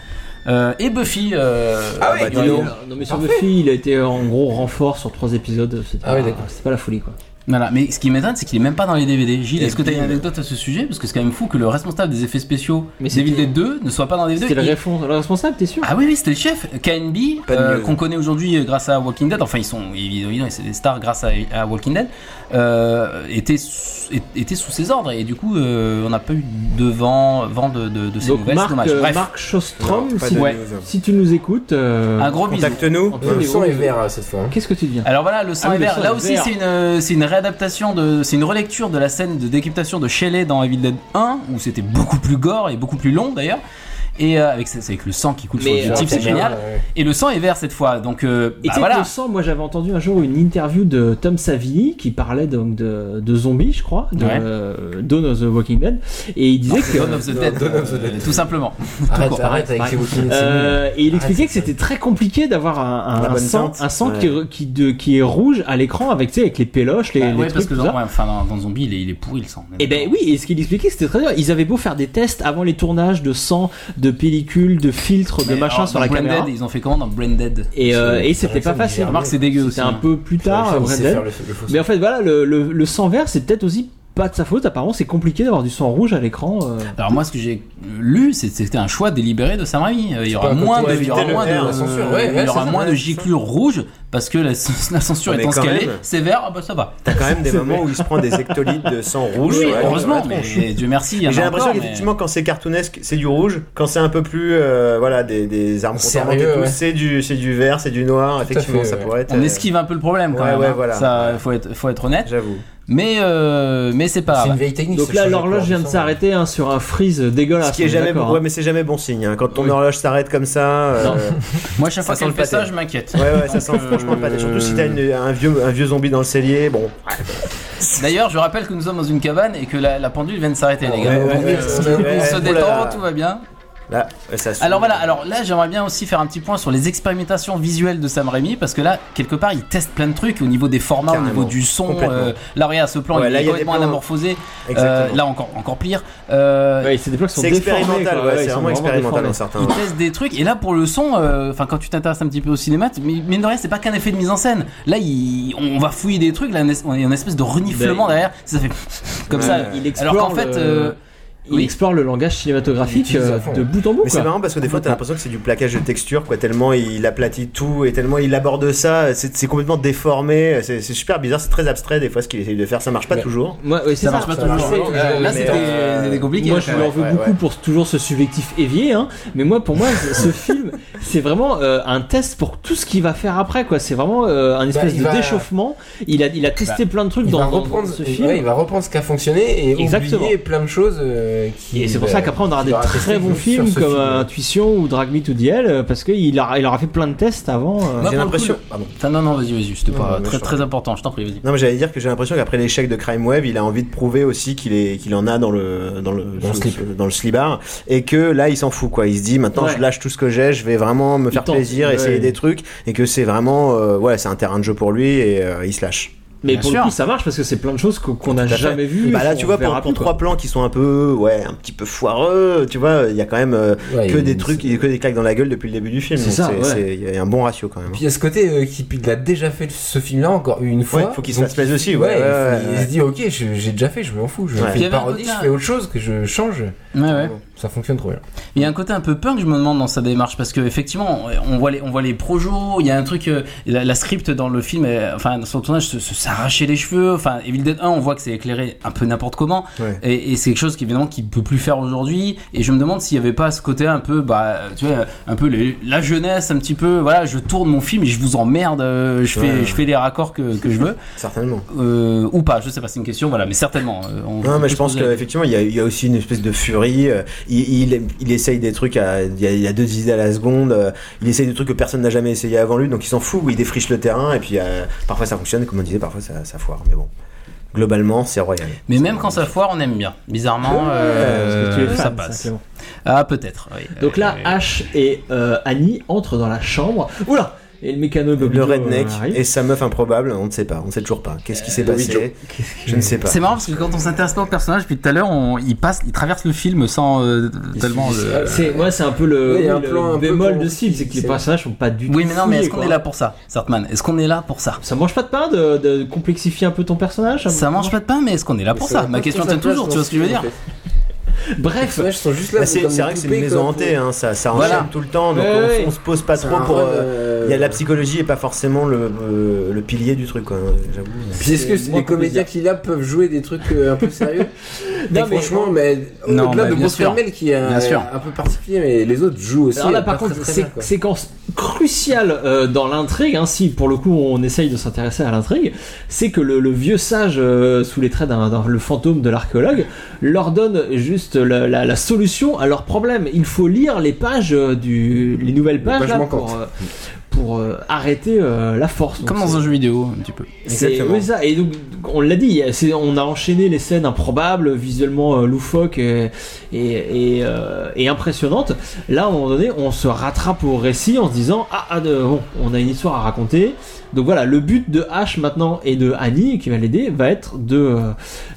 Euh, et Buffy. euh,
Ah oui,
bah,
Non,
dis donc.
non, mais sur Buffy, il a été euh, en gros renfort sur trois épisodes. C'était
Ah oui, d'accord.
c'était pas la folie quoi.
Voilà, mais ce qui m'étonne, c'est qu'il est même pas dans les DVD. Gilles,
Et
est-ce que tu as une
euh,
puis,
anecdote à ce sujet Parce que c'est quand même fou que le responsable des effets spéciaux
Mais
Evil
c'était-
Dead 2 ne soit pas dans les
C'était
DVD.
le,
Il-
réfon- le responsable, t'es sûr
Ah oui, oui, c'était le chef, KNB,
Pas de
euh,
mieux.
qu'on connaît aujourd'hui euh, grâce à Walking Dead. Enfin, ils sont évidemment c'est des stars grâce à, à Walking Dead. Euh, était, sous- était sous ses ordres et du coup, euh, on n'a pas eu de vent, vent de, de, de ces
Donc
nouvelles. C'est
Marc,
dommage.
euh,
Bref,
Marc Schostrom,
Non, pas
si,
de
ouais.
news.
si tu nous écoutes, euh,
un gros bisou.
Contacte-nous.
Oui,
Le
mais
sang
oui.
est vert euh, cette fois. hein.
qu'est-ce que tu deviens
Alors voilà, le sang
Ah oui,
est
le
vert.
sang
Là
est
aussi,
vert.
c'est une, euh, c'est une réadaptation de, c'est une relecture de la scène de décryptation de Shelley dans Evil Dead 1, où c'était beaucoup plus gore et beaucoup plus long d'ailleurs. Et euh, avec, c'est avec le sang qui coule sur
Mais,
l'objectif,
euh,
c'est génial. Et le sang est vert cette fois, donc euh, bah
Et tu sais que
voilà.
le sang, moi j'avais entendu un jour une interview de Tom Savini qui parlait donc de, de zombies, je crois, de
Ouais. Ah,
euh, Dawn of the Walking Dead, et il disait que.
Dawn of the Dead,
Dawn of the Dead.
euh, tout simplement.
Arrête,
court.
arrête avec
Ouais.
ces bouquins.
Euh, et il
c'est
expliquait que c'était très compliqué d'avoir un, un-
La
un
bonne
sang,
teinte.
un sang
Ouais.
qui, re- qui, de- qui est rouge à l'écran avec, tu sais, avec les péloches, les,
Bah
les
ouais, parce
trucs,
que
tout
dans,
ça.
ouais, enfin, dans, dans Zombie, il est, il est pourri le sang.
Et ben oui, et ce qu'il expliquait, c'était très dur. Ils avaient beau faire des tests avant les tournages de sang, de pellicules, de filtres, de
Mais
machin
alors,
sur
dans
la
Brain
caméra.
Dead, ils ont fait comment dans Branded
Et, euh, et c'était
Jackson,
pas facile.
Jackson,
Remarque, c'est dégueu aussi.
C'était un
hein.
peu plus tard, Brain Dead. Mais en fait, voilà, le, le, le sang vert, c'est peut-être aussi pas de sa faute. Apparemment, c'est compliqué d'avoir du sang rouge à l'écran. euh.
Alors moi, ce que j'ai lu, c'est- c'était un choix délibéré de Sam Raimi. Euh, Il y aura
pas un
moins
côté
de, il y aura
éviter le
moins de,
vert, la
censure, ouais,
il
ouais,
y aura
c'est ça,
moins
ouais,
de
c'est ça.
giclures rouges parce que la, la censure
Mais
étant ce
quand
qu'elle est,
même.
c'est vert, ah bah ça va.
T'as quand même des moments où il se prend des ectolites de sang rouge.
Oui,
ouais,
heureusement,
dans la
mais
tronche.
Dieu merci. il y en
Mais
a
J'ai l'impression
encore, mais-
qu'effectivement, quand c'est cartoonesque, c'est du rouge. Quand c'est un peu plus, euh, voilà, des, des armes
Sérieux,
contournantes et tout,
ouais.
c'est du, c'est du vert, c'est du noir. Effectivement,
fait,
ça
ouais.
pourrait être.
On
euh,
esquive un peu le problème quand
Ouais,
même.
ouais,
hein.
voilà.
Ça, faut être, faut être honnête.
J'avoue.
Mais, euh, mais c'est pas.
C'est une
grave.
vieille technique.
Donc
ce
là,
changer
l'horloge
de
vient de
sang.
s'arrêter hein, sur un freeze dégueulasse.
Ce qui est
on est
jamais,
d'accord,
ouais,
hein.
mais c'est jamais bon signe. hein. Quand ton
Oui.
horloge s'arrête comme ça, euh,
Non.
Moi, chaque fois
sent
qu'elle
le
fait ça,
pâté.
je m'inquiète.
ouais, ouais, ça sent franchement pas. Surtout si t'as une- un vieux, un vieux zombie dans le cellier, bon.
D'ailleurs, je rappelle que nous sommes dans une cabane et que la, la pendule vient de s'arrêter, les gars.
Ouais,
Donc, euh,
ouais, ouais,
on
ouais,
se
ouais.
détend,
Oula.
tout va bien.
Là, ouais, ça se-
Alors voilà, alors là, j'aimerais bien aussi faire un petit point sur les expérimentations visuelles de Sam Raimi parce que là, quelque part, il teste plein de trucs au niveau des formats, au
Carrément.
niveau du son.
Complètement.
euh, là, regarde ce plan,
Ouais,
il
là,
est
il y a des
complètement
plans-
anamorphosé. Euh,
Exactement.
là, encore, encore pire. Euh,
Ouais, c'est des plans qui sont
c'est
déformés,
expérimental,
quoi.
ouais,
Ouais, ils
c'est
sont
vraiment expérimental
déformés.
dans certains.
il teste des trucs et là pour le son euh, enfin quand tu t'intéresses un petit peu au cinéma tu- mais mine de rien c'est pas qu'un effet de mise en scène là il- on va fouiller des trucs là on est- on est en espèce de reniflement
Ben,
derrière ça fait comme
Ouais.
ça
Il explore
alors qu'en fait
le-
euh,
Il
oui.
explore le langage cinématographique
Il utilise à
euh,
fond.
de bout en bout.
Mais c'est
quoi.
marrant parce que des fois t'as l'impression que c'est du plaquage de texture quoi tellement il aplatit tout et tellement il aborde ça c'est c'est complètement déformé c'est c'est super bizarre c'est très abstrait des fois ce qu'il essaye de faire ça marche pas toujours
Moi, ouais, c'est
ça marche pas
ça marche
toujours
pas
là,
toujours,
là,
mais,
c'était
euh,
c'était compliqué
hein.
Moi, je
Ouais.
leur veux
ouais,
beaucoup
ouais.
pour toujours ce subjectif évier, hein. Mais moi, pour moi, ce ce film, c'est vraiment euh, un test pour tout ce qu'il va faire après, quoi. C'est vraiment euh, un espèce
Bah, il
de
va- Bah,
déchauffement. Il a, il a testé plein de trucs
Il
dans,
va,
dans- dans
reprendre,
ce
ouais,
film.
il va reprendre ce qui a fonctionné et
Exactement.
oublier plein de choses euh, qui.
Et c'est pour ça qu'après on aura
qu'il
des
aura testé
très bons
sur
films
ce
comme
film.
euh, Intuition ou Drag Me to the Hell euh, parce qu'il aura, il aura fait plein de tests avant. euh.
Moi,
j'ai
pour le
l'impression
coup, le-
Pardon.
Enfin, non non vas-y vas-y c'était
Non,
pas
non, mais
très
je t'en
très important je t'en prie vas-y
non mais j'allais dire que j'ai l'impression qu'après l'échec de Crime Wave il a envie de prouver aussi qu'il est qu'il en a dans le dans le
Dans le slip.
dans le slibard et que là il s'en fout quoi il se dit maintenant
Ouais.
je lâche tout ce que j'ai je vais vraiment me
Il
faire
tente,
plaisir
ouais.
essayer des trucs et que c'est vraiment euh, ouais c'est un terrain de jeu pour lui et euh, il se lâche
Mais
bien
pour
sûr.
le coup, ça marche parce que c'est plein de choses qu'on- qu'on n'a
Tout à fait.
jamais vues.
Bah là,
qu'on
tu vois, pour,
verra
pour
plus, quoi.
trois plans qui sont un peu, ouais, un petit peu foireux, tu vois, il y a quand même euh,
Ouais,
que
il-
des trucs, il y a que des claques dans la gueule depuis le début du film.
C'est
donc
ça, ouais.
c'est- Il y a un bon ratio quand même.
Puis il y a ce côté euh, qui puis il a déjà fait ce film-là encore une fois.
Ouais, faut qu'il se
donc-
fasse plaisir aussi, ouais,
Ouais, il
ouais,
faut-
ouais,
il
ouais.
se dit ok, je- j'ai déjà fait, je m'en fous, je
Ouais.
fais
Il y
une
avait un
parodie,
côté
je
un-
fais autre chose, que je change.
Ouais, ouais.
Ça fonctionne trop bien.
Il y a un côté un peu punk, je me demande, dans sa démarche, parce que effectivement, on voit les, on voit les projos, il y a un truc, euh, la, la script dans le film, euh, enfin, sur le tournage, se- se- s'arracher les cheveux, enfin, Evil Dead 1, on voit que c'est éclairé un peu n'importe comment,
Ouais.
et, et c'est quelque chose qui, évidemment, qu'il peut plus faire aujourd'hui, et je me demande s'il n'y avait pas ce côté un peu, bah, tu vois, un peu les- la jeunesse, un petit peu, voilà, je tourne mon film et je vous emmerde, euh, je, fais,
Ouais.
je fais les raccords que, que je veux,
Certainement.
euh, ou pas, je sais pas, c'est une question, voilà, mais certainement. euh, on-
Non,
on
mais
peut
je
se
pense
poser la
qu'effectivement, il y a, il y a aussi une espèce de furie. euh, il, il, il essaye des trucs, à, il, y a, il y a deux idées à la seconde, euh, il essaye des trucs que personne n'a jamais essayé avant lui, donc il s'en fout, il défriche le terrain, et puis euh, parfois ça fonctionne, comme on disait, parfois ça, ça foire, mais bon. Globalement, c'est royal.
Mais même quand ça foire, on aime bien. Bizarrement, euh,
parce que tu es fan,
ça passe.
simplement.
Ah, peut-être. oui.
Donc là, ah,
Euh,
Ash et euh, Annie entrent dans la chambre. Oula Et le mécano Bobby
Le
Joe, euh,
redneck
arrive.
et sa meuf improbable, on ne sait pas, on ne sait toujours pas. Qu'est-ce qui s'est passé Je ne sais pas.
C'est marrant parce que quand on s'intéresse pas au personnage depuis tout à l'heure, on- il passe, il traverse le film sans euh, tellement. euh,
C'est moi, c'est un peu le,
Oui, il y a un
le
plan un peu
bémol
pour-
de Steve, c'est que les
c'est-
personnages sont pas du tout.
Oui, mais non, mais
fouillés,
est-ce qu'on
quoi.
est là pour ça, Sartman Est-ce qu'on est là pour ça
Ça mange pas de pain de, de complexifier un peu ton personnage
Ça mange pas de pain, mais est-ce qu'on est là pour ça Ma question tient toujours. Tu vois ce que je veux dire
Les
Bref,
personnages sont juste là.
Bah,
pour
c'est
comme
c'est vrai
des
que c'est
poupées,
une maison
quoi,
hantée, hein, ça, ça enchaîne
Voilà.
tout le temps, donc
Ouais,
on,
ouais.
on se pose pas
C'est
trop
un
pour.
rêve,
euh,
euh,
Il y a de la psychologie et pas forcément le, euh, le- le pilier du truc, quoi, hein, j'avoue.
Puis est-ce que
C'est moins
les comédiens qu'il a peuvent jouer des trucs euh, un peu sérieux mais
Non, mais-
franchement, mais
Non,
au-delà
mais
de
bien
Bruce
sûr.
Campbell qui est
Bien sûr.
un, un peu particulier, mais les autres jouent aussi.
Alors là,
euh,
par
pas
contre,
très, très
sé-
bien, quoi.
séquence cruciale euh, dans l'intrigue, hein, si pour le coup on essaye de s'intéresser à l'intrigue, c'est que le, le vieux sage, euh, sous les traits d'un, d'un- le fantôme de l'archéologue, leur donne juste la, la- la solution à leur problème. Il faut lire les pages euh, du, les nouvelles pages,
pages
là,
manquantes.
pour, euh, pour euh, arrêter euh, la force. Donc,
Comme dans
c'est-
un jeu vidéo, un petit peu.
c'est
Exactement.
oui, ça. Et donc, on l'a dit, c'est- on a enchaîné les scènes improbables, visuellement euh, loufoques et, et, et, euh, et impressionnantes. Là, à un moment donné, on se rattrape au récit en se disant Ah, ah, de- bon, on a une histoire à raconter. Donc voilà, le but de H maintenant et de Annie, qui va l'aider, va être de, euh,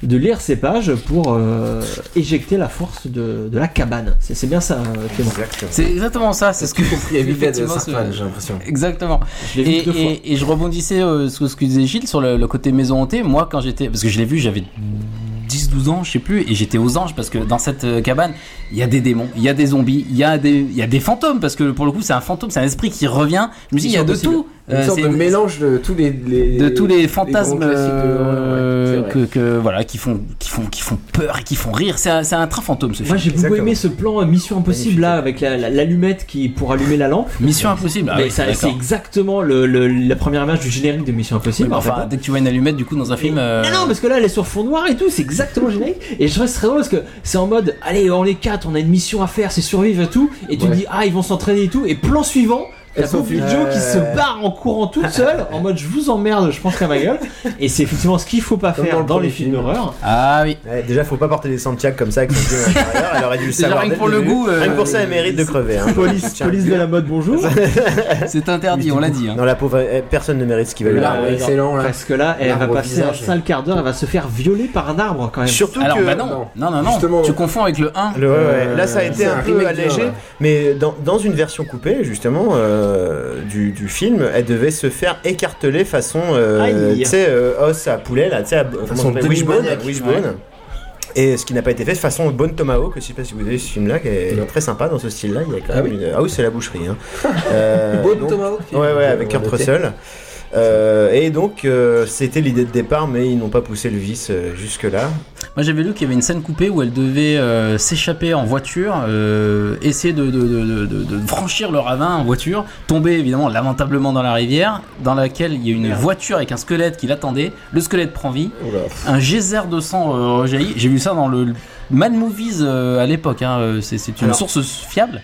de lire ces pages pour euh, éjecter la force de, de la cabane. C'est c'est bien ça, euh, Clément.
Exactement.
C'est exactement ça. C'est ce que.
Il y a vite de
effectivement,
Sarfan,
ce-
j'ai l'impression.
Exactement.
Je l'ai vu
et,
deux fois.
et- et je rebondissais euh, sur ce que disait Gilles sur le, le côté maison hantée. Moi, quand j'étais, parce que je l'ai vu, j'avais 10, 12 ans, je sais plus, et j'étais aux anges parce que dans cette euh, cabane, il y a des démons, il y a des zombies, il y a des, il y a des fantômes parce que pour le coup, c'est un fantôme, c'est un esprit qui revient. Je me dis, il y a de
Impossible.
tout.
Une
Euh,
sorte
c'est
de mélange de tous les, les-
de tous les
grands
fantasmes
classiques de-
euh,
ouais, ouais, c'est vrai.
que, que- voilà qui font qui font qui font peur et qui font rire. C'est un, c'est un train fantôme ce
Moi
film.
j'ai beaucoup
Exactement.
aimé ce plan euh, Mission Impossible là avec la- la- l'allumette qui pour allumer la lampe.
Mission impossible. Ah
Mais
oui,
ça-
d'accord.
c'est exactement le, le- la première image du générique de Mission Impossible. en fait.
Enfin, dès que tu vois une allumette du coup dans un film. euh,
Mais non, parce que là, elle est sur fond noir et tout, c'est exactement le générique. Et je trouve que c'est très drôle parce que c'est en mode, allez, on est quatre, on a une mission à faire, c'est survivre et tout. Et tu
Ouais.
dis, ah, ils vont s'entraîner et tout. Et plan suivant, t'as
Elles sont
Bobby
fumées.
Joe qui se barre en courant toute seule, en mode, je vous emmerde, je pense qu'à ma gueule. Et c'est effectivement ce qu'il faut pas
Comme
faire
dans
dans,
le
les
premier
films
film.
d'horreur.
Ah oui.
Ouais, déjà, faut pas porter des Santiago comme ça avec son pied à l'intérieur, elle aurait dû le
Déjà,
savoir.
rien que
dès
pour le
début.
goût, euh,
Rien que pour ça, elle mérite de crever. hein.
Police,
Tiens.
police de la mode, bonjour.
C'est interdit, on l'a dit. hein.
Non, la pauvre, elle- personne ne mérite ce qu'il va lui
Là,
arriver.
ouais, excellent, là.
Parce que là, elle va
L'arbre au
passer un
visage.
sale quart d'heure, elle va se faire violer par un arbre quand même.
Surtout
Alors
que.
bah non,
non.
non, non, non.
Justement.
tu confonds avec le 1.
Le- ouais, ouais.
Euh,
Là, ça a été
c'est
un,
un
peu
remake
allégé,
du un, ouais.
mais dans, dans une version coupée, justement, euh, du, du film, elle devait se faire écarteler façon, euh,
Aïe.
tu sais, euh, os à poulet, là, tu sais, à- comment
Façon
on appelle wishbone.
demi-maniaque.
wishbone. Et ce qui n'a pas été fait, façon Bonne Tomahawk, je sais pas si vous avez vu ce film-là, qui est
Non.
très sympa dans ce style-là. Il y a quand
Ah
même une- Ah oui, c'est la boucherie. Hein. Euh,
Bon
donc-
Tomahawk.
Ouais, ouais,
euh,
avec Kurt
noté.
Russell. Euh, et donc, euh, c'était l'idée de départ, mais ils n'ont pas poussé le vice euh, jusque-là.
Moi j'avais lu qu'il y avait une scène coupée où elle devait euh, s'échapper en voiture, euh, essayer de, de- de- de- de- de franchir le ravin en voiture, tomber évidemment lamentablement dans la rivière, dans laquelle il y a une voiture avec un squelette qui l'attendait. Le squelette prend vie,
Oula.
un geyser de sang euh, rejaillit. J'ai vu ça dans le le Mad Movies euh, à l'époque, hein, euh, c'est c'est une
Alors-
source fiable.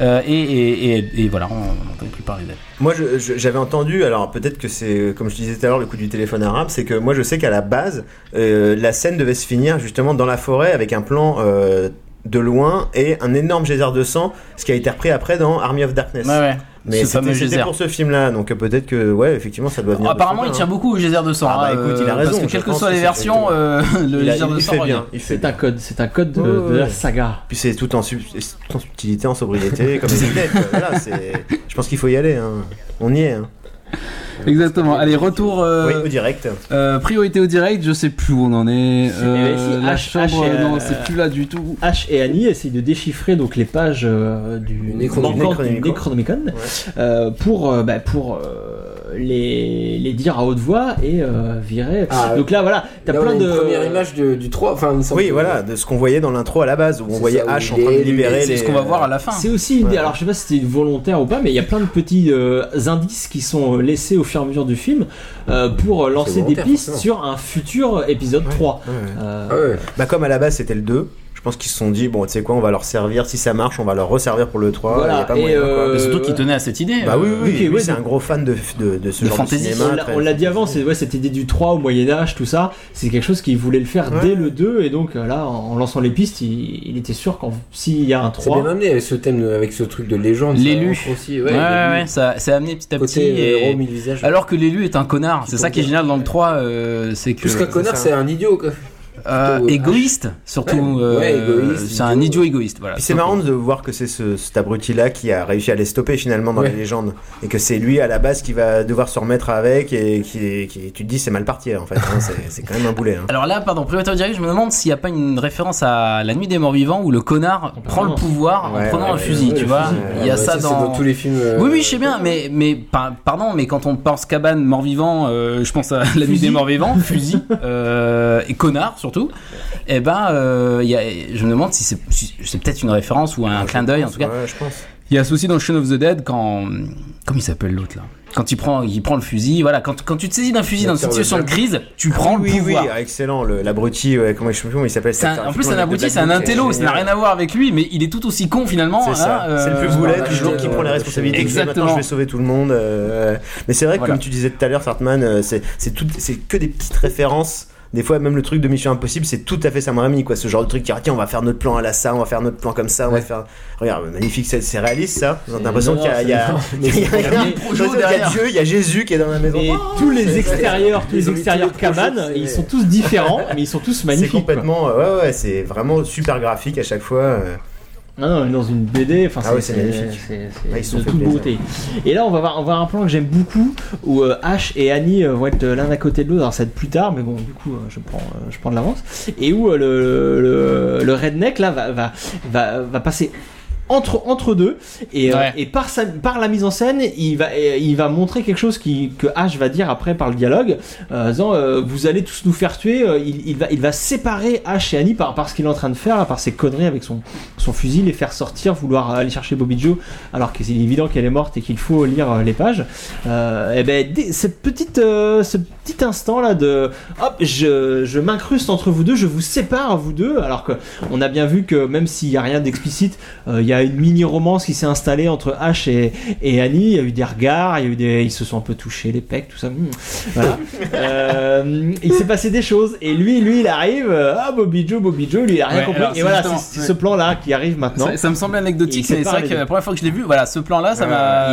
Euh, et, et- et- et voilà, on on n'entend plus parler d'elle.
Moi, je- je- j'avais entendu, alors peut-être que c'est, euh, comme je disais tout à l'heure, le coup du téléphone arabe, c'est que moi, je sais qu'à la base, euh, la scène devait se finir justement dans la forêt avec un plan euh, de loin et un énorme geyser de sang, ce qui a été repris après dans Army of Darkness.
Ouais, ouais.
Mais
ce fameux
c'était c'était
geyser.
pour ce film-là, donc euh, peut-être que, ouais, effectivement, ça doit venir. de
Ah, Apparemment, il
ce film-là,
tient
hein.
beaucoup au geyser de sang.
Ah bah,
hein,
écoute, il a
euh,
raison,
Parce que
je
quelles que
pense
soient
que
les
c'est-
versions, euh, le
hein. Il, a-
geyser de
il
sang
fait
revient.
bien. Il fait
C'est un code, c'est un code de,
Ouais, ouais,
de la
ouais.
saga.
Puis c'est tout en, sub- en subtilité, en sobriété, comme les lunettes, quoi. Voilà, c'est. Je pense qu'il faut y aller. hein. On y est. hein.
Exactement. Allez, retour. euh,
Oui, au direct.
euh, priorité au direct. Je sais plus où on en est. Euh,
Eh ben, si,
la
H-
chambre,
H, euh,
non, c'est plus là du tout.
H et Annie essayent de déchiffrer donc les pages euh, du
Necronomicon.
manquantes du
Necronomicon.
Necronomicon euh, pour euh, bah, pour euh, les, les dire à haute voix et euh, virer.
Ah,
donc là voilà, t'as
Là, on a
plein
une
de
Première image de- du 3. Enfin, une sorte
Oui,
de-
voilà, de ce qu'on voyait dans l'intro à la base, où on
C'est
voyait
ça, où
H en
il
train de
est
libérer
élu,
C'est
les.
ce qu'on va voir à la fin.
C'est aussi une idée. Alors, je sais pas si c'était volontaire ou pas, mais il y a plein de petits euh, indices qui sont euh, laissés au fur et à mesure du film euh, pour euh, lancer des
volontaire,
pistes
forcément.
sur un futur épisode 3.
Ouais, ouais.
Euh,
Ah ouais.
Bah, comme à la base c'était le 2, je pense qu'ils se sont dit, bon, tu sais quoi, on va leur servir. Si ça marche, on va leur resservir pour le
Ah
3.
Voilà,
Il y a pas
et,
moyen, quoi.
euh,
Mais surtout qu'il tenait à cette idée.
Bah oui,
euh,
oui, oui,
ok,
lui,
ouais,
c'est
donc-
un gros fan de, de, de ce
De
genre
fantasy,
de
On
cinéma.
l'a-
très-
on l'a dit avant, c'est ouais, cette idée du 3 au Moyen Âge, tout ça, c'est quelque chose qu'il voulait le faire
Ouais.
dès le 2, et donc euh, là, en en lançant les pistes, il, il était sûr qu'en s'il y a un
C'est
3,
bien amené avec ce thème, de- avec ce truc de légende. ça
L'élu.
rentre aussi,
Ouais,
ouais,
ouais,
l'élu.
ouais, ça, c'est amené petit à petit.
Côté euh,
et-
héros mille visages.
Alors que l'élu est un connard, c'est ça
tombe
qui est
bien.
génial dans le 3, euh, c'est que.
plus qu'un connard,
ça.
c'est un idiot. quoi.
Euh,
plutôt, euh,
égoïste, surtout.
ouais,
euh,
ouais, égoïste,
c'est un idiot
idiot.
égoïste, voilà.
Puis c'est marrant de voir que c'est ce, cet abruti-là qui a réussi à les stopper finalement dans
Ouais.
les légendes. Et que c'est lui à la base qui va devoir se remettre avec et qui, qui tu te dis c'est mal parti en fait. hein. c'est, c'est quand même un boulet. hein.
Alors là, pardon, Privateur Direct, je me demande s'il n'y a pas une référence à La Nuit des Morts Vivants où le connard prend le pouvoir en
Ouais,
prenant
ouais,
un
ouais,
fusil,
ouais,
tu
le
vois.
fusil.
Il y a
Ouais,
ça
Euh, bah, c'est
dans.
tous les films. euh,
Oui, oui, je sais bien, mais, mais par- pardon, mais quand on pense cabane mort-vivant, euh, je pense à la nuit
Fusil.
des morts-vivants, fusil, euh, et connard surtout, et ben, euh, il y a- je me demande si c'est si- c'est peut-être une référence ou un clin d'œil en tout cas.
Ouais, je pense.
Il y a ce aussi dans Shaun of the Dead quand. Comment il s'appelle l'autre là Quand il prend, il prend le fusil, voilà, quand, quand tu te saisis d'un fusil
Il
dans une
tire le
situation de
jack.
crise, tu prends
oui,
le pouvoir.
oui, ah, excellent. Le, l'abruti, ouais, comment je sais plus comment il s'appelle.
C'est un-
cet
en plus,
article,
c'est un
le
abouti,
Black
c'est un
Book,
intello,
c'est
ça n'a
euh,
rien à voir avec lui, mais il est tout aussi con finalement.
C'est ça,
hein,
c'est le
euh,
plus boulet
bah,
toujours
euh,
qui prend la responsabilité.
exactement.
Maintenant, je vais sauver tout le monde. euh, Mais c'est vrai que,
Voilà.
comme tu disais tout à l'heure, Sartman, euh, c'est c'est tout- c'est que des petites références. Des fois, même le truc de Mission Impossible, c'est tout à fait Sam Raimi, quoi. Ce genre de truc qui dit, tiens, on va faire notre plan à la ça, on va faire notre plan comme ça, on va faire. Regarde, magnifique, c'est c'est réaliste ça. T'as l'impression
non,
qu'il y a.
c'est-
il y a-
non,
il y a- il y a-
mais-
il y a- il y a
derrière.
Dieu, il y a Jésus qui est dans la maison.
et
Oh,
tous les
c'est-
extérieurs, tous
Ils
les
ont mis
extérieurs
tous les projets,
cabanes,
c'est-
ils sont tous différents, mais ils sont tous
C'est
magnifiques. quoi.
complètement. euh, Ouais, ouais, c'est vraiment super graphique à chaque fois. euh.
Non, non, dans une BD, enfin,
Ah ouais, c'est magnifique.
c'est-
Ouais,
C'est
ils se sont
de
fait
toute
plaisir.
beauté. Et là, on va voir, on va voir un plan que j'aime beaucoup où euh, Ash et Annie euh, vont être l'un à côté de l'autre. Alors, ça va être plus tard, mais bon, du coup, euh, je prends, euh, je prends de l'avance. Et où euh, le, le, le redneck là va, va, va, va passer. Entre, entre deux et, euh,
Ouais.
et par, sa- par la mise en scène il va, et, euh, il va montrer quelque chose qui, que Ash va dire après par le dialogue euh, en disant, euh, vous allez tous nous faire tuer euh, il, il va, il va séparer Ash et Annie par, par ce qu'il est en train de faire là, par ses conneries avec son, son fusil, les faire sortir, vouloir aller chercher Bobby Joe, alors qu'il est évident qu'elle est morte et qu'il faut lire euh, les pages. Euh, et ben, dès- cette petite, euh, ce petit instant là de hop, je, je m'incruste entre vous deux, je vous sépare vous deux, alors que on a bien vu que même s'il n'y a rien d'explicite, euh, il y a une mini romance qui s'est installée entre Ash et, et Annie. Il y a eu des regards, il y a eu des, ils se sont un peu touchés, les pecs, tout ça. Mm. Voilà. Euh, il s'est passé des choses et lui, lui, il arrive. euh, ah Bobby Joe, Bobby Joe, lui, il a rien
Ouais,
compris.
alors,
et
c'est
voilà,
justement,
c'est c'est
ouais.
ce plan-là qui arrive maintenant.
Ça, ça me semble anecdotique,
Il
mais c'est
sépare
vrai
les
que
deux.
la première fois que je l'ai vu, voilà, ce plan-là, ça
Euh,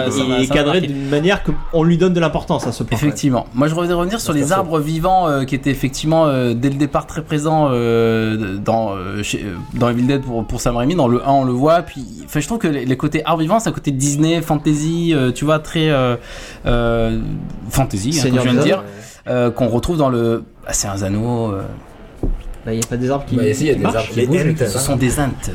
m'a. ça
il
m'a-
est
ça m'a
cadré
marqué.
d'une manière qu'on lui donne de l'importance à ce plan.
Effectivement. Moi, je voudrais revenir sur les arbres vivants euh, qui étaient effectivement euh, dès le départ très présents euh, dans euh, chez- euh, dans Evil Dead pour pour Sam Raimi. Dans le 1, on le voit. Puis, enfin, je trouve que les, les côtés arbres vivants, c'est un côté Disney, fantasy, euh, tu vois, très euh, euh, fantasy, hein, comme
Seigneur
je viens de
des
dire, euh, qu'on retrouve dans le. Ah, c'est un anneau. euh,
Bah, il n'y a pas des arbres qui.
Bah, si, il y a
qui
des
marchent.
arbres qui
les
bougent. et
Ents.
tout
ce
ça.
sont des intes.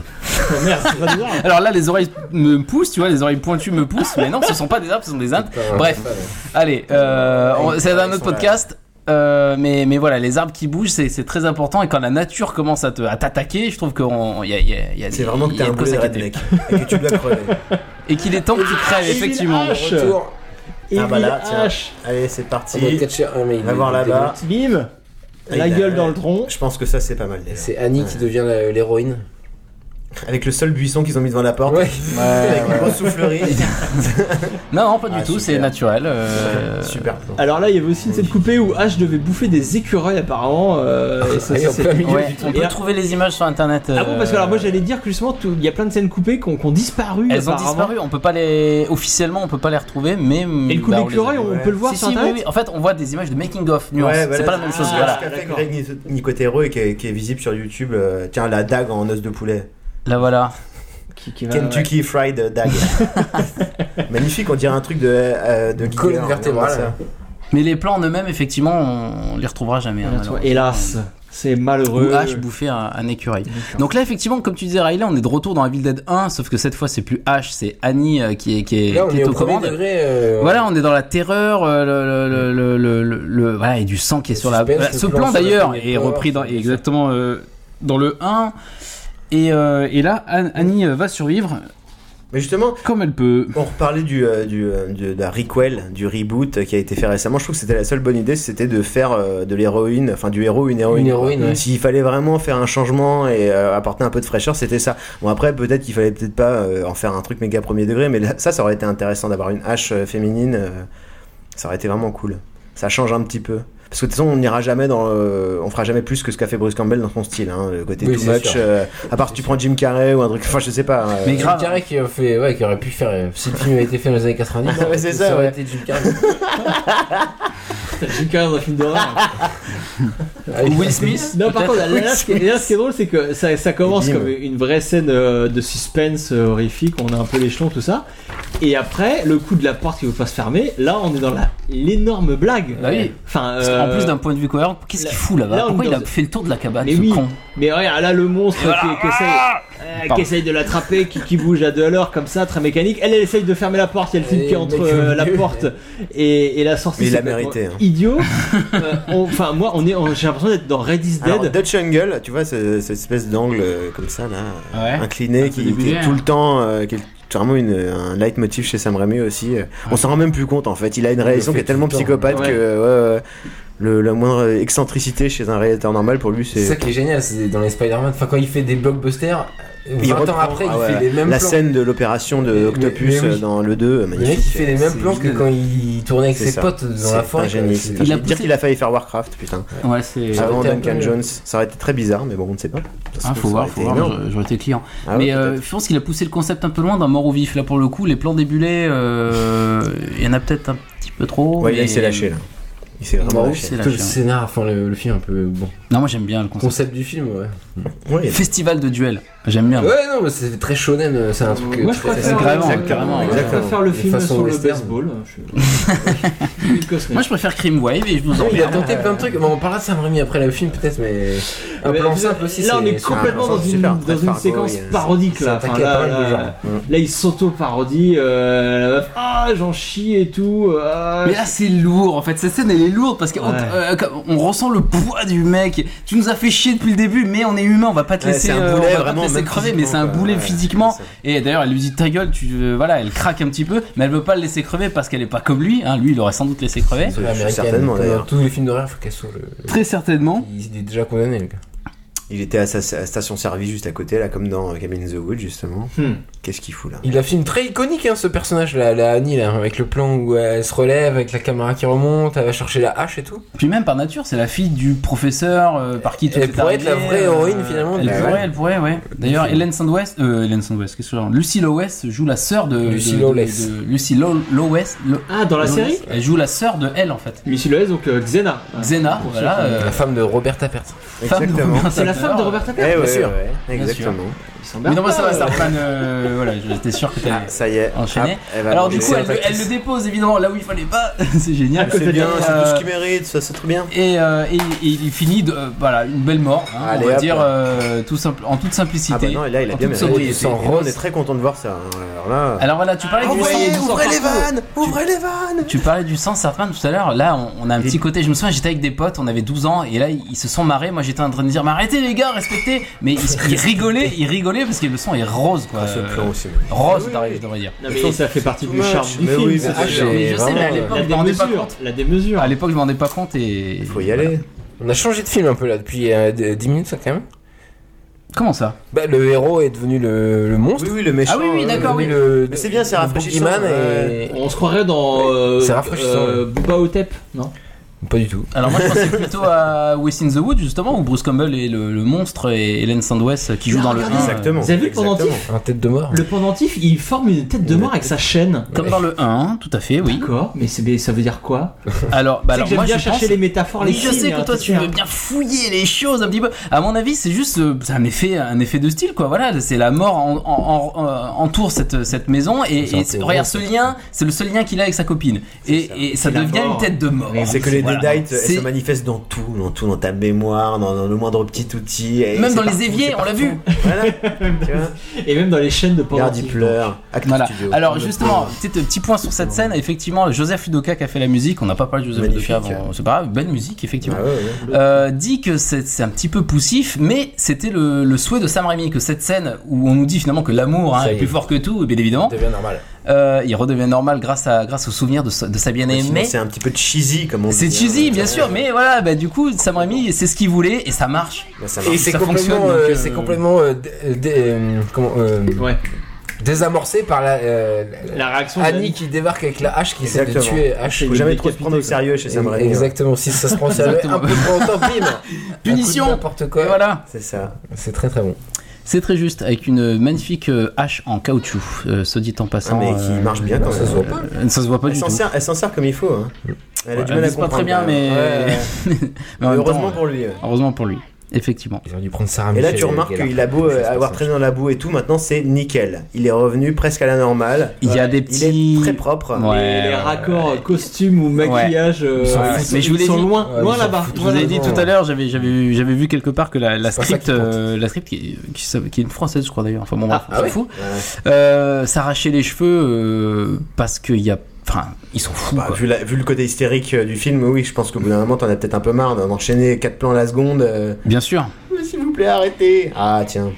Oh, merde, c'est pas des arbres.
Alors là, les oreilles me poussent, tu vois, les oreilles pointues me poussent, mais non, ce sont pas des arbres, ce sont des intes.
Enfin,
Bref,
ouais.
allez, euh, on- c'est un
hein. Ah, Ils
autre
sont
podcast. euh, mais, mais voilà, les arbres qui bougent, c'est c'est très important. Et quand la nature commence à te- à t'attaquer, je trouve qu'on y a, y a- y a-
C'est vraiment que
y a
t'es un
de quoi
boulet de
s'inquiéter.
redneck et que tu dois crever.
Et qu'il est temps que tu crèves, Ah, effectivement.
Ash.
Retour.
Ah bah là,
Evil
tiens.
Ash.
Allez, c'est parti.
On doit catcher un, mais il
Va
est-
voir
il était
là-bas.
mort.
Bim
Et
La
il a-
gueule dans le tronc.
Je pense que ça, c'est pas mal. d'ailleurs.
C'est Annie qui devient la- l'héroïne.
Avec le seul buisson qu'ils ont mis devant la porte.
Ouais.
Avec une grosse soufflerie.
Non, non, pas du
Ah,
tout,
super.
c'est naturel. euh,
Super plan.
Alors là, il y avait aussi une scène coupée où Ash devait bouffer des écureuils apparemment. euh, et ça,
Ah,
ça,
en
c'est-
plein milieu
ouais,
du
on
Et
peut
là-
trouver les images sur internet. euh,
Ah bon, parce que alors moi j'allais dire que justement, tout- il y a plein de scènes coupées qui ont disparu.
Elles ont
apparemment.
disparu, on peut pas les. Officiellement, on peut pas les retrouver, mais.
Et le coup
bah, on les a.
d'écureuil, on,
ouais.
peut le voir
Si,
sur
si, oui,
internet.
oui. En fait, on voit des images de making-of, nuance.
Ouais,
c'est
voilà,
pas la même chose.
c'est
voilà.
Ce qu'a fait Greg Nic- Nicotero et qui est, qui est visible sur YouTube. euh, tiens, la dague en os de poulet.
Là, voilà.
Qui- qui va-
Kentucky Fried Dague. Magnifique, on dirait un truc de, euh, de
Colonne
Giger,
vertébrale.
regarde
Mais les plans en eux-mêmes, effectivement, on on les retrouvera jamais. hein,
ouais.
malheureusement.
Hélas, c'est malheureux.
Ou Ash bouffer un, un écureuil. Donc là, effectivement, comme tu disais, Riley, on est de retour dans Evil Dead 1, sauf que cette fois, c'est plus Ash, c'est Annie euh, qui est, qui est,
Là, on
qui
est
est
au
aux
premier
commandes.
degré. euh,
Voilà, on est dans la terreur, euh, le, le, le, le, le- le- le- voilà, et du sang qui est
Le
sur la.
suspense,
voilà,
le
ce
plan
plan
sur la
d'ailleurs
première
est
fois,
repris dans,
c'est-
exactement euh, dans le 1. Et, euh, et là, An- Annie euh, va survivre.
Mais justement,
Comme elle peut.
on reparlait du, euh, du, euh, du- d'un requel, du reboot euh, qui a été fait récemment. Je trouve que c'était la seule bonne idée, c'était de faire euh, de l'héroïne, enfin du héros une héroïne.
Une héroïne,
quoi.
ouais.
S'il fallait vraiment faire un changement et euh, apporter un peu de fraîcheur, c'était ça. Bon après, peut-être qu'il fallait peut-être pas euh, en faire un truc méga premier degré, mais là, ça, ça aurait été intéressant d'avoir une hache euh, féminine. euh, ça aurait été vraiment cool. Ça change un petit peu. Parce que de toute façon, on n'ira jamais dans. le- on fera jamais plus que ce qu'a fait Bruce Campbell dans son style, hein, le côté
Oui,
too
c'est
much.
sûr.
euh, à part si tu prends Jim Carrey ou un truc. Enfin, je sais pas. euh,
Mais
Jim
grave.
Carrey qui, a fait, ouais, qui aurait pu faire. euh, Si le film avait été fait dans les années 90,
Ah ouais, c'est ça,
aurait
ouais.
été Jim Carrey.
Jim Carrey dans un film d'horreur.
Will Smith
Non, par
peut-être.
contre, là, là, ce qui est- là, ce qui est drôle, c'est que ça, ça commence
Et bim.
comme une vraie scène euh, de suspense euh, horrifique, on a un peu les chelons, tout ça. Et après, le coup de la porte qui vous fasse fermer, là, on est dans la- l'énorme blague.
Bah oui.
Enfin,
Parce qu'en
euh,
plus d'un point de vue cohérent, qu'est-ce qu'il
là-
fout
là,
là-bas
on
Pourquoi
est
il a
dans-
fait le tour de la cabane,
Mais
ce
oui.
con
Mais regarde, là, le monstre qui, qui essaye, euh, qui
Pardon.
essaye de l'attraper, qui, qui bouge à deux à l'heure, comme ça, très mécanique. Elle, elle essaye de fermer la porte, il y a le type
Et
qui est
le
entre
mec au
euh, la
milieu.
porte et, et la sortie.
Mais il
c'est
l'a mérité,
complètement
hein.
Idiot. Euh, on- Enfin, moi, on est, on- j'ai l'impression d'être dans Red is
Alors,
Dead.
Dutch Angle, tu vois, ce- cette espèce d'angle euh, comme ça, là,
Ouais.
incliné, qui,
début,
qui est
hein.
tout le temps, euh, qui est vraiment une, un leitmotiv chez Sam Raimi aussi. euh. On s'en rend même plus compte, en fait. Il a une réalisation
fait
qui est tellement
tout le temps.
psychopathe
Ouais.
que euh, ouais, ouais, le, la moindre excentricité chez un réalisateur normal, pour lui,
C'est ça
c'est...
qui est génial, c'est dans les Spider-Man. Enfin, quand il fait des blockbusters, 20
Il
ans
reprend,
après,
ah
il
ouais,
fait les mêmes
La
plans.
scène de l'opération
Mais-
de
mais-
Octopus
mais oui.
euh, dans le 2, euh,
Le mec,
magnifique.
il fait les mêmes
C'est
plans que
génial.
quand il tournait avec
C'est
ses
ça.
potes dans
C'est
la forêt.
un génie.
quoi.
c'est
C'est-
un
Il a
génie. Dire
poussé-
qu'il a failli faire Warcraft, putain.
Ouais, c'est.
Ah,
Avant
aurait été un
Duncan
peu-
Jones, ça aurait été très bizarre, mais bon, on ne sait pas. Ça se
Ah,
trouve,
faut
ça
voir,
aurait
faut
été
voir,
énorme.
j'aurais- j'aurais été client.
Ah ouais,
mais euh,
peut-être.
je pense qu'il a poussé le concept un peu loin d'un mort au vif. Là, pour le coup, les plans débulés, euh, il y en a peut-être un petit peu trop.
Ouais, là,
Oh, mais-
il s'est lâché, là. Il s'est vraiment
Bon,
lâché.
c'est
Tout le
lâché, hein.
scénar, enfin le, le film un peu bon.
Non, moi j'aime bien le concept.
Concept du film, ouais.
Ouais,
Festival de duel, j'aime bien.
Ouais, non, mais c'est très shonen, euh, c'est un truc.
Moi,
euh,
je
très-
préfère,
Carrément,
euh,
carrément,
je
exactement.
préfère le
De
film
façon
sur le
western.
baseball. euh, Je- Bill Cosner.
Moi je préfère Crime Wave et je vous en
Il a tenté plein de trucs. Bon, on parlera de Sam Raimi après le film, peut-être, mais. Un
Mais
plan
là,
simple aussi.
Là, on
c'est-
est
c'est
complètement
un
dans
genre
une,
super,
dans
très
une
parodique,
séquence
hein.
parodique
c'est
là.
attaqué
Enfin,
à
là,
pas mal de
là,
gens.
là, il s'auto-parodie. euh, la meuf, ah, j'en chie et tout. ah.
Mais là c'est lourd en fait, cette scène elle est lourde parce qu'on
Ouais.
on ressent le poids du mec. Tu nous as fait chier depuis le début mais on est humain, on va pas te
Ouais,
laisser,
c'est un
euh, on
boulet,
va pas te
vraiment,
laisser
même
crever mais c'est un
physiquement,
boulet
quoi. Ouais,
physiquement.
c'est ça.
Et d'ailleurs elle lui dit ta gueule, tu, euh, voilà, elle craque un petit peu mais elle veut pas le laisser crever parce qu'elle est pas comme lui. hein. Lui il aurait sans doute laissé crever.
c'est américaine,
Certainement,
comme dans
d'ailleurs.
Tous les films d'horreur, faut qu'elle soit le.
Très certainement.
Il est déjà condamné, le gars.
Il était à sa sa station-service juste à côté, là, comme dans euh, Cabin in the Wood, justement.
Hmm.
Qu'est-ce qu'il fout là
Il a fait une très iconique, hein, ce personnage, la, la Annie, là, avec le plan où elle se relève, avec la caméra qui remonte, elle va chercher la hache et tout.
Puis même par nature, c'est la fille du professeur euh, par qui tout
Elle
est
pourrait
arrivé,
être
euh,
la vraie héroïne, finalement,
Elle
de-
pourrait,
ouais.
elle pourrait, ouais. D'ailleurs, Hélène Sandwest, euh, Hélène Sandwest, qu'est-ce que je veux dire Lucy Lowes joue la sœur de
Lucy
de- de-
Lawless.
de- Lucy Law- Lowes. Law-
Ah, dans la
Lawless.
série
Elle joue la sœur de elle en fait.
Missy Loez, donc euh, Xena.
Xena,
Pour
voilà.
ceux qui-
euh,
La femme de Robert Tappert.
femme de Robert
C'est la
Tapper.
femme de Robert
Eh
Tapper.
ouais,
bien sûr.
ouais, exactement.
Il s'en
Oui, non,
bat
moi ça va,
pas,
ça
euh.
reprend, euh, Voilà, j'étais sûr que t'allais.
Ça y est,
Enchaîné.
hop, Ah, elle va
Alors
manger.
du coup, elle, le- elle le dépose évidemment là où il fallait pas. c'est génial.
Ah, c'est bien,
Et,
c'est
euh,
tout ce qu'il mérite, ça c'est très bien.
Et, euh, et- et il finit de, euh, voilà une belle mort hein,
Allez,
on va
hop.
dire euh, tout simple en toute simplicité
Ah bah non, et là il a
en
bien
toute
mérité.
simplicité.
Et on est très content de voir ça. hein. Alors là.
alors voilà tu parlais du sang,
Ouvrez,
du sang
ouvrez les
partout.
vannes Ouvrez les vannes
tu parlais du sang serpent tout à l'heure là on, on a un petit côté je me souviens j'étais avec des potes on avait 12 ans et là ils ils se sont marrés moi j'étais en train de dire mais arrêtez les gars respectez mais ils, ils rigolaient ils rigolaient parce que le sang est rose quoi Euh,
Ce plan aussi.
rose
Oui,
t'arrives,
oui.
je devrais dire
Non, mais ça, ça fait partie du charme du
Mais
film.
oui,
ça,
mais
c'est-
c'est-
mais ah, je sais mais à
euh,
vraiment,
l'époque
la
je m'en rendais pas
démesure.
compte
La démesure.
à l'époque je m'en rendais pas compte et
Faut y aller.
On a changé de film un peu là depuis euh, d- 10 minutes ça, quand même.
comment ça
Bah, le héros est devenu le, le monstre.
Oui, oui, le méchant.
ah oui oui
euh,
d'accord oui
Devenu le-
Mais c'est bien, c'est
le
rafraîchissant,
boogeyman
ouais.
et...
On se croirait dans euh,
C'est rafraîchissant,
euh, Booba Otep, non
Pas du tout.
Alors moi je pensais plutôt à West in the Wood justement où Bruce Campbell est le, le monstre et Hélène Sandwest qui joue
Ah,
dans le 1
regardez,
Exactement.
Vous avez vu le
exactement.
pendentif
Un tête de mort.
Le pendentif, il forme une tête de mort avec sa chaîne.
euh, comme dans le 1 tout à fait oui.
D'accord, mais, c'est- mais ça veut dire quoi
Alors bah
C'est
alors
que j'aime
moi
bien
je
chercher
pense
les métaphores, les
Oui, je
signes,
sais que
hein,
toi
tout
tu
ça.
veux bien fouiller les choses un petit peu. À mon avis, c'est juste euh, c'est un effet un effet de style quoi. Voilà, c'est la mort en, en- en- euh, entoure cette cette maison et,
C'est
et
un peu
regarde
gros,
ce lien, c'est le seul lien qu'il a avec sa copine et, et ça
C'est la
devient
mort.
une tête de mort.
Mais
C'est que les des
Oh, voilà.
nights, elle
C'est-
se manifeste dans tout, dans tout, dans ta mémoire, dans, dans le moindre petit outil. et
Même
c'est
dans les
partout,
éviers,
c'est
on l'a
partout.
vu.
Voilà, tu vois.
Et même dans les chaînes de
Regarde, il
pornographie.
pleure. Acte
Voilà.
studio.
Alors
Le
justement,
pauvre.
petit, euh, petit point sur cette scène. Effectivement, Joseph Ludoka qui a fait la musique. On n'a pas parlé de Joseph Ludoka
Magnifique.
avant. C'est pas grave. Belle musique, effectivement.
Ah ouais, ouais.
Euh, dit que c'est c'est un petit peu poussif, mais c'était le, le souhait de Sam Raimi que cette scène où on nous dit finalement que l'amour hein,
Ça y
est
est.
plus fort que tout, et bien évidemment,
devient normal.
euh, il redevient normal grâce à grâce au souvenir de, sa- de sa
Ouais, sinon,
bien-aimée.
c'est un petit peu cheesy comme on dit. hein.
C'est cheesy, bien sûr, mais voilà, bah, du coup, Sam Raimi, c'est ce qu'il voulait et ça marche.
Et c'est
Ça fonctionne,
complètement,
donc,
euh,
euh,
c'est complètement euh, dé- euh, dé- euh, comment, euh,
Ouais.
désamorcé par la, euh, la-
La réaction de
Annie qui débarque avec la hache qui essaie de
Exactement.
tuer H.
Faut jamais trop se prendre au
Décapité,
sérieux chez Sam
hein.
Raimi. hein. ouais.
Exactement, si ça se prend ça un
Exactement.
peu trop longtemps, bim
Punition.
Un coup de N'importe quoi,
Et voilà,
C'est ça.
c'est très très bon.
c'est très juste avec une magnifique euh, hache en caoutchouc, euh, se dit en
Ah,
passant.
mais qui
euh,
marche bien quand
ça se voit
même.
pas.
euh, ça se voit pas
Elle
du
s'en
tout. Mm.
sert, elle s'en sert comme il faut. hein. Elle a du
Ouais,
mal à
c'est pas
comprendre.
très bien, mais,
Ouais, ouais.
Mais en même temps, euh.
Heureusement pour lui. ouais.
heureusement pour lui, effectivement.
Ils ont dû prendre Sarah
Et là,
Michel
tu remarques
Gellar.
qu'il a beau euh,
Ça se
avoir
passe.
traîné dans la boue et tout, maintenant c'est nickel. Il est revenu presque à la normale.
Il y a des petits-
Il est très propre.
Ouais.
les, les raccords euh, costumes ou maquillage, euh,
Ils s'en
ils
foutent.
sont-
Mais je
ils
vous l'ai
sont
dit.
loin,
Ouais,
loin
ils s'en
là-bas.
foutent.
Je vous avais dit tout à l'heure, j'avais j'avais j'avais vu quelque part que la, la
C'est pas ça
script
qui compte.
euh, la script qui, qui s'appelle- qui est une française je crois d'ailleurs. Enfin bon bref,
Ah,
on
ah
s'en
ouais
fout. Euh, s'arracher les cheveux euh, parce qu'il y a enfin ils sont fous
Bah,
quoi.
vu, la- vu le côté hystérique euh, du film, oui, je pense qu'au bout d'un moment, t'en as peut-être un peu marre d'en enchaîner 4 plans la seconde. euh,
Bien sûr.
Mais S'il vous plaît, arrêtez. Ah, tiens.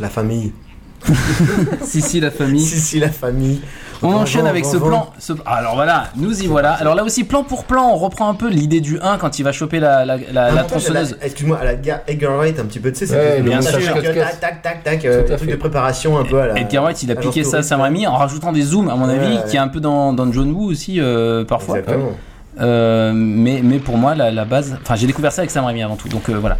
La famille.
si, si, la famille.
Si, si, la famille.
On
Vend,
enchaîne
vend,
avec
vend,
ce
vend.
plan. ce- ah, Alors voilà, nous y voilà. Alors là aussi, plan pour plan, on reprend un peu l'idée du 1 quand il va choper la, la, la-
Ah,
la
mais en fait, elle a-
tronçonneuse.
Excuse-moi, à la gare Eggerwright, un petit peu, tu sais,
Ouais,
c'est
le
message
cut-cut.
Tac, tac, tac, tac, euh,
Tout à
un truc
fait.
de préparation un peu à la.
Edgar Wright, il a
agence
piqué ça à
touriste.
Sam Raimi en rajoutant des zooms, à mon
Ouais,
avis,
ouais.
qui est un peu dans, dans John Woo aussi, euh, parfois.
Exactement.
Euh, mais, mais pour moi, la, la base. Enfin, j'ai découvert ça avec Sam Raimi avant tout, donc euh, voilà.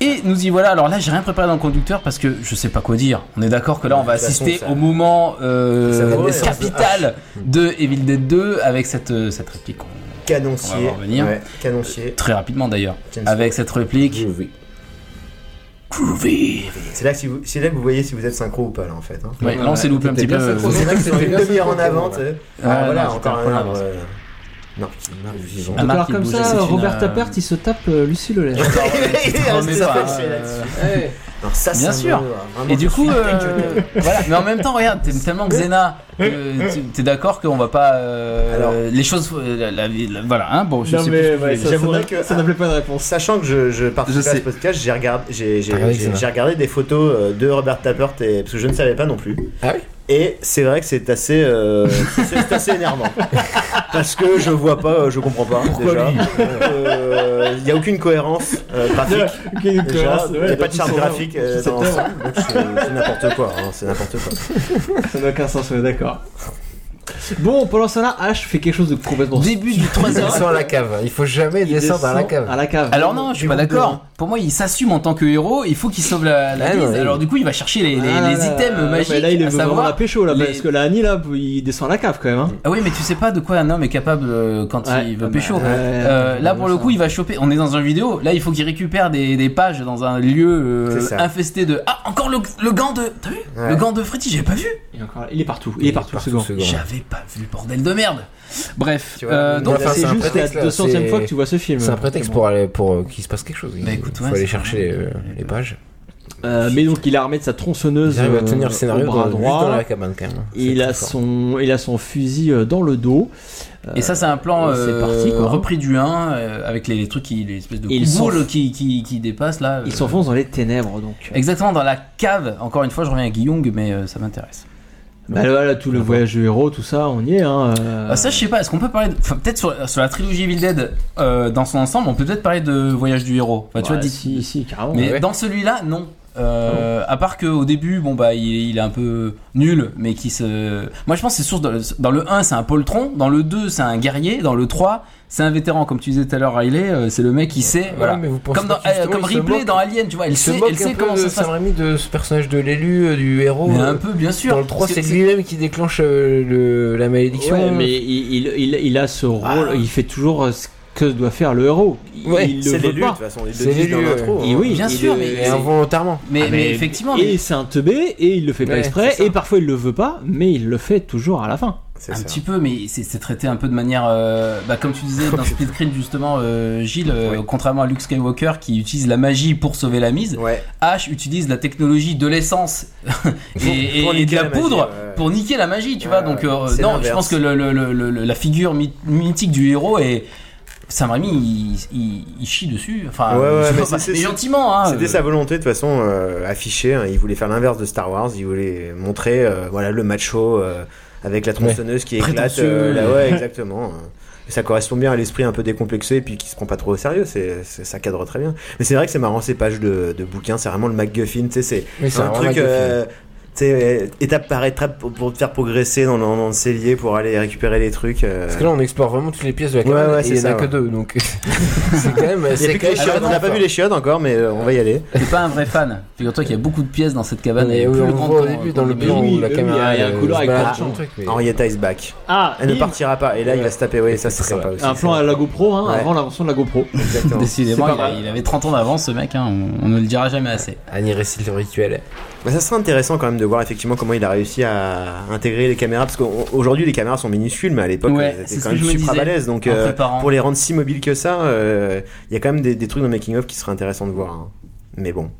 Et nous y voilà. Alors là, j'ai rien préparé dans le conducteur parce que je sais pas quoi dire. On est d'accord que là,
De
on va
toute façon,
assister
ça-
au moment
Ça va
euh,
être
capital de Evil Dead 2 avec cette, euh, cette réplique. on- On va
Canoncier.
en revenir.
Ouais, canoncier.
Très rapidement d'ailleurs.
James
Avec cette réplique.
Groovy.
Groovy.
C'est là, que si vous, c'est là que vous voyez si vous êtes synchro ou pas, là, en fait. hein.
Ouais, là, on s'est loupé un petit peu.
bien synchro.
euh,
C'est vrai que c'était une
Ouais.
demi-heure en avant, tu sais. Ah,
Ouais,
voilà,
non,
encore
c'était
un
un
arbre.
peu
euh, Non, putain, un arbre vivant.
Ah,
Donc,
Marc,
alors
il
comme
bouge,
ça,
c'est une,
Robert
euh,
Tapert, il se tape euh, Lucie Lolaire.
Il est resté
pas,
scotché
euh,
là-dessus.
Ouais.
euh, Alors ça,
Bien
ça me-
sûr.
vraiment,
Et du
je
coup,
suis-
euh, voilà. Mais en même temps, regarde, t'aimes tellement Xena, euh, tu- t'es d'accord qu'on va pas. euh,
Alors.
les choses. euh, la- la- la- voilà, hein, bon, je
Non,
sais
mais,
plus.
ouais, ça- ça
J'avouerais
n'a-
que-
ça n'appelait pas de réponse.
Sachant que je, je participe
Je
à
sais.
ce podcast, j'ai regardé, j'ai, j'ai,
T'as regardé
j'ai-
ça.
j'ai regardé des photos euh, de Robert Tappert et, parce que je ne savais pas non plus.
Ah oui
Et c'est vrai que c'est assez, euh, c'est, c'est assez énervant. Parce que je vois pas, euh, je comprends pas. déjà. Euh, Il n'y a aucune cohérence euh, graphique.
Ok, donc,
Déjà,
euh,
il
ouais,
n'y a pas
donc,
de charte
ils sont-
graphique euh,
cette
dans l'ensemble, donc c'est, c'est n'importe quoi. hein, c'est n'importe quoi.
Ça n'a aucun sens, on est d'accord. Bon, pendant cela, H fait quelque chose de complètement.
Début du 3
Il descend à la cave. Il faut jamais descendre à la cave. Ah
À la cave.
Alors non, je suis pas d'accord. Pour moi, il s'assume en tant que héros. Il faut qu'il sauve la, la
Ah,
mise.
ouais.
Alors du coup, il va chercher les, les-
Ah,
les
là,
items
là, là,
magiques.
mais là, il est
à
vraiment
savoir
à pécho, là,
les-
parce que la Annie, là, il descend à la cave quand même. Hein.
Ah oui, mais tu sais pas de quoi un homme est capable euh, quand
Ouais.
il veut
Ah,
pécho.
bah, ouais,
Euh,
ouais,
là,
ouais,
pour le
ça.
coup, il va choper. On est dans un vidéo. Là, il faut qu'il récupère des, des pages dans un lieu euh,
C'est ça.
infesté de. Ah, encore le, le gant de. T'as vu
Ouais.
Le gant de Freddy, j'avais pas vu.
Il est, encore- il est partout, il est partout, ce gant.
second.
J'avais pas vu, bordel de merde. Bref,
Tu vois,
euh, donc.
enfin, c'est
c'est
un
juste la
prétexte, là,
200 e
c'est-
fois que tu vois ce film.
C'est un prétexte pour aller pour euh, qu'il se passe quelque chose. Il
Bah, écoute,
faut
ouais,
aller
c'est-
chercher euh, les pages.
Euh, mais donc, il a remis de sa tronçonneuse
Il arrive à
euh,
tenir le scénario
au bras
dans, juste
droit.
dans la cabane quand même.
Il
C'est
a,
très fort.
son, il a son fusil euh, dans le dos.
Et ça, c'est un plan
c'est
euh,
parti, quoi.
repris du 1 euh, avec les, les trucs qui, les espèces de
Et ils
coups
s'en-
boules qui, qui, qui dépassent là. euh,
Il s'enfonce dans les ténèbres, donc.
Exactement dans la cave. Encore une fois, je reviens à Guillaume, mais euh, ça m'intéresse.
Bah là, là, tout
Ah
le voyage du héros, tout ça, on y est. Hein, euh.
Ah, ça, je sais pas. Est-ce qu'on peut parler de... enfin, peut-être sur, sur la trilogie Evil Dead euh, dans son ensemble, on peut peut-être parler de Voyage du héros. Enfin, tu
Ouais,
vois, d'ici.
si, si,
Ah
carrément.
Mais
ouais.
dans celui-là, non. Euh, À part qu'au début, bon bah, il, il est un peu nul, mais qui se. Moi, je pense que c'est source dans le, dans le 1, c'est un poltron. Dans le 2, c'est un guerrier. Dans le 3, c'est un vétéran, comme tu disais tout à l'heure, Riley. euh, C'est le mec qui sait. voilà.
Ouais, mais vous pensez
Comme, dans,
pas que
euh,
justement,
comme
il se
Ripley
moque-
dans Alien, tu vois, elle
Il se
sait,
moque
elle
un
sait
peu
comment
de
ça se
Sam
passe.
Raimi de ce personnage de l'élu, euh, du héros.
Mais
euh,
un peu, bien sûr.
Dans le 3, c'est
C'est-
lui-même qui déclenche euh, le- la malédiction.
Ouais, mais il, il, il, il a ce rôle, il fait toujours euh, ce que doit faire le héros. Il,
Ouais,
il
C'est
le veut
l'élu, de toute
pas.
façon. Ils
C'est
le disent dans
l'élu,
l'intro.
Et
hein.
oui,
Bien
il
sûr,
le-
mais-
Et involontairement.
Mais,
Ah,
mais, effectivement, mais-
Et c'est un teubé, et il le fait pas
Ouais,
exprès,
c'est ça.
et parfois il le veut pas, mais il le fait toujours à la fin.
Un petit peu, mais c'est c'est traité un peu de manière, euh, bah, comme tu disais dans Split Screen justement, euh, Gilles, euh, contrairement à Luke Skywalker qui utilise la magie pour sauver la mise,
Ouais.
H utilise la technologie de l'essence et, et-
pour euh,
et
niquer
de la,
la magie,
poudre
ouais, ouais.
pour niquer la magie, tu
Ouais,
vois. Donc
ouais,
euh,
c'est
non,
l'inverse.
je pense que le- le- le- le- la figure myth- mythique du héros est Sam Raimi, il, il- il chie dessus, enfin,
Ouais, ouais,
je sais
mais
pas,
c'est- c'est-
gentiment. Hein,
C'était
Euh,
sa volonté de toute façon euh, affichée. hein. Il voulait faire l'inverse de Star Wars. Il voulait montrer euh, voilà le macho euh, avec la tronçonneuse qui éclate.
Prétentieux.
euh, là, ouais, exactement. Et ça correspond bien à l'esprit un peu décomplexé et puis qui se prend pas trop au sérieux. C'est c'est- ça cadre très bien. Mais c'est vrai que c'est marrant ces pages de, de bouquins. C'est vraiment le MacGuffin. Tu sais, c'est
Oui, c'est
un
vraiment
truc.
MacGuffin.
euh, tu sais, euh, étape par étape pour, pour te faire progresser dans le, dans le cellier pour aller récupérer les trucs. euh.
Parce que là, on explore vraiment toutes les pièces de la
Ouais,
cabane
ouais,
et il y
c'est
en a
ça,
que
ouais.
deux, donc c'est quand même.
Il y a
C'est
plus que
quand
les
même
chiottes. On n'a pas vu les chiottes encore, mais euh, on va y aller.
T'es pas un vrai fan. Figure-toi qu'il y a beaucoup de pièces dans cette cabane.
Mais
elle est
oui,
plus
on le
grande
voit au
qu'on-
début
qu'on
dans le
l'imagine.
plan
Oui,
où la
oui, il y a un
caméra. euh, se
couloir avec
balade
plein de
sur le
gens.
truc, mais-
Henrietta is back.
Ah,
Elle ne
bim,
partira pas. Et là, il va se taper. Oui, ça, c'est
c'est
sympa aussi.
un plan à la GoPro, hein,
Ouais.
avant l'invention de la GoPro.
Exactement.
Décidément,
C'est pas
il, a-
mal.
il avait 30 ans d'avance, ce mec. hein, on, on ne le dira jamais assez.
Annie récite le rituel.
Mais Bah, ça serait intéressant quand même de voir effectivement comment il a réussi à intégrer les caméras. Parce qu'aujourd'hui, les caméras sont minuscules, mais à l'époque,
Ouais,
elles
c'est
étaient
ce
quand
que je
même
me
super
disais,
balèzes. Donc,
en
euh,
préparant.
pour les rendre si mobiles que ça, euh, il y a quand même des, des trucs dans le making-of qui seraient intéressants de voir. hein. Mais bon.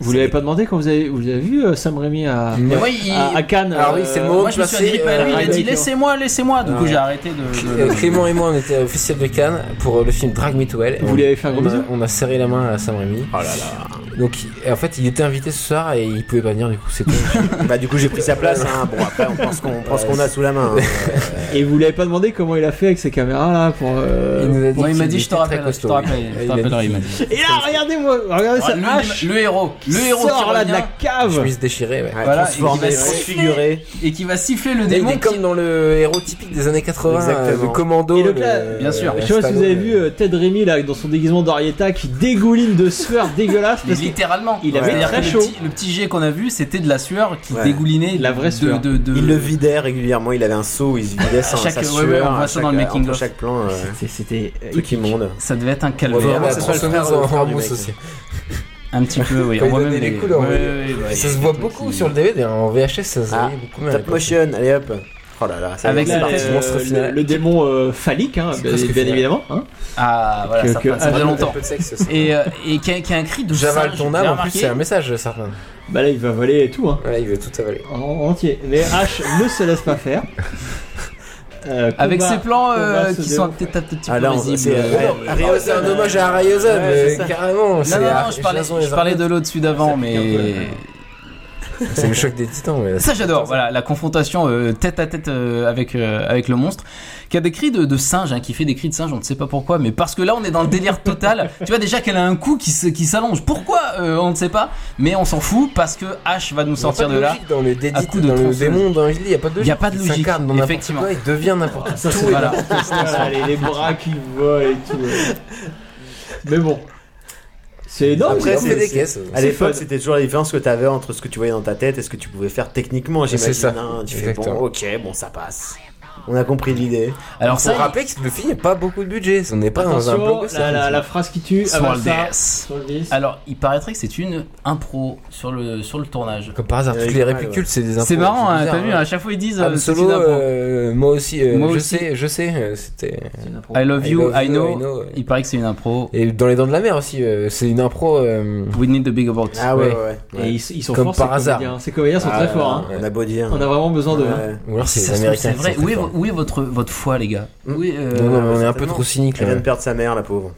Vous l'avez pas demandé quand vous avez, vous avez vu euh, Sam Raimi à,
Mais moi, il-
à, à Cannes
Alors oui,
euh,
c'est le moment
moi, je me suis
placé,
agrippé à lui. Il
euh,
a dit
hein.
avec-
laissez-moi, laissez-moi. Du coup,
Ouais.
j'ai arrêté de. de-
Euh, Clément et moi, on était officiels de Cannes pour le film Drag Me to Hell.
Vous
On-
lui avez fait un gros
on a-
bisou
On a serré la main à Sam Raimi.
Oh là là.
Donc, il- en fait, il était invité ce soir et il pouvait pas venir, du coup, c'était.
bah, du coup, j'ai pris sa place. hein. Bon, après, on prend ce qu'on prend ce qu'on a sous la main. hein.
euh, Et vous l'avez pas demandé comment il a fait avec ses caméras là pour. euh,
nous a dit
Moi, il
qu'il
m'a dit
était
je te
très
rappelle, je te
costaud,
rappelle,
oui.
je te
Il a
rappellerai,
dit-
il m'a dit.
Et là, regardez-moi, regardez
Ah,
ça. Ah,
le, le héros, le héros qui
sort là de
revient
la cave.
Chemise déchirée, ouais.
Ouais,
Voilà, et
transformé,
il va siffler.
transfiguré.
et qui va siffler le
Il est
démon. qui-
comme dans le héros typique des années 80, euh,
Exactement.
le commando.
Et donc là,
bien sûr.
Je sais pas si vous avez vu euh, Ted Remy là dans son déguisement d'Arietta qui dégouline de sueur dégueulasse
Mais
parce que
littéralement.
il avait
C'est-à-dire
très
que le
chaud.
petit- Le petit jet qu'on a vu, c'était de la sueur qui
Ouais.
dégoulinait.
La vraie
de-
sueur.
de- de-
Il le vidait régulièrement, il avait un seau où il se vidait sans
chaque-
sa
ouais,
sueur,
ouais, on
à
voit ça
chaque-
dans le making
entre
of.
chaque plan, euh,
C'est- c'était euh,
truc immonde.
Ça devait être un
On
calvaire.
voit
Ouais,
vraiment
ouais,
la
c'est pas le
tronçonneuse
frère
en
de Ford
en
du
mousse
mec.
aussi.
Un petit peu, oui. Ah,
Quand
On
il
voit
donnait
même
les
les-
couleurs,
ouais,
oui.
ouais, ouais, ouais.
Ça se voit beaucoup sur le DVD, hein, en VHS, ça se
Ah,
voyait beaucoup mieux. à
Top
l'époque.
motion, allez hop. Oh là là, ça y est,
Avec
c'est
là,
parti.
euh,
monstre final.
le, le démon euh, phallique, hein,
C'est
bien,
presque
bien
final.
évidemment. hein.
Ah, voilà,
Que-
ça
que-
fait- ça fait longtemps.
peu de sexe, ça.
Et, euh, et qui a, qui a un cri de
J'avale
singe,
ton
j'ai
âme, en plus,
remarqué.
c'est un message, certain.
Bah là, il va voler et tout hein,
Ouais, il veut tout avaler.
en, en entier. Mais H ne se laisse pas faire. Euh,
Avec
combat-
ses plans euh,
combat se
qui sont un
déroule.
peut-être un petit
Ah
peu
là, on-
risibles.
c'est euh,
Non,
ouais,
Ah, c'est
Harry
un
Hawthorne,
hommage à Ryuzen,
c'est ça.
carrément. c'est
non, non,
Harry-
je parlais,
Jason et
je parlais
Zartan.
de l'au-dessus d'avant, mais.
C'est le choc des titans, mais.
Ça, j'adore, voilà, la confrontation euh, tête à tête euh, avec, euh, avec le monstre, qui a des cris de, de singe, hein, qui fait des cris de singe, on ne sait pas pourquoi, mais parce que là, on est dans le délire total. tu vois déjà qu'elle a un coup qui se- qui s'allonge. Pourquoi euh, On ne sait pas, mais on s'en fout parce que H va nous
Il y a pas
sortir de là.
logique Dans le dédit,
coup de
dans le
tronçonneuse.
démon, dans il y a pas de logique.
Il y a pas de
Il
logique,
s'incarne dans n'importe
effectivement.
quoi, Il devient n'importe quoi.
Ça, c'est
Tout est
voilà.
là.
Voilà, les, les bras qui voient et tout. euh. Mais bon. C'est énorme.
Après,
Il en
c'est-
fait des caisses.
À
C'est
l'époque,
fun.
c'était toujours la différence que tu avais entre ce que tu voyais dans ta tête et ce que tu pouvais faire techniquement, j'imagine.
ça.
hein. tu fais
Exactement.
bon, ok, bon, ça passe. On a compris l'idée.
Alors,
Faut
ça,
rappeler que le film n'a pas beaucoup de budget. On n'est pas dans un
Attention,
blockbuster.
la, la, la phrase qui tue.
Sur
ah bah
le
ça,
DS.
sur le DS.
Alors, il paraîtrait que c'est une impro sur le, sur le tournage.
Comme par hasard,
Avec
tous les
mal,
répicules, c'est des impôts.
C'est marrant, hein,
bizarre,
t'as vu,
hein.
à chaque fois ils disent
Han
euh, c'est
Solo,
une impro.
euh, moi aussi, euh,
Moi
je
aussi.
sais, je sais, euh, c'était.
I love
I
you,
love
I
you,
know.
I know, ouais.
Il paraît que c'est une impro.
Et dans les dents de la mer aussi, euh, c'est une impro. euh,
We need the big about.
Ah ouais, ouais, ouais.
Et ils, ils sont
Comme
forts,
par
ces
hasard.
comédiens. Ces comédiens sont
Ah,
très forts. hein.
On a beau dire.
On a vraiment besoin hein. de.
Ouais.
Ou alors
Si ça
c'est les
se trouve, Ah, c'est
Américains.
vrai.
qui sont
Où
très
est,
forts.
où est votre, votre foi, les gars Où est, euh,
Non, non, mais on est un peu
certainement.
trop cynique
Elle
là.
vient de perdre sa mère, la pauvre.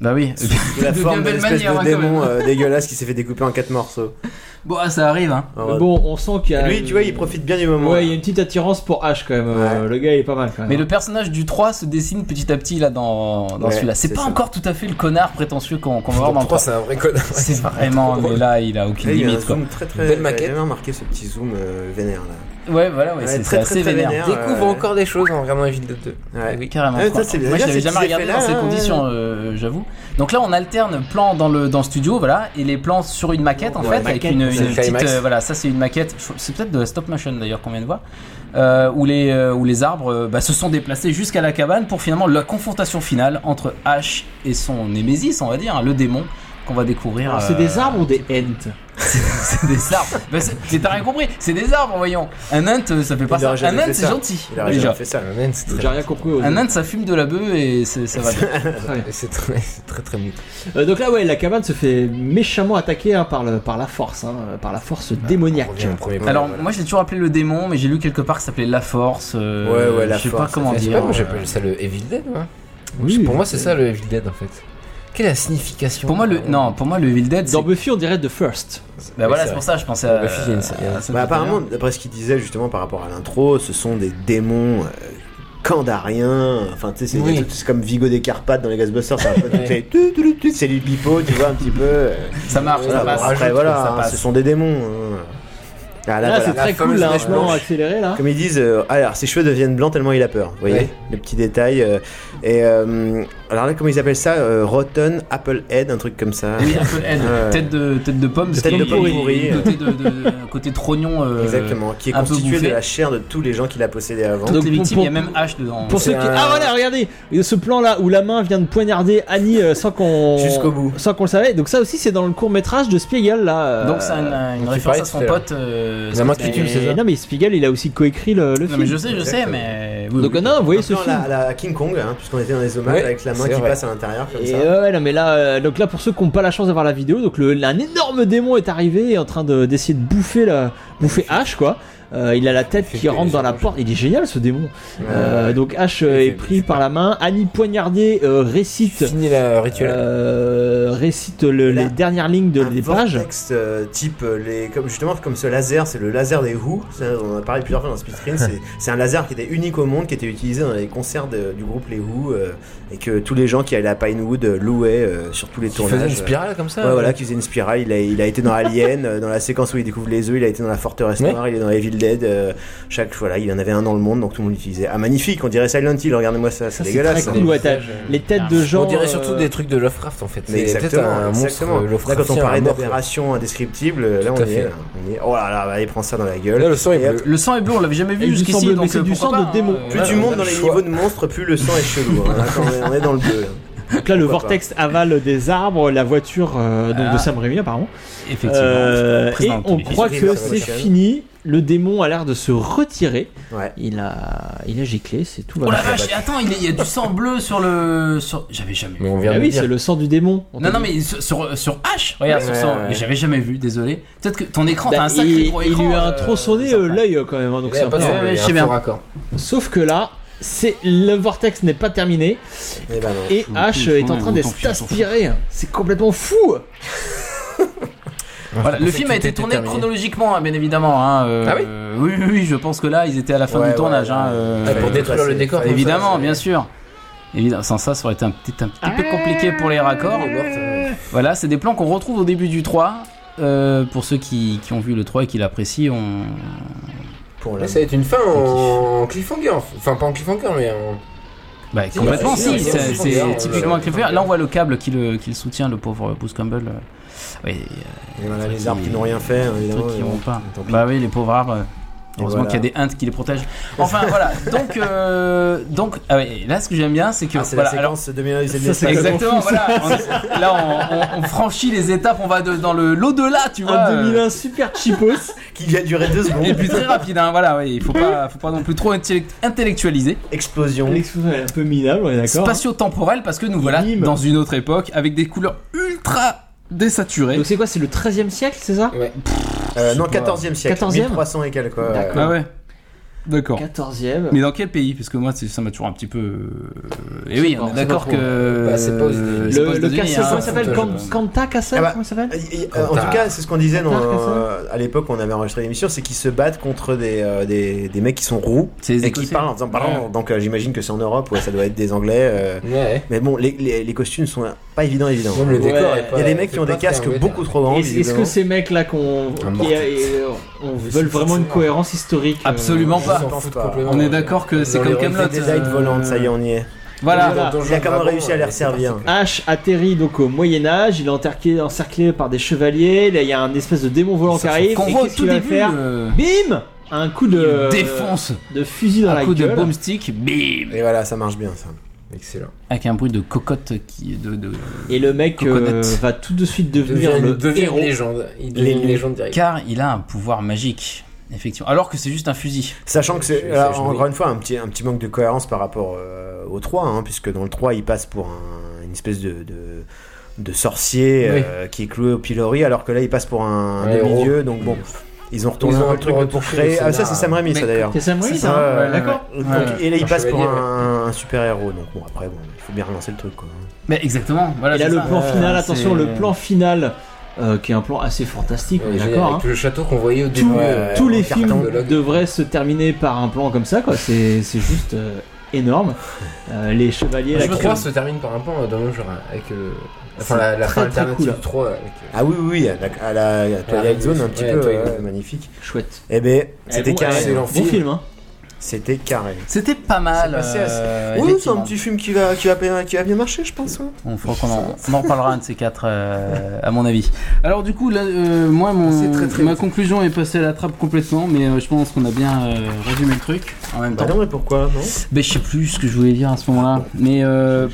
Bah oui.
Sous la
De bien
forme d'une
belle
espèce
manière, hein,
de
quand
démon
même.
euh, dégueulasse qui s'est fait découper en quatre morceaux.
Bon, ah, ça arrive, hein.
Alors,
Mais bon, on sent qu'il y a.
Lui, tu vois, il profite bien du moment.
Ouais, il y a une petite attirance pour H quand même. euh, Le gars, il est pas mal quand même.
Mais le personnage du 3 se dessine petit à petit là dans, dans
Ouais,
celui-là. C'est
c'est
pas
ça.
encore tout à fait le connard prétentieux qu'on qu'on va voir dans le
3,
3.
c'est un vrai connard.
C'est vraiment, mais là il a aucune
Là, il y a un
limite quoi.
zoom très très.
Belle maquette.
J'avais bien remarqué ce petit zoom euh, vénère là.
Ouais, voilà, ouais,
Ouais,
c'est
très,
c'est
très,
assez
très
vénère.
vénère.
Découvre
Ouais.
encore des choses en regardant Evil Dead 2.
Ouais.
Oui, carrément.
Ah, ça,
quoi.
c'est
Moi,
bien,
je l'avais
ces
jamais
petits
regardé dans
effets-là, hein.
ces
ouais,
conditions, euh, j'avoue. Donc là, on alterne plan dans le dans le studio, voilà, et les plans sur une maquette en
Ouais,
fait, avec
maquette,
une,
c'est
une
le
petite,
climax.
euh, voilà, ça c'est une maquette. Je- C'est peut-être de la stop motion d'ailleurs qu'on vient de voir, euh, où les euh, où les arbres euh, bah, se sont déplacés jusqu'à la cabane pour finalement la confrontation finale entre Ash et son némésis, on va dire, hein, le démon qu'on va découvrir.
Ah,
Alors, c'est
euh,
des arbres ou des ents
C'est c'est des arbres. Bah, c'est- c'est- T'as rien compris, c'est des arbres, voyons. Un ant, euh, ça fait pas
Il aurait
ça.
jamais
Un ant,
fait
c'est
ça.
gentil.
Il aurait
déjà.
jamais fait ça.
Un âne, c'est
J'ai
très,
rien compris aux
Un âne, ça fume de la bœuf et c'est- ça va bien.
c'est très, c'est très très mou.
Euh, donc là, ouais, la cabane se fait méchamment attaquer hein, par, le, par la force, hein, euh, par la force
On
démoniaque.
revient au premier
Alors,
moment,
moi, je l'ai toujours appelé le démon, mais j'ai lu quelque part que ça s'appelait la force. euh,
Ouais, ouais, la
Je sais
force,
pas comment
voilà. Je sais pas,
dire.
moi
euh,
j'appelle ça le Evil Dead, moi.
Oui.
Pour moi, c'est ça le Evil Dead en fait. Quelle est la signification euh,
Pour moi, le, non, pour moi, le Evil Dead, c'est.
Dans Buffy, on dirait The First.
Bah
Oui,
voilà,
c'est
c'est pour ça, je pensais à.
Bah, Buffy, il y a une série,
à
hein.
ça
Bah,
tout à l'heure.
apparemment, d'après ce qu'il disait justement par rapport à l'intro, ce sont des démons euh, candariens. Enfin, tu sais, c'est
Oui.
c'est comme Vigo des Carpates dans les Ghostbusters. C'est un peu tout est tu, tu, tu, c'est les bipos, tu vois, un petit peu. euh,
Ça marche, Ah
voilà,
ça
bon,
passe.
après, voilà, hein, ce sont des démons. hein. Ah, là,
Là,
voilà.
c'est très cool,
fameuse
là,
mèche
un plan
blanche.
accéléré, là.
Comme ils disent, euh, alors ses cheveux deviennent blancs tellement il a peur. Vous voyez
Ouais.
les petits détails. euh, et euh, alors là, comment ils appellent ça euh, Rotten Apple Head, un truc comme ça.
Oui, un peu de haine.
Ouais.
Tête de tête de pomme, parce
Tête
qu'il
de
y a-
pourri.
il y a une Côté de, de- de- côté trognon. euh,
Exactement, qui est
un peu
constitué de
bouffé.
la chair de tous les gens qui l'a possédé avant.
Toutes
Donc,
les
pour-
victimes, il y a
pour-
même H dedans.
Pour ceux qui... Ah voilà, regardez Et Ce plan-là où la main vient de poignarder Annie euh, sans qu'on...
Jusqu'au bout.
Sans qu'on le savait. Donc ça aussi, c'est dans le court-métrage de Spiegel, là. euh,
Donc c'est un- une
tu
référence
parlais
à
tout
son
à l'heure.
pote. euh,
La main qui
mais-
tue, c'est ça
et Non, mais Spiegel, il a aussi coécrit le, le
Non
film.
mais je sais, je sais, mais. oui,
Donc euh,
oui.
non, vous voyez ce
Plan à
film
la, à la King Kong, hein, puisqu'on était dans les hommages,
Ouais,
avec la main
c'est
qui
vrai.
passe à l'intérieur, comme
Et
ça.
ouais, non, mais là, euh, donc là, pour ceux qui n'ont pas la chance d'avoir la vidéo, donc le, un énorme démon est arrivé et en train de- d'essayer de, bouffer la, bouffer H, quoi. Euh, il a la tête
Il fait
qui
que
rentre
les
dans la
oranges.
porte. Il est génial ce démon. Euh, donc H
Il
est
fait- il
pris
fait
par la main. Annie poignardée euh, récite,
Fini le rituel.
euh, récite le-
Là,
les dernières lignes de,
un
des pages.
vortex, euh, type euh, les comme justement comme ce laser c'est le laser des Who ça, on en a parlé plusieurs fois dans Speed Screen c'est- c'est un laser qui était unique au monde qui était utilisé dans les concerts de- du groupe les Who euh, et que tous les gens qui allaient à Pinewood euh, louaient euh, sur tous les
Qui faisait
tournages
une spirale comme ça
Ouais, voilà, qui faisait une spirale. Il a, il a été dans Alien, euh, dans la séquence où il découvre les œufs, il a été dans la forteresse
Ouais.
noire, il est dans Evil Dead. euh, chaque voilà, il en avait un dans le monde, donc tout le monde l'utilisait. Ah, magnifique, on dirait Silent Hill, regardez-moi ça, c'est
Ça, c'est
dégueulasse.
très cool.
hein.
ouais, t'as les têtes de gens.
On dirait surtout
euh,
des trucs de Lovecraft en fait.
Mais
C'est peut-être
exactement,
un monstre
exactement.
euh,
Là, quand
Lovecraftien,
on
un
parlait
mort,
d'aberration indescriptible, euh, là,
Tout
on
à
y,
fait.
est, là. On y est. Oh là là, bah, il prend ça dans la
quoi.
gueule.
Là, le sang est
Et
bleu.
Le sang est bleu, on l'avait jamais vu
Et du sang
jusqu'ici.
bleu, mais
donc,
c'est
euh,
du
pourquoi
sang de
pas,
démon.
hein,
Plus
euh,
tu
on a
montes
le
dans les
choix.
niveaux de monstres, plus le sang est chelou. hein. Là, quand on est- on est dans le bleu. là.
Donc là, le
Pourquoi
vortex avale des arbres, la voiture euh, donc de Sam Raimi apparemment.
Ah. Effectivement.
Euh,
Prise
et
dans le
on
public.
croit
Ils ont
que
pris
c'est
Revolution.
fini. Le démon a l'air de se retirer.
Ouais.
Il a, il a giclé, c'est tout.
Oh
Voilà.
la vache, et attends, il y a- il y a du sang bleu sur le. sur- J'avais jamais vu.
Mais on vient
Ah
de
oui,
dire.
c'est le sang du démon.
Non, non, mais sur, sur, sur H, regarde, sur
Ouais,
sang,
ouais,
mais
ouais.
j'avais jamais vu, désolé. Peut-être que ton écran,
Bah,
t'as un sacré
il,
gros
il
écran.
lui a un
euh,
trop sonné
ça
euh,
va.
l'œil euh, quand même. hein, donc
Il y
c'est
a pas
un
de
peu-
ouais,
sang, il y a
je
un
sais bien.
faux raccord.
Sauf que là, c'est le vortex n'est pas terminé
Eh ben non.
et H est en train de
Autant fier, on s'en fout.
s'aspirer. C'est complètement fou.
Voilà, le
pensais
film
que
a
tout
été
était
tourné
terminé.
chronologiquement, hein, bien évidemment. hein, euh,
Ah oui
oui Oui, oui, je pense que là, ils étaient à la fin
Ouais,
du
ouais,
tournage. hein,
ouais.
euh,
Ah, Pour détruire le décor.
Ouais,
comme ça,
évidemment,
c'est-
bien sûr. Évidemment, sans ça, ça aurait été un petit, un petit peu compliqué pour les raccords.
c'est mort, ça.
Voilà, c'est des plans qu'on retrouve au début du 3. Euh, pour ceux qui, qui ont vu le 3 et qui l'apprécient, on...
Pour
Là,
l'homme.
ça va être une fin en cliffhanger. Enfin, pas en cliffhanger, mais en.
Bah, complètement,
bah,
si,
si, si,
c'est
si, si,
c'est
si,
typiquement un
si,
cliffhanger.
si,
Là, on voit le câble qui le, qui le soutient, le pauvre Bruce Campbell. Oui, euh,
Et voilà, Eh ben, les arbres qui n'ont rien fait, hein,
les
évidemment.
trucs qui
mais
vont
bon,
pas.
tant pis.
Bah oui, les pauvres arbres. Heureusement
voilà.
qu'il y a des hunts qui les protègent. Enfin voilà, donc euh, donc ah ouais, là ce que j'aime bien c'est que
Ah, c'est
voilà
la
alors-
séquence de Mélanie
ça,
Zelda.
c'est
exactement voilà on- là on, on- on franchit les étapes, on va de- dans le l'au-delà tu vois.
Un
euh,
2001 super cheapos.
qui a duré deux
et
secondes.
puis très rapide hein, voilà oui, il faut pas faut pas non plus trop intellect- intellectualiser.
Explosion.
L'explosion est un peu minable, on est d'accord. hein.
Spatio-temporel parce que nous voilà
Minime.
dans une autre époque avec des couleurs ultra désaturées.
Donc c'est quoi C'est le 13e siècle, c'est ça
Ouais.
Euh, non,
Je sais pas.
14e siècle.
14e?
1300 et quelques. quoi.
D'accord.
Ah ouais. D'accord.
14e.
Mais dans quel pays Parce que moi, c'est- ça m'a toujours un petit peu. euh, Et oui,
pas,
on est
c'est
d'accord
pas
que.
Bah, c'est pas aux États-Unis.
c'est pas aux
le, le
États-Unis,
casseur,
hein.
comment il s'appelle
Foutage,
Kan-
euh.
Kanta Kassel
Ah bah,
Comment il s'appelle
Et- et,
Quand
euh, en
t'as-
tout cas, c'est ce qu'on disait dans,
Quand t'as
euh, à l'époque, on avait enregistré l'émission, c'est qu'ils se battent contre des, euh, des, des mecs qui sont roux
C'est les
et qui
Écossais.
parlent en faisant Brrr Donc euh, j'imagine que c'est en Europe, ouais, ça doit être des Anglais. euh,
Ouais.
mais bon, les, les, les costumes sont pas évidents, évidents.
Même le
Il
décor
Ouais.
est pas-
y a des mecs
fait
qui ont
pas
des casques
très
beaucoup
Western.
trop grands.
Est-ce- Est-ce que
visiblement.
ces mecs-là qu'on
Un
qui-
mortel.
euh, on veulent vraiment une cohérence historique euh,
Absolument
Ils
pas.
s'en
On
foutent
fout
pas.
complètement.
On est d'accord que c'est
Dans
comme
les
Camelot.
Des designs volantes, ça y est, on y est.
Voilà.
Voilà.
Dans Donjons
Il a quand même
Dragons,
réussi à les
euh, c'est
resservir.
particulier.
H atterrit donc au Moyen Âge, il est enterqué- encerclé par des chevaliers, là il y a un espèce de démon volant qui arrive,
Qu'on
et
voit au
qu'est-ce
tout
qu'il va
début.
faire
euh,
Bim Un coup de
il Défonce.
de fusil dans
Un
la
coup de
gueule.
boomstick. Bim.
Et voilà, ça marche bien ça.
Excellent.
Avec un bruit de cocotte qui. De, de-
Et le mec euh,
Coconut.
va tout de suite
Il devient,
devenir
il
le
devient
héros.
une légende. Il devient une légende directe.
Car il a un pouvoir magique. Effectivement. Alors que c'est juste un fusil.
Sachant que c'est,
Je- je-
alors,
je-
encore une fois, un petit, un petit manque de cohérence par rapport euh, au 3, hein, puisque dans le 3, il passe pour un- une espèce de, de, de sorcier
Oui.
euh, qui est cloué au pilori, alors que là, il passe pour
Un
un, un
héros.
milieu, donc bon, oh. ils ont retourné
Ils ont
un truc
retourné
pour
le
créer. Ah, ça, c'est
scénar.
Sam Raimi, ça
Mais
d'ailleurs.
C'est Sam Raimi, ça
Ouais,
hein
ouais,
D'accord.
Donc,
Ouais.
Et là, il
Un
passe pour
chevalier,
un, super héros, donc bon, après, bon, il faut bien relancer le truc, quoi.
Mais exactement. Voilà,
Et là,
c'est
le
ça.
plan
Euh,
final,
c'est-
attention, le plan final, euh, qui est un plan assez fantastique, on est
Ouais, j'ai-
d'accord. hein.
Avec le château qu'on voyait au
Tous-
début. euh,
tous
en
les
carton
films
de Locke.
devraient se terminer par un plan comme ça, quoi. C'est c'est juste euh, énorme. Euh, les chevaliers,
Je
la-
crois se termine par un pan euh, dans le genre. hein, Avec, euh, enfin, la, la
très,
fin
très
alternative
cool.
du 3. Avec, euh,
Ah oui, oui, oui, à la, à la- à Twilight Zone, un petit
Ouais,
peu,
Twilight
Ah, ouais,
Zone.
magnifique.
chouette.
Eh ben, c'était
Eh, bon,
carré.
eh,
excellent
bon
film.
film, hein.
C'était carré.
C'était pas mal.
C'est passé assez-
euh,
Oui, c'est un
effectivement.
petit film qui va, qui va, bien- qui va bien marcher, je pense. hein.
On, fera qu'on en, on en reparlera un de ces quatre, euh, à mon avis. Alors du coup, là, euh, moi, mon,
C'est très, très
ma
vite.
conclusion est passée à la trappe complètement, mais euh, je pense qu'on a bien euh, résumé le truc en même
Bah
temps.
non, mais pourquoi non
Ben, je sais plus ce que je voulais dire à ce moment-là, mais euh,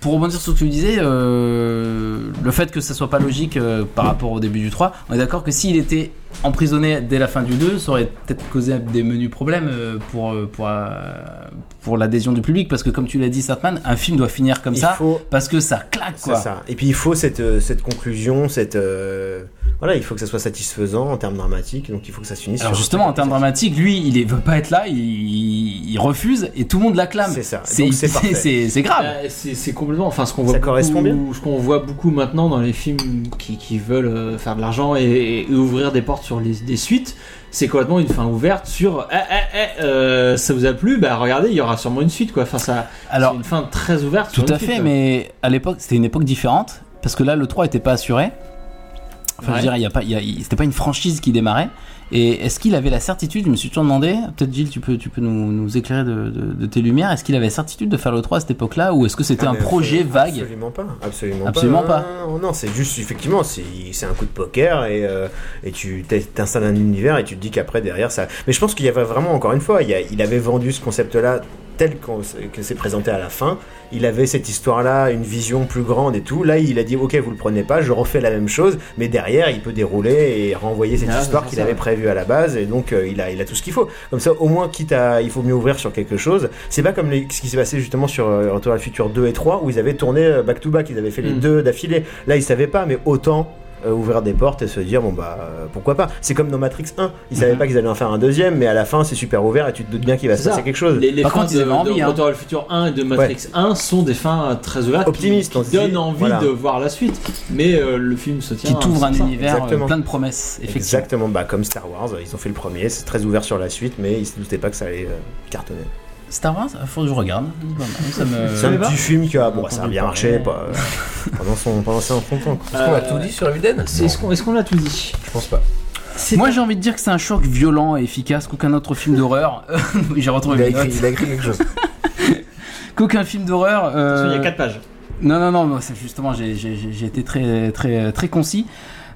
pour rebondir sur ce que tu disais, euh, le fait que ça soit pas logique euh, par rapport au début du 3, on est d'accord que s'il était emprisonné dès la fin du 2, ça aurait peut-être causé des menus problèmes euh, pour, euh, pour, euh, pour l'adhésion du public, parce que comme tu l'as dit, Sartman, un film doit finir comme
Il
ça,
faut.
parce que ça claque
C'est
quoi.
ça. Et puis il faut cette, euh, cette conclusion, cette. euh, Voilà, il faut que ça soit satisfaisant en termes dramatiques, donc il faut que ça se finisse.
Alors
sur-
justement, en termes dramatiques, lui, il est- veut pas être là, il, il refuse et tout le monde l'acclame.
C'est ça. Donc, c'est parfait.
c'est- c'est grave.
Euh, c'est c'est complètement. Enfin, ce qu'on voit.
Ça
beaucoup-
correspond bien.
Ce qu'on voit beaucoup maintenant dans les films qui, qui veulent euh, faire de l'argent et, et ouvrir des portes sur les, des suites, c'est complètement une fin ouverte sur. Eh, eh, eh, euh, ça vous a plu Bah regardez, il y aura sûrement une suite, quoi. Enfin, ça.
Alors,
c'est une fin très ouverte. sur
Tout
une
à
suite,
fait,
quoi.
mais à l'époque, c'était une époque différente parce que là, le 3 était pas assuré. Enfin,
Ouais.
je dirais, il y a pas, il y a- il- c'était pas une franchise qui démarrait. Et est-ce qu'il avait la certitude Je me suis toujours demandé. Peut-être Gilles, tu peux, tu peux nous, nous éclairer de, de- de tes lumières. Est-ce qu'il avait la certitude de faire le 3 à cette époque-là, ou est-ce que c'était
Ah,
un
mais
projet
absolument-
vague
Absolument pas. Absolument,
Absolument
pas.
pas.
Non, Non, non, c'est juste, effectivement, c'est c'est un coup de poker et, euh, et tu t'es- t'installes un univers et tu te dis qu'après, derrière, ça. Mais je pense qu'il y avait vraiment, encore une fois, il, y a- il avait vendu ce concept-là tel qu'on- que c'est présenté à la fin. Il avait cette histoire-là, une vision plus grande et tout. Là, il a dit, ok, vous le prenez pas, je refais la même chose, mais derrière, il peut dérouler et renvoyer cette
Ah,
histoire
c'est
qu'il
ça,
avait
ouais.
prévue à la base. Et donc, euh, il, a, il a tout ce qu'il faut. Comme ça, au moins, quitte à, il faut mieux ouvrir sur quelque chose. C'est pas comme les- ce qui s'est passé justement sur euh, Retour à la Future 2 et 3 où ils avaient tourné euh, back to back, ils avaient fait les
Mm.
deux d'affilée. Là, ils savaient pas, mais autant euh, ouvrir des portes et se dire bon bah euh, pourquoi pas. C'est comme dans Matrix 1, ils savaient pas qu'ils allaient en faire un deuxième, mais à la fin, c'est super ouvert et tu te doutes bien qu'il va
Mm-hmm. C'est
se passer
ça.
quelque chose.
Les, les
Par
fins
contre, ils
de,
avaient envie,
de
hein.
Retour vers le futur 1 et de Matrix 1 sont des fins euh, très ouvertes, qui-
Optimistes, on
qui,
se dit,
donnent envie
voilà.
de voir la suite. Mais euh, le film se tient.
qui t'ouvre
hein,
un
c'est ça.
univers euh,
Exactement.
plein de promesses Effectivement.
Exactement, bah comme Star Wars, ils ont fait le premier, c'est très ouvert sur la suite, mais ils se doutaient pas que ça allait euh, cartonner.
Star Wars, ah, faut que je regarde. bah, Ça me-
c'est un
savez pas
petit film qui a, bon, ça a bien
Ouais.
marché pas, euh, pendant son pendant son temps. quoi.
Est-ce qu'on a
Euh,
tout dit sur Evil Dead
C'est- Est-ce qu'on est-ce qu'on a tout dit
Je pense pas.
Moi, j'ai envie de dire que c'est un choc violent et efficace qu'aucun autre film d'horreur. j'ai retrouvé
Il a
mes
écrit,
notes.
il a écrit quelque chose.
Qu'aucun film d'horreur. euh,
Il y a 4 pages.
Non, non, non, moi, c'est justement, j'ai- j'ai j'ai- j'ai été très, très, très concis.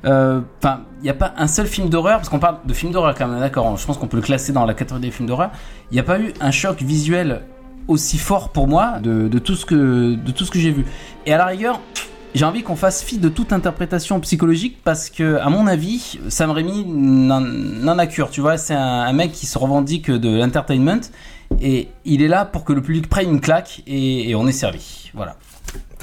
Euh, Enfin, il n'y a pas un seul film d'horreur, parce qu'on parle de film d'horreur quand même, d'accord, je pense qu'on peut le classer dans la catégorie des films d'horreur. Il n'y a pas eu un choc visuel aussi fort pour moi de, de tout ce que, de tout ce que j'ai vu. Et à la rigueur, j'ai envie qu'on fasse fi de toute interprétation psychologique parce que, à mon avis, Sam Raimi n'en n'en a cure, tu vois, c'est un, un mec qui se revendique de l'entertainment et il est là pour que le public prenne une claque et, et on est servi. Voilà.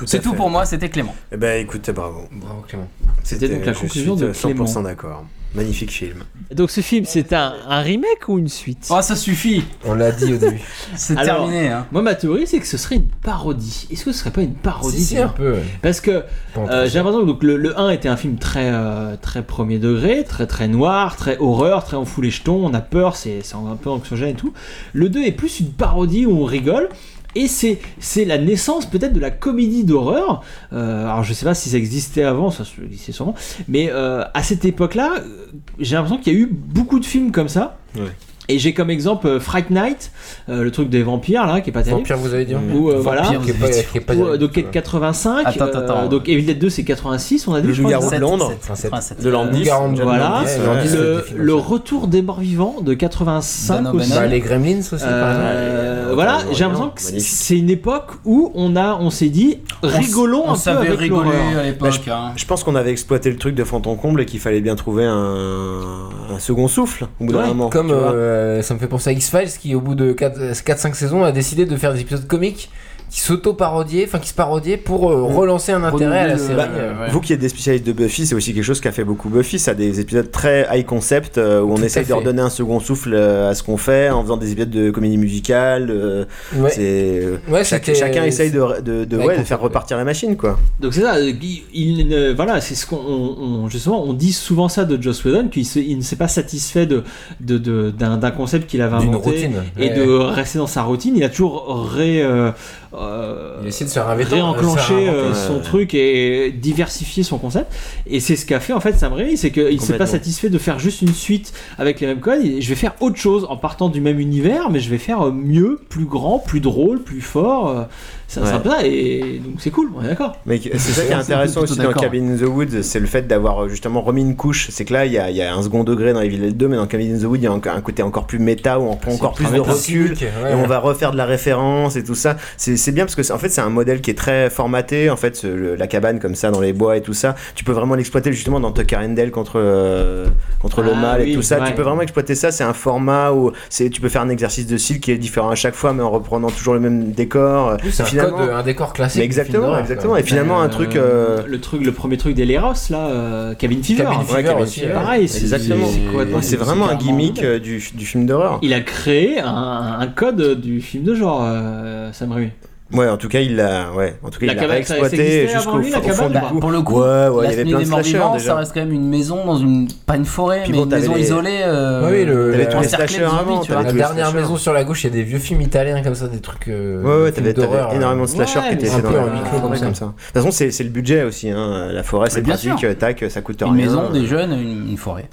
C'est
à
tout
fait.
pour moi, c'était Clément.
Eh ben écoute, bravo.
Bravo Clément.
C'était
donc la
je
conclusion
suis,
de
euh, 100%
Clément.
d'accord. Magnifique film.
Donc ce film, c'est un, un remake ou une suite
Oh, ça suffit,
On l'a dit au début.
c'est
Alors,
terminé. Hein.
Moi, ma théorie, c'est que ce serait une parodie. Est-ce que ce serait pas une parodie
Si, si, un
d'ailleurs
peu. ouais.
Parce que euh, j'ai l'impression que donc, le, le 1 était un film très, euh, très premier degré, très très noir, très horreur, très on fout les jetons, on a peur, c'est c'est un peu anxiogène et tout. Le 2 est plus une parodie où on rigole. Et c'est c'est la naissance peut-être de la comédie d'horreur. Euh, alors je sais pas si ça existait avant, ça existait sûrement. Mais euh, à cette époque-là, euh, j'ai l'impression qu'il y a eu beaucoup de films comme ça.
Ouais.
Et j'ai comme exemple euh, Fright Night, euh, le truc des vampires là, qui est pas terrible.
Vampire, vous avez dit.
Ou, euh, voilà.
Vampire, qui est pas- qui est pas-
Ou, euh, donc qui est de 85.
Attends, attends, attends.
euh, donc Evil Dead 2 c'est 86, on a dit.
Le
je crois,
loup-garou de
c'est-
Londres.
Sept, quatre-vingt-sept.
De l'an 10.
Garand de
Voilà.
Londres,
Ouais.
Londres,
Le,
c'est
le retour des morts vivants de 85
Dano
aussi.
Bannon.
Bah, les Gremlins aussi,
Euh,
Ouais, ouais,
voilà,
ouais, ouais,
j'ai
ouais,
l'impression
ouais,
que
magnifique.
c'est une époque où on a, on s'est dit,
s-
rigolons
on
un peu
savait
avec
rigoler
l'horreur.
à l'époque. hein.
Bah, Je pense qu'on avait exploité le truc de Fanton Comble et qu'il fallait bien trouver un, un second souffle au bout d'un
Ouais,
moment.
Comme
tu vois.
euh, ça me fait penser à X-Files qui, au bout de 4-5 saisons, a décidé de faire des épisodes comiques qui s'auto-parodiaient, enfin qui se parodiaient pour euh, relancer un intérêt à la série.
Bah,
euh, ouais.
Vous qui êtes des spécialistes de Buffy, c'est aussi quelque chose qu'a fait beaucoup Buffy. Ça a des épisodes très high concept euh, où on
Tout à
essaye de
fait.
redonner un second souffle euh, à ce qu'on fait en faisant des épisodes de comédie musicale. euh,
Ouais.
c'est- euh,
Ouais,
chaque-
c'était-
chacun essaye de, de, de,
high
ouais, de
concept,
faire
ouais.
repartir la machine, quoi.
Donc c'est ça, il, il ne- voilà, c'est ce qu'on, on- on- justement, on dit souvent ça de Joss Whedon, qu'il se- il ne s'est pas satisfait de, de- de- d'un, d'un concept qu'il avait
D'une
inventé
routine.
et
Ouais,
de rester dans sa routine. Il a toujours ré, euh, euh,
Il essaie de se réinventer.
réenclencher
euh,
euh,
ouais.
son truc et diversifier son concept. Et c'est ce qu'a fait en fait Sam Raimi, c'est qu'il s'est
Complètement.
pas satisfait de faire juste une suite avec les mêmes codes. Il- Je vais faire autre chose en partant du même univers, mais je vais faire euh, mieux, plus grand, plus drôle, plus fort. euh, Ça
Ouais.
sera pas et donc c'est cool, on est d'accord.
Mais c'est ça qui est intéressant
plutôt
aussi dans
d'accord.
Cabin in the Woods, c'est le fait d'avoir euh, justement remis une couche. C'est que là, il y, a, il y a un second degré dans Evil Dead 2, mais dans Cabin in the Woods, il y a encore- un côté encore plus méta où on prend encore plus de recul. Et on va refaire de la référence et tout ça. C'est c'est bien parce que c'est- en fait c'est un modèle qui est très formaté. En fait ce- le- la cabane comme ça dans les bois et tout ça, tu peux vraiment l'exploiter justement dans Tucker and Dale contre euh, contre le
Ah
mal
oui,
et tout ça.
ouais.
Tu peux vraiment exploiter ça. C'est un format où c'est tu peux faire un exercice de style qui est différent à chaque fois, mais en reprenant toujours le même décor.
C'est
Et
un,
finalement-
code, euh, un décor classique.
mais
du film
exactement,
d'horreur,
exactement.
quoi.
Et finalement un
Euh,
truc. euh,
le truc, le premier truc des Leros là, euh, Cabin Fever.
Cabin
Ouais,
Fever
Cabin
aussi, hein.
Fever,
ouais.
pareil, c'est-
Exactement.
c'est complètement-
C'est vraiment un
carrément-
gimmick euh, du, du film d'horreur.
Il a créé un, un code du film de genre, euh, Sam Raimi.
Ouais, en tout cas, il l'a, ouais, en tout cas,
La
il l'a
cabane, ça- ça
exploité
existait avant
jusqu'au
lui, la
au fond
cabane,
du
ou pas
coup.
Bah, Pour le coup,
Ouais, ouais, il y
la
avait
nuit
plein de
des morts
slashers
vivants,
déjà.
ça reste quand même une maison dans une pas une forêt,
Puis
mais
bon,
une
t'avais
maison
les-
isolée. euh,
Oui, le-
T'avais tous les
encerclée de
slashers
zombies,
avant,
tu vois.
t'avais
La
tous les
dernière
slashers.
maison sur la gauche, il y a des vieux films italiens comme ça, des trucs. euh,
Ouais, ouais,
films
t'avais t'avais
d'horreur,
énormément de
Ouais,
slashers qui
mais
étaient
c'est
dans
un peu
la-
en huis clos,
comme,
comme
ça. De toute façon, c'est c'est le budget aussi. Hein. La forêt, c'est
Mais bien
pratique,
sûr.
tac, ça coûte
Une
rien.
maison, des jeunes, une, une forêt.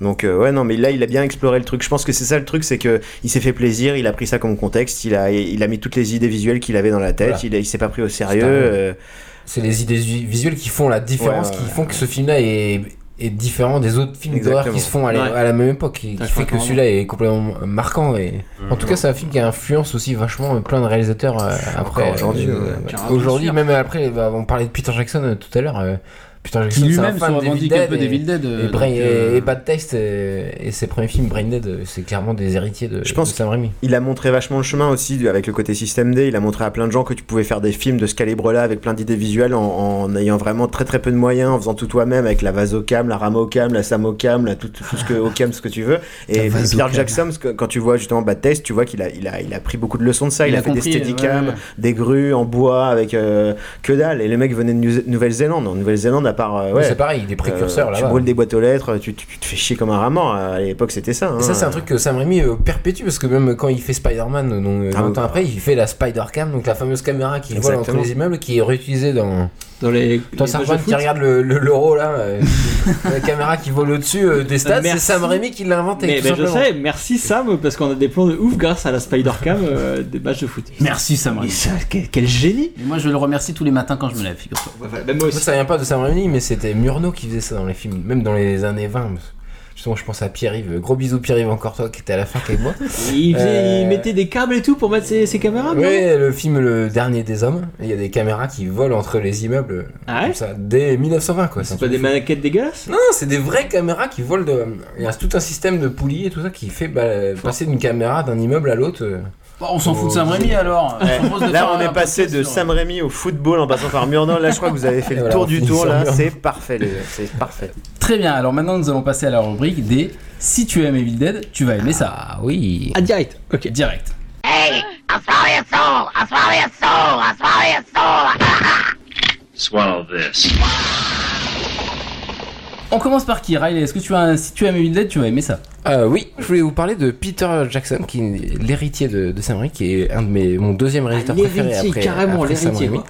Donc euh, ouais, non, mais là, il a bien exploré le truc. Je pense que c'est ça le truc, c'est que il s'est fait plaisir, il a pris ça comme contexte, il a, il a mis toutes les idées visuelles qu'il avait dans la tête,
Voilà.
il, a- il s'est pas pris au sérieux.
C'est un-
euh,
C'est les idées vi- visuelles qui font la différence,
Ouais, ouais,
qui
ouais.
font que ce film-là est, est différent des autres films
Exactement.
d'horreur qui se font à, la-
Ouais.
à la même époque, et qui
T'as
fait que
complètement
celui-là est complètement marquant. Et... En tout cas, c'est un film qui influence aussi vachement euh, plein de réalisateurs euh, après.
Encore aujourd'hui,
euh,
ouais.
euh,
Carrément,
Aujourd'hui,
Ah, bien
même après, bah, on parlait de Peter Jackson euh, tout à l'heure. euh, Peter
Qui
Jackson, c'est un
lui-même se
fan d'Evil
revendique un
Dead
peu
et-
d'Evil Dead.
Et,
euh, donc,
Brain-
euh,
et- et Bad Taste euh, et ses premiers films, Brain Dead, euh, c'est clairement des héritiers de,
Je pense
de Sam Raimi.
Il a montré vachement le chemin aussi avec le côté système D. Il a montré à plein de gens que tu pouvais faire des films de ce calibre-là avec plein d'idées visuelles en, en ayant vraiment très très peu de moyens, en faisant tout toi-même avec la vasocam, la ramocam, la samocam, la tout, tout ce que ocam, ce que tu veux.
La
Et
vasocam.
Peter Jackson, ce que- quand tu vois justement Bad Taste, tu vois qu'il a, il a, il a pris beaucoup de leçons de ça. Il,
Il
a,
a
fait
compris,
des steadicam,
ouais.
des grues en bois avec euh, que dalle. Et les mecs venaient de Nou- Nouvelle-Zélande. En Nouvelle-Zélande, à part euh,
Mais
ouais,
C'est pareil, il est précurseur
euh,
là-bas.
tu brûles des boîtes aux lettres, tu, tu- tu te fais chier comme un ramant. À l'époque, c'était ça. hein.
Et ça, c'est un truc que Sam Raimi euh, perpétue parce que même quand il fait Spider-Man, euh, donc, euh,
Ah,
longtemps
oui.
après, il fait la Spider-Cam, donc la fameuse caméra qui vole entre
Exactement.
les immeubles qui est réutilisée dans.
Dans les.
Toi,
les
Sarban,
matchs de
qui
foot.
regarde le- le- l'euro là, euh, la caméra qui vole au-dessus euh, des stades, c'est
Merci.
Sam Raimi qui l'a inventé.
Mais
tout
ben, je
simplement.
sais, merci Sam, parce qu'on a des plans de ouf grâce à la Spider-Cam euh, des matchs de foot.
Merci Sam
Mais
Raimi.
ça, quel, quel génie
Et Moi, je le remercie tous les matins quand je me lève, figure-toi.
Même moi
En fait, Ça vient pas de Sam Raimi, mais c'était Murnau qui faisait ça dans les films, même dans les années 20. Justement, je pense à Pierre-Yves. euh, Gros bisous, Pierre-Yves, encore toi qui était à la fac avec moi.
Il, faisait- il
Euh,
mettait des câbles et tout pour mettre ses, ses caméras non
Oui, le film Le Dernier des Hommes, il y a des caméras qui volent entre les immeubles.
Ah ouais
comme ça, dès 1920, quoi. un
C'est pas
truc
des
fou.
maquettes dégueulasses
Non, c'est des vraies caméras qui volent de. Il y a tout un système de poulies et tout ça qui fait bah, passer d'une caméra d'un immeuble à l'autre. euh.
Bon, on s'en fout de Sam
Oh,
Raimi alors. Je propose de faire
Eh, Là, on
un
est passé
podcast
de
sur- euh,
Sam Raimi au football en passant par Murnau. Là, je crois que vous avez fait le
Voilà, on
tour du
finit
tour.
sur
Là,
Murnau.
c'est parfait. les gars, C'est parfait.
Très bien, alors maintenant nous allons passer à la rubrique des Si tu aimes Evil Dead, tu vas aimer ça.
Ah oui.
Ah, direct Ok.
Direct. On commence par qui, Riley Est-ce que tu as un Si tu aimes Evil Dead, tu vas aimer ça
Euh, oui, je voulais vous parler de Peter Jackson, qui est l'héritier de, de Sam Raimi, qui est un de mes mon deuxième réalisateur
Ah, l'héritier,
préféré après,
carrément,
après Sam
l'héritier,
Raimi.
quoi.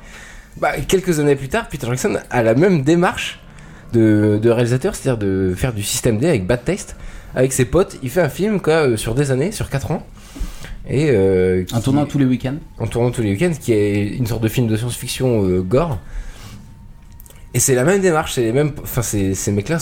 Bah, quelques années plus tard, Peter Jackson a la même démarche de, de réalisateur, c'est-à-dire de faire du système D avec Bad Taste. avec ses potes. Il fait un film quoi, euh, sur des années, sur 4 ans. Et, euh, qui-
En tournant tous les week-ends.
en tournant tous les week-ends, qui est une sorte de film de science-fiction euh, gore. Et c'est la même démarche, c'est les mêmes, enfin ces, ces mecs-là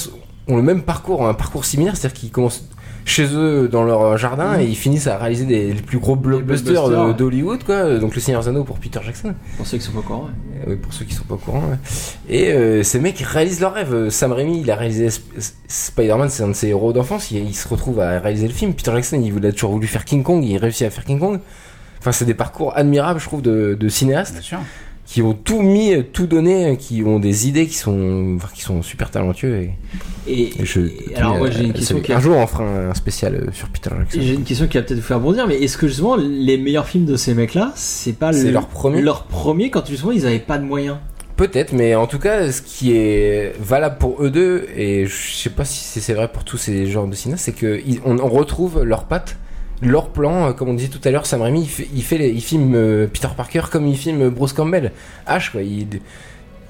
ont le même parcours, un parcours similaire, c'est-à-dire qu'ils commencent chez eux dans leur jardin et ils finissent à réaliser des, les plus gros blockbusters
Mm. blockbusters,
euh,
ouais.
d'Hollywood, quoi. Donc le Seigneur des Anneaux pour Peter Jackson.
Pour ceux qui sont pas au courant, ouais.
Euh, oui, pour ceux qui sont pas au courant. ouais. Et euh, ces mecs réalisent leurs rêves. Euh, Sam Raimi, il a réalisé Sp- S- Spider-Man, c'est un de ses héros d'enfance. Il, il se retrouve à réaliser le film. Peter Jackson, il voulait toujours voulu faire King Kong, il réussit à faire King Kong. Enfin, c'est des parcours admirables, je trouve, de, de cinéastes
sûr.
qui ont tout mis, euh, tout donné, euh, qui ont des idées, qui sont, enfin, qui sont super talentueux. Et,
Et,
et je,
et- alors, moi, j'ai une question qui
Un
a-
jour, on fera un spécial euh, sur Peter Jackson.
j'ai une question qui va peut-être vous faire bondir, mais est-ce que justement les meilleurs films de ces mecs-là, c'est pas
C'est
le-
leur premier
leur premier quand justement ils avaient pas de moyens
Peut-être, mais en tout cas, ce qui est valable pour eux deux, et je sais pas si c'est- c'est vrai pour tous ces genres de cinéastes, c'est qu'on on retrouve leurs pattes, leurs plans. euh, Comme on disait tout à l'heure, Sam Raimi, il, fait, il, fait les- il filme euh, Peter Parker comme il filme Bruce Campbell. H, quoi. Il,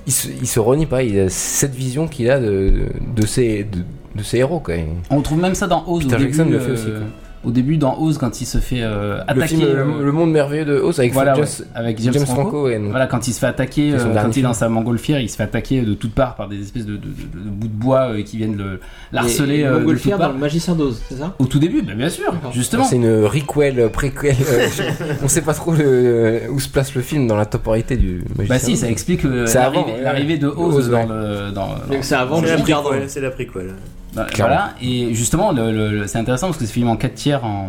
il, se, il se renie pas. Il a cette vision qu'il a de, de, ses, de, de ses héros, quoi. Et
On trouve même ça dans Oz
Peter
au début.
Jackson le fait aussi,
euh,
quoi.
au début dans Oz quand il se fait euh,
le
attaquer
film euh,
euh,
le, Le Monde Merveilleux de Oz avec
voilà,
James,
ouais, avec James, Franco.
et
Voilà, quand il se fait attaquer,
Mm. C'est son
euh,
dernier
quand il est
film.
dans sa montgolfière, il se fait attaquer de toutes parts par des espèces de, de- de- de bouts de bois euh, qui viennent le-
Et-
l'harceler
et
euh, de
Montgolfière
toutes
dans
parts.
le magicien d'Oz, c'est ça
Au tout début, bah, bien sûr,
D'accord.
justement.
Ah, C'est une requel, euh, préquel. euh, je- on sait pas trop le- où se place le film dans la temporalité du magicien.
Bah si, ça explique euh,
C'est avant,
l'arrivée
ouais.
l'arrivée de Oz
Oz,
dans
ouais.
le... Dans, dans-
Donc c'est avant
C'est la
Jules Gardin.
prequel, C'est la prequel.
dans-
Clairement.
voilà, et justement, le- le- le- c'est intéressant parce que c'est filmé en 4 tiers en,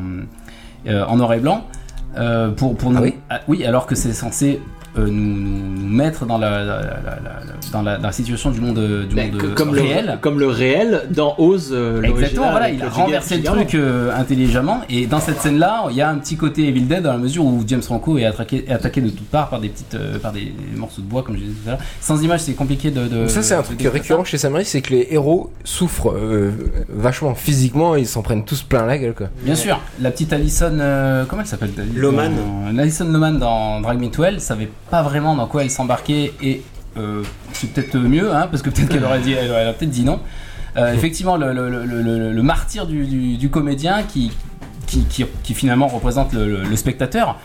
euh, en noir et blanc. euh, pour, pour nous-
Ah oui
Ah oui, alors que c'est censé euh, nous, nous- nous mettre dans la, la- la- la- la- dans la, dans la situation du monde, euh, du
Ben,
monde
que-
euh,
comme,
réel.
le, comme le réel dans Oz, euh, l'original
Exactement, voilà,
avec
il
le
a
giga-
renversé le
giga-
truc euh, intelligemment. Et dans cette scène-là, il y a un petit côté Evil Dead dans la mesure où James Franco est attaqué, est attaqué de toutes parts par des petites, euh, par des morceaux de bois, comme je disais tout à l'heure. Sans image, c'est compliqué de. de-
Donc ça c'est un
de
truc
décrire
récurrent
ça.
chez Sam Raimi, c'est que les héros souffrent euh, vachement physiquement, ils s'en prennent tous plein la gueule quoi.
Bien sûr, la petite Alison, euh, comment elle s'appelle
Loman.
dans- Alison Loman dans Drag Me to Hell savait pas vraiment dans quoi elle s'embarquait et euh, c'est peut-être mieux, hein, parce que peut-être qu'elle aurait dit, elle, elle a peut-être dit non. Euh, effectivement, le, le- le- le- le- le martyr du, du- du comédien qui, qui, qui- qui finalement représente le, le- le spectateur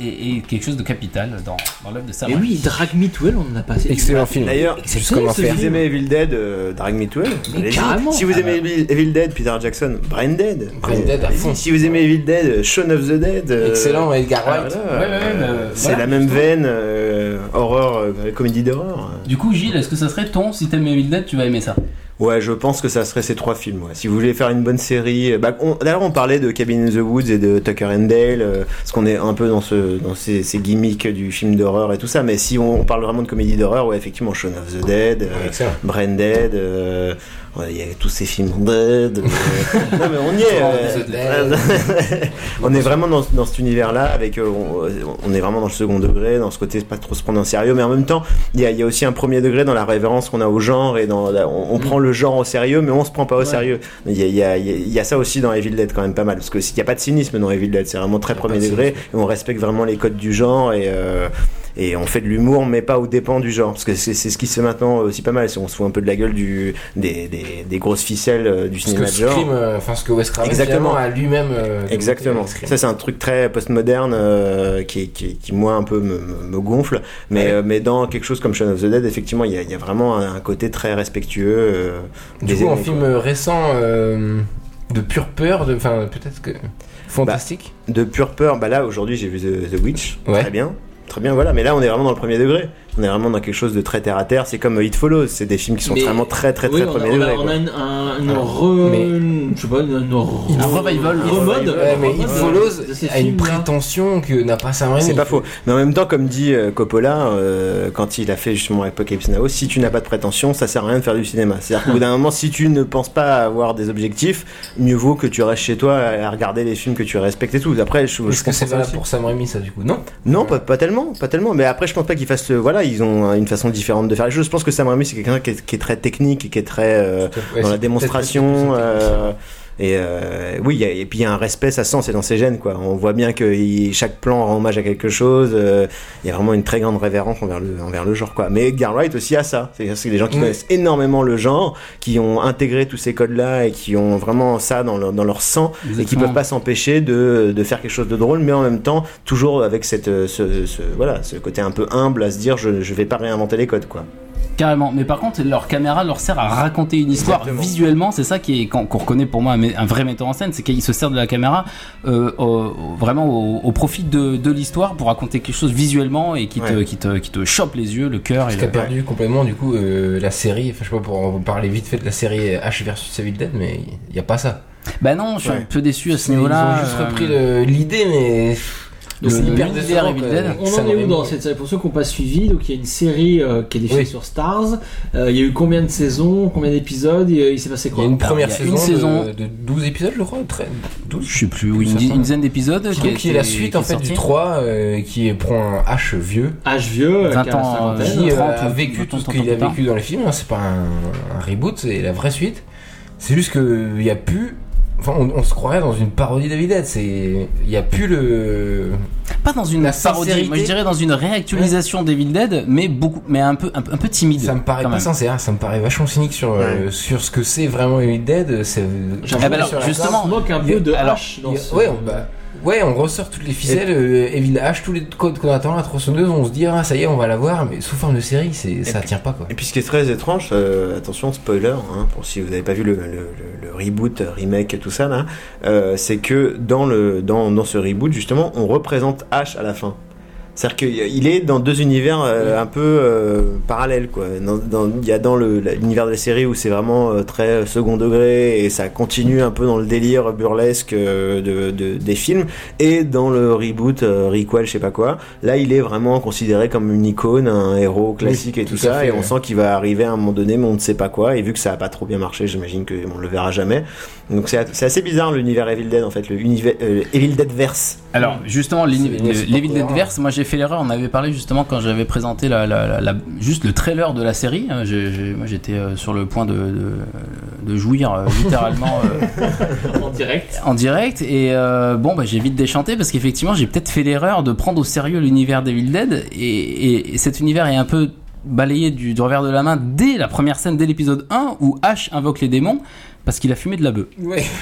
est, est quelque chose de capital dans, dans l'œuvre de Sam.
Et
Eh
Raimi.
oui, Drag Me to Hell, on en a passé.
Excellent film.
D'ailleurs,
juste
cool,
comme un
ce
si
fer.
vous aimez Evil Dead, euh, Drag Me to Hell, allez-y.
carrément.
Si vous aimez Evil, Evil Dead, Peter Jackson, Ah bah. Brain Dead.
Brain
Euh,
Dead à
allez-y.
fond.
Si vous aimez Evil Dead, euh, Shaun of the Dead. euh,
Excellent Edgar
voilà,
Wright.
euh,
Ouais, ouais, ouais, mais, euh,
c'est
voilà,
la même veine, euh, horreur, euh, comédie d'horreur.
Du coup, Gilles, est-ce que ça serait ton si t'aimes Evil Dead, tu vas aimer ça
Ouais, je pense que ça serait ces trois films. ouais. Si vous voulez faire une bonne série, euh, bah, on- d'ailleurs on parlait de Cabin in the Woods et de Tucker and Dale, euh, parce qu'on est un peu dans ce dans ces, ces gimmicks du film d'horreur et tout ça. Mais si on, on parle vraiment de comédie d'horreur, ouais, effectivement, Shaun of the Dead, euh,
Excellent.
Brain Dead, euh, ouais, il y a tous ces films Dead. euh, non mais on y est.
Shaun of the Dead.
on est vraiment dans, dans cet univers-là, avec euh, on, on est vraiment dans le second degré, dans ce côté pas trop se prendre en sérieux, mais en même temps, il y a, il y a aussi un premier degré dans la révérence qu'on a au genre et dans la- on, on
Mm.
prend le genre au sérieux, mais on se prend pas au sérieux. Il y a, il y a- il y a- il y a ça aussi dans Evil Dead quand même pas mal, parce que s'il n'y a pas de cynisme dans Evil Dead, c'est vraiment très premier degré, et on respecte vraiment les codes du genre et euh, et on fait de l'humour, mais pas au dépens du genre, parce que c'est c'est ce qui se fait maintenant aussi pas mal. c'est On se fout un peu de la gueule du, des, des, des grosses ficelles euh, du
Ce que
cinéma de genre.
Scream, euh, enfin ce que Wes Craven
Exactement.
finalement, a lui-même. euh,
Exactement.
démontré avec
Ça, c'est un truc très postmoderne euh, qui, qui, qui, moi, un peu me, me- me gonfle. Mais, euh, mais dans quelque chose comme Shaun of the Dead, effectivement, il y a, il y a vraiment un, un côté très respectueux. euh,
Scream.
des
Du coup un
aînés,
film
quoi.
euh, récent euh, de pure peur, de- enfin peut-être
Bah.
que fantastique.
De pure peur, bah là, aujourd'hui, j'ai vu The, The Witch.
Ouais.
Très bien. Très bien, voilà. Mais là, on est vraiment dans le premier degré. On est vraiment dans quelque chose de très terre à terre. C'est comme It Follows. C'est des films qui sont
Mais-
vraiment très, très,
Oui,
très
on a-
premier
on a,
degré.
on
quoi.
a une, un, une
Ah.
re-
Mais-
une- je sais pas, une, une re-
Un revival.
remode.
Ouais, mais It
remode de-
Follows
de ces
a une
films-là.
prétention que n'a pas Sam Raimi.
C'est pas faux. Mais en même temps, comme dit euh, Coppola, euh, quand il a fait justement Apocalypse Now, si tu n'as pas de prétention, ça sert à rien de faire du cinéma. C'est-à-dire qu'au bout d'un moment, si tu ne penses pas avoir des objectifs, mieux vaut que tu restes chez toi à à regarder les films que tu respectes et tout. Après, je, je
Est-ce que
comprends
c'est
ça
valable
aussi.
pour Sam Raimi ça du coup Non.
Non, pas, pas tellement, pas tellement. Mais après, je pense pas qu'ils fassent. euh, voilà, ils ont euh, une façon différente de faire les choses. Je pense que Sam Raimi, c'est quelqu'un qui est, qui est très technique, et qui est très euh,
Ouais, c'est
dans la
peut-être-
démonstration.
peut-être-
euh, Et euh, oui, il y a- et puis il y a un respect, ça se sent, c'est dans ses gènes, quoi. On voit bien que il- chaque plan rend hommage à quelque chose. euh, Il y a vraiment une très grande révérence envers le, envers le genre, quoi. Mais Edgar Wright aussi a ça. C'est-à-dire que c'est des gens qui
Mm.
connaissent énormément le genre, qui ont intégré tous ces codes-là et qui ont vraiment ça dans leur, dans leur sang et qui
Exactement.
peuvent pas s'empêcher de, de faire quelque chose de drôle, mais en même temps, toujours avec cette, euh, ce, ce- voilà, ce côté un peu humble à se dire je, je vais pas réinventer les codes, quoi.
Carrément, mais par contre, leur caméra leur sert à raconter une histoire
Exactement.
visuellement. C'est ça qui est qu'on qu'on reconnaît pour moi un, mé- un vrai metteur en scène, c'est qu'il se sert de la caméra euh, au- au- vraiment au, au profit de, de l'histoire pour raconter quelque chose visuellement et qui te,
Ouais.
qui te, qui te chope les yeux, le cœur. Et
Parce qu'a
le-
perdu complètement du coup euh, la série, enfin je sais pas pour en parler vite fait de la série H versus Evil Dead, mais il n'y a pas ça.
Bah non, je suis un
Ouais.
peu déçu à ce
Ils
niveau-là.
ont juste
euh,
repris le- l'idée, mais
Le-
c'est hyper
l'univers
décevant,
Evil
quoi.
Dead.
On
Ça
en est
n'aurait-
où dans cette série Pour ceux qui n'ont pas suivi, donc il y a une série euh, qui est diffusée
Oui.
sur Stars. Euh, il y a eu combien de saisons, combien d'épisodes et, euh, Il s'est passé
Il y
quoi
a une
Alors, il
première
y a
saison,
une saison.
de, de 12 épisodes, je crois, 13, 12.
Je sais plus, oui, une,
Ça
di-
semble.
une dizaine d'épisodes.
Qui, donc, qui est la suite en fait du 3 euh, qui prend un H vieux
Âge vieux, euh,
20
qui a la
ans,
cinquantaine.
euh,
qui euh,
30,
a vécu
30,
tout ce
30,
qu'il a
30,
vécu dans les films, hein, c'est pas un, un reboot, c'est la vraie suite. C'est juste qu'il n'y a plus. Enfin, on, on se croirait dans une parodie d'Evil Dead, c'est. Il n'y a plus le.
Pas dans une
La
parodie, moi je
sincérité.
dirais dans une réactualisation d'Evil Dead, mais beaucoup, mais un peu, un, peu- un peu timide.
Ça me paraît
quand
pas
même.
sincère, ça me paraît vachement cynique sur, euh, sur ce que c'est vraiment Evil Dead. C'est.
J'avoue,
Eh ben alors,
sur la
justement,
carte, on se moque un peu de
alors,
H dans
Il y a-
ce-
ouais, on, bah, ouais, on ressort toutes les ficelles, euh, Evil H, tous les codes qu'on attend, la tronçonneuse, on se dit, ah, ça y est, on va la voir, mais sous forme de série, c'est, ça tient pas, quoi.
Et puis ce qui est très étrange, euh, attention spoiler, hein, pour si vous n'avez pas vu le, le- le- le reboot, remake et tout ça là, euh, c'est que dans, le, dans, dans ce reboot justement, on représente H à la fin. C'est-à-dire qu'il est dans deux univers euh, un peu euh, parallèles quoi. Dans- dans- Il y a dans le- la- l'univers de la série où c'est vraiment euh, très second degré et ça continue un peu dans le délire burlesque euh, de, de- des films et dans le reboot euh, requel je sais pas quoi. Là il est vraiment considéré comme une icône, un héros classique
Oui,
et tout,
tout à
ça
fait,
et on
ouais.
sent qu'il va arriver à un moment donné mais on ne sait pas quoi et vu que ça a pas trop bien marché j'imagine qu'on le verra jamais. Donc c'est c'est assez bizarre l'univers Evil Dead en fait, le univers, euh, Evil Dead verse.
Alors justement, l'in-
C'est-
le-
c'est pas
l'Evil Dead
cohérent.
Verse, moi j'ai fait l'erreur. On avait parlé justement quand j'avais présenté la, la- la- la- juste le trailer de la série. hein, j'ai- j'ai- moi j'étais euh, sur le point de, de- de jouir euh, littéralement euh,
en direct.
en direct. Et euh, bon, bah, j'ai vite déchanté parce qu'effectivement, j'ai peut-être fait l'erreur de prendre au sérieux l'univers d'Evil Dead. Et, et- et cet univers est un peu balayé du, du revers de la main dès la première scène, dès l'épisode 1, où Ash invoque les démons parce qu'il a fumé de la bœuf.
Ouais.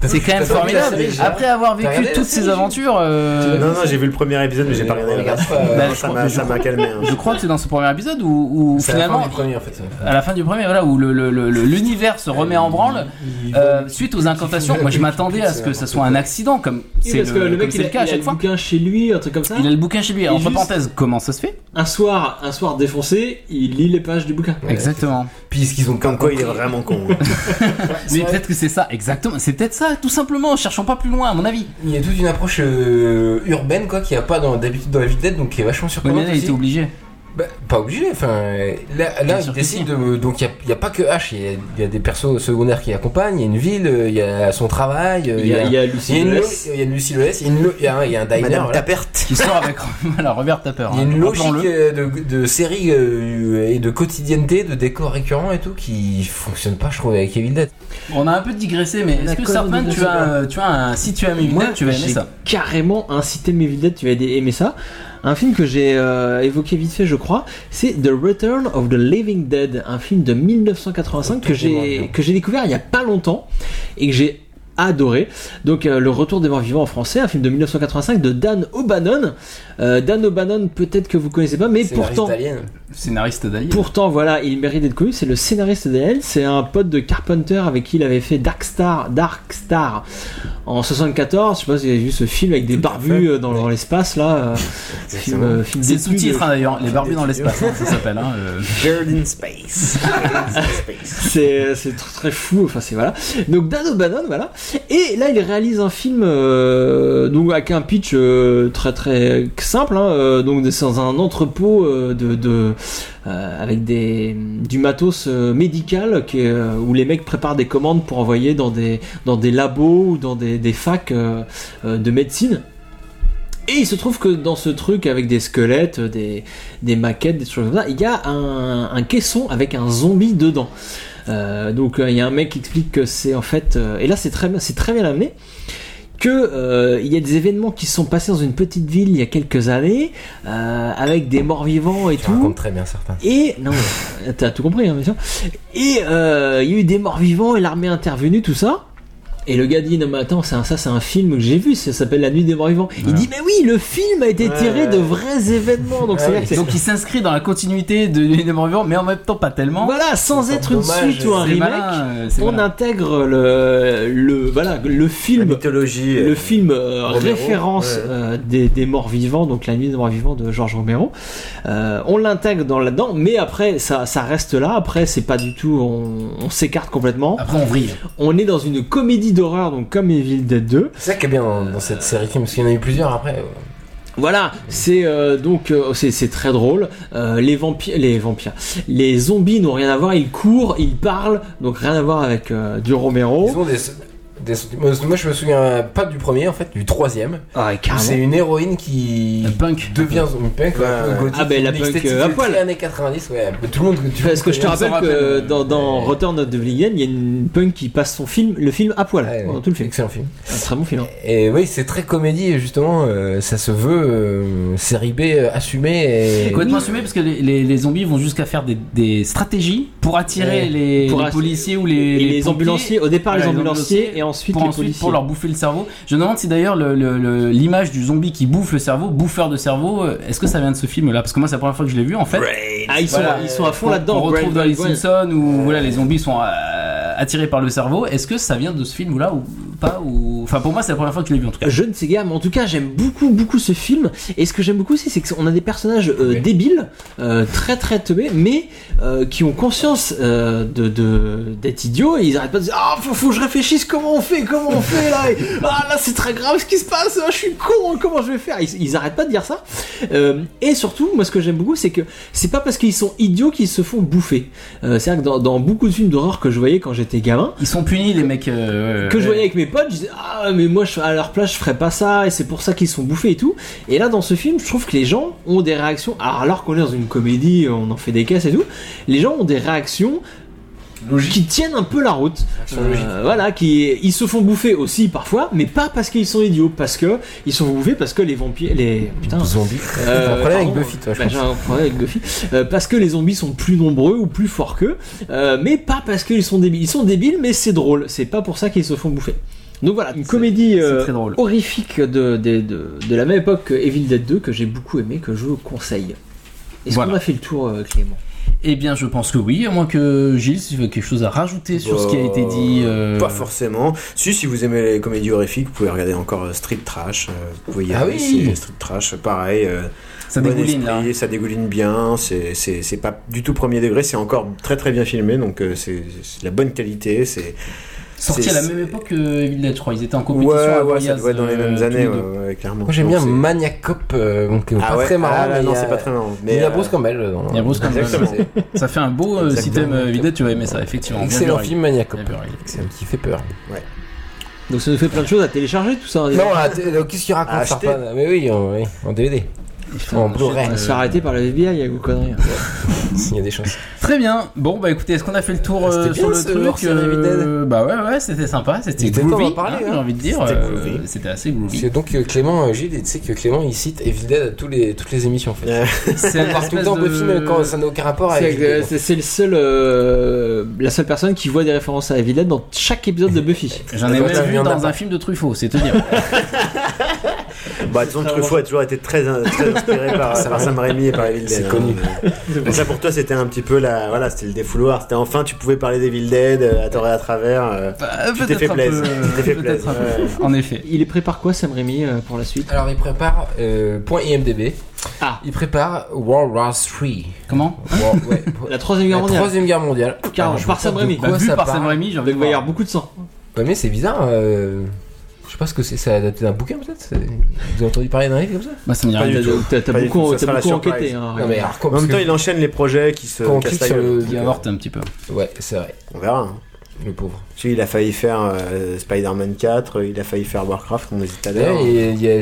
C'est quand même
T'as pas vu la
formidable.
série, Gérard
Après avoir
T'as regardé
vécu
la
toutes
série,
ces aventures. euh,
non non j'ai vu le premier épisode mais j'ai pas regardé. le
Regarde
reste.
pas, euh,
Bah,
Non,
je
ça
crois-
m'a-
je
ça m'a calmé. hein.
Je crois que c'est dans ce premier épisode où, où
c'est la fin
finalement,
du premier, en fait. ouais.
à la fin du premier, voilà, où le- le- le- le- l'univers se remet en branle.
Il- il-
euh, suite aux incantations, moi je m'attendais à ce que ça soit un accident, comme
Oui,
c'est
parce que
le,
le
comme
mec,
c'est
il a,
le cas à
il a
chaque
le
fois.
bouquin chez lui, un truc comme ça.
Il a le bouquin chez lui. Entre
juste-
parenthèses, comment ça se fait
Un soir, un soir défoncé, il lit les pages du bouquin.
Exactement.
Bah,
Puis ce qu'ils ont
Comme
pas
quoi il est
compris-
vraiment con. hein.
Mais peut-être que c'est ça, exactement. C'est peut-être ça, tout simplement. Cherchons pas plus loin, à mon avis.
Il y a toute une approche euh, urbaine quoi qu'il n'y a pas dans- d'habitude dans la vie de Dead donc qui est vachement
Oui, mais
surprenante.
là, il
aussi.
était obligé.
Bah, pas obligé, enfin euh, là,
Bien
là
sûr
il
que
décide
si.
de donc il n'y a, pas que H, il y a- il y, a des persos secondaires qui l'accompagnent, il y a une ville, euh, il y a son travail, euh,
Il y a, il y a Lucy
il y a une lo-
Lewis.
il y a une Lucy Lewis, il y a une lo- il y a un- il y a un diner,
Madame
voilà.
Taperte.
Qui sort avec voilà, Robert Tapper.
il y a
hein,
une logique
rappelons-le.
euh, de, de série euh, et de quotidienneté, de décors récurrents et tout qui fonctionne pas je trouve avec Evil Dead.
On a un peu digressé, mais est-ce que
D'accord,
Sarpan,
on
tu
digresse
as, euh, tu as un. Si tu aimes Evil Dead, tu vas aimer
j'ai
ça.
carrément incité mes videttes, tu vas aider- aimer ça. Un film que j'ai euh, évoqué vite fait, je crois, c'est The Return of the Living Dead, un film de 1985 que j'ai que j'ai découvert il y a pas longtemps et que j'ai adoré. Donc euh, Le Retour des morts vivants en français, un film de 1985 de Dan O'Bannon. Euh, Dan O'Bannon, peut-être que vous connaissez pas, mais
C'est la
pourtant
race italienne.
Scénariste d'Ali.
Pourtant, voilà, il mérite d'être connu. C'est le scénariste d'elle. C'est un pote de Carpenter avec qui il avait fait Dark Star, Dark Star en 74. Je sais pas si vous avez vu ce film avec des barbus euh, dans, dans l'espace là. euh, film, euh, film
C'est le
d'études.
sous-titre hein, d'ailleurs, Les Barbus dans l'espace, hein, ça s'appelle. Hein, euh.
Bird in Space.
C'est c'est tr- très fou. Enfin, c'est voilà. Donc Dan O'Bannon, voilà. Et là, il réalise un film euh, donc avec un pitch euh, très très simple. hein, euh, donc c'est dans un entrepôt euh, de, de euh, avec des du matos euh, médical qui est, euh, où les mecs préparent des commandes pour envoyer dans des dans des labos ou dans des, des facs euh, euh, de médecine. Et il se trouve que dans ce truc avec des squelettes, des, des maquettes, des choses comme ça, il y a un, un caisson avec un zombie dedans. Euh, donc euh, il y a un mec qui explique que c'est en fait, euh, et là c'est très bien, c'est très bien amené, que euh, il y a des événements qui se sont passés dans une petite ville il y a quelques années, euh, avec des morts vivants et
Tu
tout.
racontes très bien certains.
Et non, mais, t'as tout compris, hein, bien sûr. Et euh, il y a eu des morts vivants et l'armée est intervenue, tout ça. Et le gars dit non mais attends c'est un- ça c'est un film que j'ai vu ça s'appelle La Nuit des morts vivants. Il dit mais oui le film a été
Ouais,
tiré
ouais.
de vrais événements donc c'est-à-dire que c'est
Donc il s'inscrit dans la continuité de Nuit des Morts Vivants, mais en même temps pas tellement.
voilà sans
C'est
être une
dommage,
suite ou un
C'est
remake
malin, euh, c'est
on
malin.
intègre le le voilà le
La
film
mythologie.
le
euh,
film euh,
Romero,
référence
ouais.
euh, des, des morts vivants, donc la nuit des morts vivants de Georges Romero. Euh, on l'intègre dans là-dedans, mais après ça, ça reste là. Après c'est pas du tout, on, on s'écarte complètement.
Ah.
Après on vrille.
On est dans une comédie d'horreur, donc comme Evil Dead 2.
C'est ça qui est bien dans, dans cette série film, parce qu'il y en a eu plusieurs après. euh,
Voilà, c'est euh, donc euh, c'est c'est très drôle. Euh, les vampires, les vampires, les zombies n'ont rien à voir. Ils courent, ils parlent, donc rien à voir avec euh, du Romero.
Ils ont des, des sentiments- Moi, je me souviens pas du premier, en fait, du troisième.
Ah, carrément.
C'est une héroïne qui
La punk.
devient zombie punk. ouais, un peu
ouais.
gothique,
Ah, ben, la
une
punk,
esthétique
euh, à
très
poil.
années 90, ouais. Tout le monde. tout le
Parce
monde
que je te
connaît.
rappelle que dans, dans Return of the Living Dead, il y a une punk qui passe son film, le film à poil
Ouais,
pendant
ouais.
tout le film.
Excellent film.
Un très bon film. hein.
Et oui, c'est très comédie, justement. euh, ça se veut euh, série B euh, assumée. Et...
Complètement assumé parce que les, les- les zombies vont jusqu'à faire des, des stratégies pour attirer
Ouais.
les,
Pour
les
ass-
policiers ou
Et
les,
les,
pompiers
ambulanciers, au départ les
Voilà, les
ambulanciers
ambulanciers,
et ensuite
pour
les
ensuite
policiers.
pour leur bouffer le cerveau. Je me demande si d'ailleurs le- le- le- l'image du zombie qui bouffe le cerveau, bouffeur de cerveau, euh, est-ce que ça vient de ce film là Parce que moi c'est la première fois que je l'ai vu en fait.
Ah, ils sont,
Voilà,
ils sont à fond
On-
là-dedans.
On retrouve
Brain
dans les
Brain.
Simpsons où voilà les zombies sont euh, attirés par le cerveau. Est-ce que ça vient de ce film là ou pas ou... Enfin pour moi c'est la première fois que je l'ai vu en tout cas.
Je ne sais guère, mais en tout cas, j'aime beaucoup, beaucoup ce film. Et ce que j'aime beaucoup aussi, c'est qu'on a des personnages euh,
Oui.
débiles, euh, très, très teubés, mais euh, qui ont conscience euh, de de- d'être idiots. Et ils arrêtent pas de dire Ah, faut, faut que je réfléchisse comment on fait, comment on fait là. Et, ah, là, c'est très grave ce qui se passe. Ah, je suis con, hein, comment je vais faire ils, ils arrêtent pas de dire ça. Euh, et surtout, moi, ce que j'aime beaucoup, c'est que c'est pas parce qu'ils sont idiots qu'ils se font bouffer. Euh, C'est-à-dire que dans, dans beaucoup de films d'horreur que je voyais quand j'étais gamin,
Ils sont punis les mecs. euh,
que je
ouais.
voyais avec mes potes, je disais ah mais moi je, à leur place je ferais pas ça et c'est pour ça qu'ils sont bouffés et tout. Et là dans ce film, je trouve que les gens ont des réactions alors, alors qu'on est dans une comédie, on en fait des caisses et tout. Les gens ont des réactions qui tiennent un peu la route. Euh,
Réactions logiques.
voilà, qui ils se font bouffer aussi parfois, mais pas parce qu'ils sont idiots, parce que ils se font bouffer parce que les vampires, les putain.
Zombie.
Euh,
T'as un problème avec
pardon,
Buffy, toi, je
bah,
pense.
j'ai un problème avec Buffy. Euh, parce que les zombies sont plus nombreux ou plus forts qu'eux, euh, mais pas parce qu'ils sont débiles. Ils sont débiles, mais c'est drôle. C'est pas pour ça qu'ils se font bouffer. Donc voilà, une comédie euh,
très drôle.
horrifique de, de, de, de la même époque que Evil Dead 2 que j'ai beaucoup aimé, que je vous conseille. Est-ce
Voilà.
qu'on a fait le tour, euh, Clément
Eh bien je pense que oui, à moins que Gilles si tu veux quelque chose à rajouter sur ce qui a été dit. euh,
Pas forcément. Si, si vous aimez les comédies horrifiques, vous pouvez regarder encore euh, Street Trash. euh, Vous pouvez y
Ah
aller,
oui.
c'est Street Trash, pareil. euh,
Ça
bon
dégouline là.
esprit, Ça dégouline bien. C'est- C'est c'est pas du tout premier degré. C'est encore très très bien filmé. Donc euh, c'est c'est de la bonne qualité. C'est
Sorti à la
c'est-
même époque que Evil Dead, je crois. Ils étaient en
ouais,
compétition à
ouais, ça
Goiás,
doit être dans les
euh,
mêmes
tous
années.
les deux.
ouais, ouais, clairement.
Moi, j'aime bien
Donc,
Maniac Cop, euh, donc, qui est
c'est- Ah
pas
ouais,
très marrant.
ah là,
mais
non,
il y a-
c'est pas très marrant.
Il y a Bruce
euh,
Campbell. euh, dans-
Il y a Bruce Campbell.
Exactement.
Ça fait un beau euh, si
Exactement.
t'aimes euh, Evil Dead, tu vas aimer ça, effectivement. Bien
Excellent
vu,
film Maniac Cop.
Bien vu, Aurélie, excellent.
Qui fait peur.
Donc ça nous fait plein de choses à télécharger tout ça. on est-
Non, là, t- euh, qu'est-ce qu'il raconte
Acheter.
Sarpan Mais oui, en, oui, en DVD. En Blu-ray.
on va se faire arrêter par la FBI avec vos conneries.
Il y a des chances.
Très bien. Bon, bah écoutez, est-ce qu'on a fait le tour euh,
C'était
sur
bien,
le
ce hors
truc
série Evil Dead.
Bah ouais, ouais, c'était sympa. C'était
Il était temps d'en
groovy.
parler,
hein,
hein.
J'ai envie de dire,
C'était
euh,
groovy.
c'était assez groovy.
C'est donc euh, Clément, euh, Gilles, et tu sais que Clément il cite Evil Dead à tous les, toutes les émissions en fait.
C'est
On parle tout le temps de... film quand ça n'a aucun rapport
C'est-
avec. Evil Dead.
C'est c'est le seul, euh, la seule personne qui voit des références à Evil Dead dans chaque épisode de Buffy.
J'en ai
Quand
même
t'as
vu
vu un
dans
appart.
un film de Truffaut, c'est te dire.
Bah, disons que Truffaut a toujours été très, euh, très inspiré par, par Sam Raimi et par Evil Dead.
C'est
hein.
connu.
Donc ça pour toi c'était un petit peu la voilà c'était le défouloir c'était enfin tu pouvais parler d'Evil Dead euh, à tort et à travers euh,
Euh,
Tu t'es
peut-être
fait
un
plaisir.
peu,
Tu t'es fait
peut-être un
plaisir.
peu. En effet.
Il est prépare quoi Sam Raimi euh, pour la suite
Alors il prépare euh, point .imdb.
Ah.
Il prépare World War 3.
Comment
War- ouais,
La troisième
la
guerre mondiale.
troisième guerre mondiale.
Car
Alors, je
par Sam
vois pas de
Raimi.
Bah,
Quoi,
vu
ça
par Sam
parle
Raimi, j'ai envie
Donc
de
il va y
voir.
avoir beaucoup de sang.
Ouais, mais c'est bizarre. euh, Je sais pas ce que c'est. C'est adapté d'un bouquin peut-être C'est- Vous avez entendu parler d'un livre comme ça
Bah, ça me dit
Pas
rien.
du
T'as
tout.
t'as- t'as
Pas du
beaucoup,
tout, ça
t'as
sera la
beaucoup enquêté.
surprise.
hein,
Non mais alors, quoi,
en même
parce
temps
que
il enchaîne les projets qui se
quand on
cassent
clique
la
sur
gueule
le
Il y a Horte un petit peu.
Ouais, c'est vrai.
on verra hein.
le pauvre.
Tu sais, Il a failli faire euh, Spider-Man 4, il a failli faire Warcraft, on hésitait à l'heure.
D'ailleurs, il y a-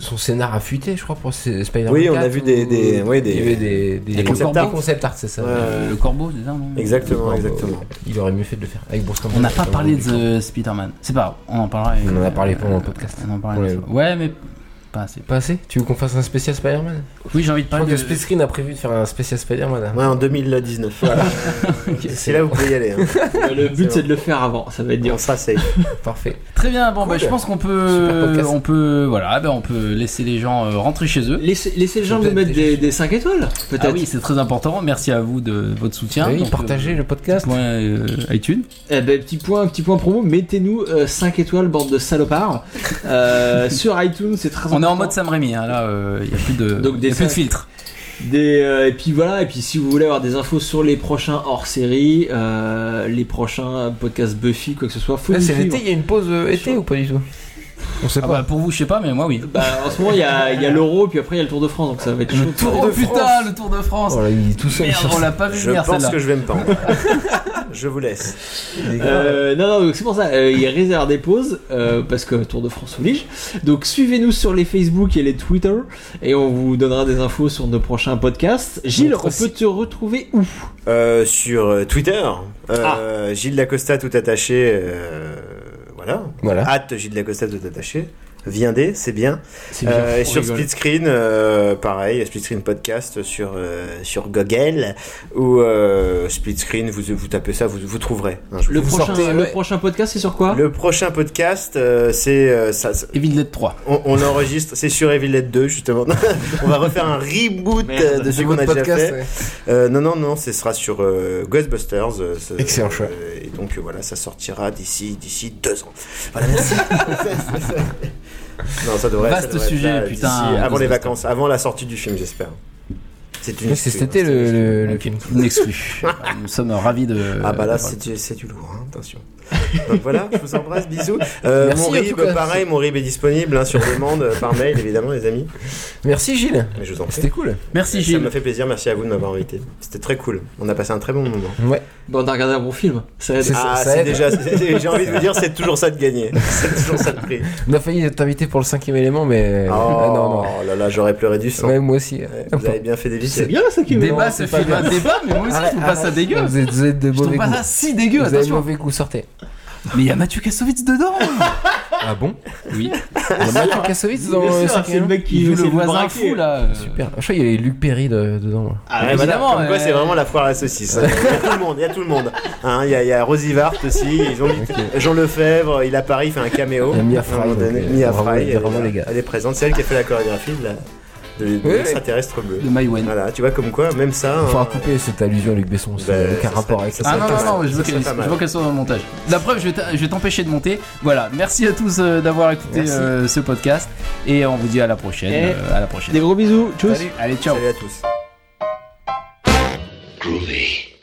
son scénar a fuité, je crois, pour ce- Spider-Man.
Oui, on a
4,
vu des-
où
des- oui, des-
il y avait des, des,
des concept
des
art.
concept art, c'est ça.
Ouais, ouais.
Euh, Le corbeau, c'est ça non
Exactement,
Ouais,
exactement.
bah, Il aurait mieux fait de le faire avec Bruce Campbell.
On n'a pas
notamment,
parlé
du coup.
de The Spider-Man. C'est pas grave, on en parlera.
On en a parlé pendant le podcast.
On en parlera.
Ouais.
Ouais, mais pas assez.
Pas assez Tu veux qu'on fasse un spécial Spider-Man
Oui, j'ai envie de
Je crois
parler de.
que Space Screen a prévu de faire un spécial Spider-Man. hein.
Ouais, en 2019. Voilà. c'est là où vous pouvez y aller. hein.
Le
C'est
but, c'est
bon.
de le faire avant, ça va être dur.
On sera safe.
Parfait.
Très bien. Bon, bah, je pense qu'on
Super
peut,
podcast.
on peut, voilà, ben, on peut laisser les gens euh, rentrer chez eux.
Laissez, laissez les gens nous
Peut-être
mettre
des-
des, 5 étoiles, peut-être.
Ah oui, c'est très important. Merci à vous de votre soutien.
Oui,
Donc,
partagez le
euh,
podcast.
point, euh, iTunes.
Eh ben, petit point, petit point promo, mettez-nous 5 étoiles, bande de salopards. Euh, sur iTunes, c'est très
On est en
important.
mode Sam Raimi. hein, là, euh, il n'y a plus de,
Donc, des
il y a plus de
cinq-
filtre.
Des, euh, et puis voilà, et puis si vous voulez avoir des infos sur les prochains hors-série, euh, les prochains podcasts Buffy, quoi que ce soit, faut
Ouais,
nous
c'est l'été,
suivre.
il y a une pause euh, été
Sur-
ou pas du tout On sait
Ah
pas.
bah, pour vous, je sais pas, mais moi, oui.
Bah, en ce moment, il y a, il y a l'euro, puis après, il y a le Tour de France, donc ça va être chaud.
oh putain, le Tour de France.
Oh là, il est tout seul
Merde,
sur
on l'a pas vu
Je
venir
pense
celle-là.
que je vais me pendre. je vous laisse.
Euh, non, non, donc c'est pour ça, euh, il réserve des pauses, euh, parce que Tour de France oblige. Donc suivez-nous sur les Facebook et les Twitter, et on vous donnera des infos sur nos prochains podcasts. Gilles,
Notre
on peut
site.
te retrouver où
Euh, sur euh, Twitter,
Ah.
euh, Gilles Lacosta tout attaché. euh, voilà.
Voilà.
Hâte Gilles Lacosta tout attaché. Viendez, c'est bien.
C'est
Euh, et
on
sur
rigole.
Split Screen, euh, pareil, Split Screen Podcast sur, euh, sur Google ou euh, Split Screen, vous, vous tapez ça, vous, vous trouverez. hein, je vous-
le,
vous
prochain,
sortez,
le
ouais.
prochain podcast, c'est sur quoi
Le prochain podcast, euh, c'est euh, ça, ça-
Evil Dead 3.
on, on enregistre, c'est sur Evil Dead 2 justement. on va refaire un reboot
Merde.
euh, de
C'est
celui qu'on
votre
a déjà
podcast.
fait. Euh, non, non, non, ce sera sur euh, Ghostbusters. euh, ce-
Excellent choix.
euh, et donc euh, voilà, ça sortira d'ici d'ici deux ans. Voilà, merci. C'est- c'est- non, ça devrait. ça
Vaste
devrait être
sujet,
là,
putain,
d'ici- Avant les
Ghostbusters.
vacances, avant la sortie du film, j'espère. C'est une.
ouais. C'est
excuse,
cet été
hein, c'est
le,
une excuse.
le, le film.
Une exclue. Nous sommes ravis de.
Ah bah là,
de-
c'est du, c'est du lourd, hein, attention. Donc voilà, je vous embrasse, bisous. Euh,
Merci,
mon
en
rib,
tout cas.
pareil, mon rib est disponible hein, sur demande, euh, par mail évidemment, les amis.
Merci Gilles.
Mais je vous en prie.
C'était cool.
Merci
Ça m'a
Gilles.
fait plaisir, merci à vous de m'avoir invité. C'était très cool. On a passé un très bon moment.
Ouais.
Bon, on a regardé un bon film. Ça va être-
C'est ça,
Ah,
ça
c'est
aide.
déjà. c'est- J'ai envie de vous dire, c'est toujours ça de gagner. C'est toujours ça de prix.
On a failli t'inviter pour le cinquième élément, mais.
Oh,
Ah, non, non.
là là, j'aurais pleuré du sang.
Ouais, moi aussi. euh.
Ouais, Vous avez bien fait
C'est
d'éviter.
bien ça qui me
Débat, ce
c'est pas
film un
bien.
débat, mais moi aussi je trouve pas ça dégueu.
Vous êtes, vous êtes de
Je trouve
mauvais
pas
goût.
ça si dégueu,
vous avez
attention.
mauvais goût, sortez.
Mais il y a Mathieu Kassovitz dedans
Ah bon
Oui,
Il y a Mathieu Kassovitz dans euh,
Bien
le
sûr, C'est
cinquième
le
élément
mec
qui
qui
joue
essaie
le
de
voisin
braquer.
fou là.
Super. Je crois qu'il y avait Luc Perry de- dedans. là.
Ah,
Ouais,
voilà,
évidemment,
comme quoi,
ouais.
c'est vraiment la foire à la saucisse. hein. Il y a tout le monde, il y a tout le monde. Hein, Il y a, il y a Rosivart aussi, ils ont mis- Jean Lefebvre, il apparaît, il fait un caméo.
Il y a Mia
À un
Fry,
moment
donc,
donné.
euh,
Mia
bravo,
Fry, elle,
bravo,
est là.
les gars.
Elle est présente, c'est elle qui a fait la chorégraphie de la- de- de
Oui, oui.
l'extraterrestre bleu.
De Maïwen.
Voilà, tu vois, comme quoi, même ça.
Faudra
hein,
couper cette allusion à Luc Besson, ça n'a
Ben,
aucun
ça
rapport
serait-
avec ça.
ça
Ah non,
serait pas
non, non,
mal.
je veux
Ça
qu'elle
serait pas
je veux
mal.
qu'elle soit dans le montage. La preuve, je vais t'a- je vais t'empêcher de monter. Voilà, merci à tous euh, d'avoir écouté
Merci.
euh, ce podcast et on vous dit à la prochaine.
Et
euh, à la prochaine.
Des gros bisous, tchuss
Allez, ciao.
Salut à tous.
Groovy.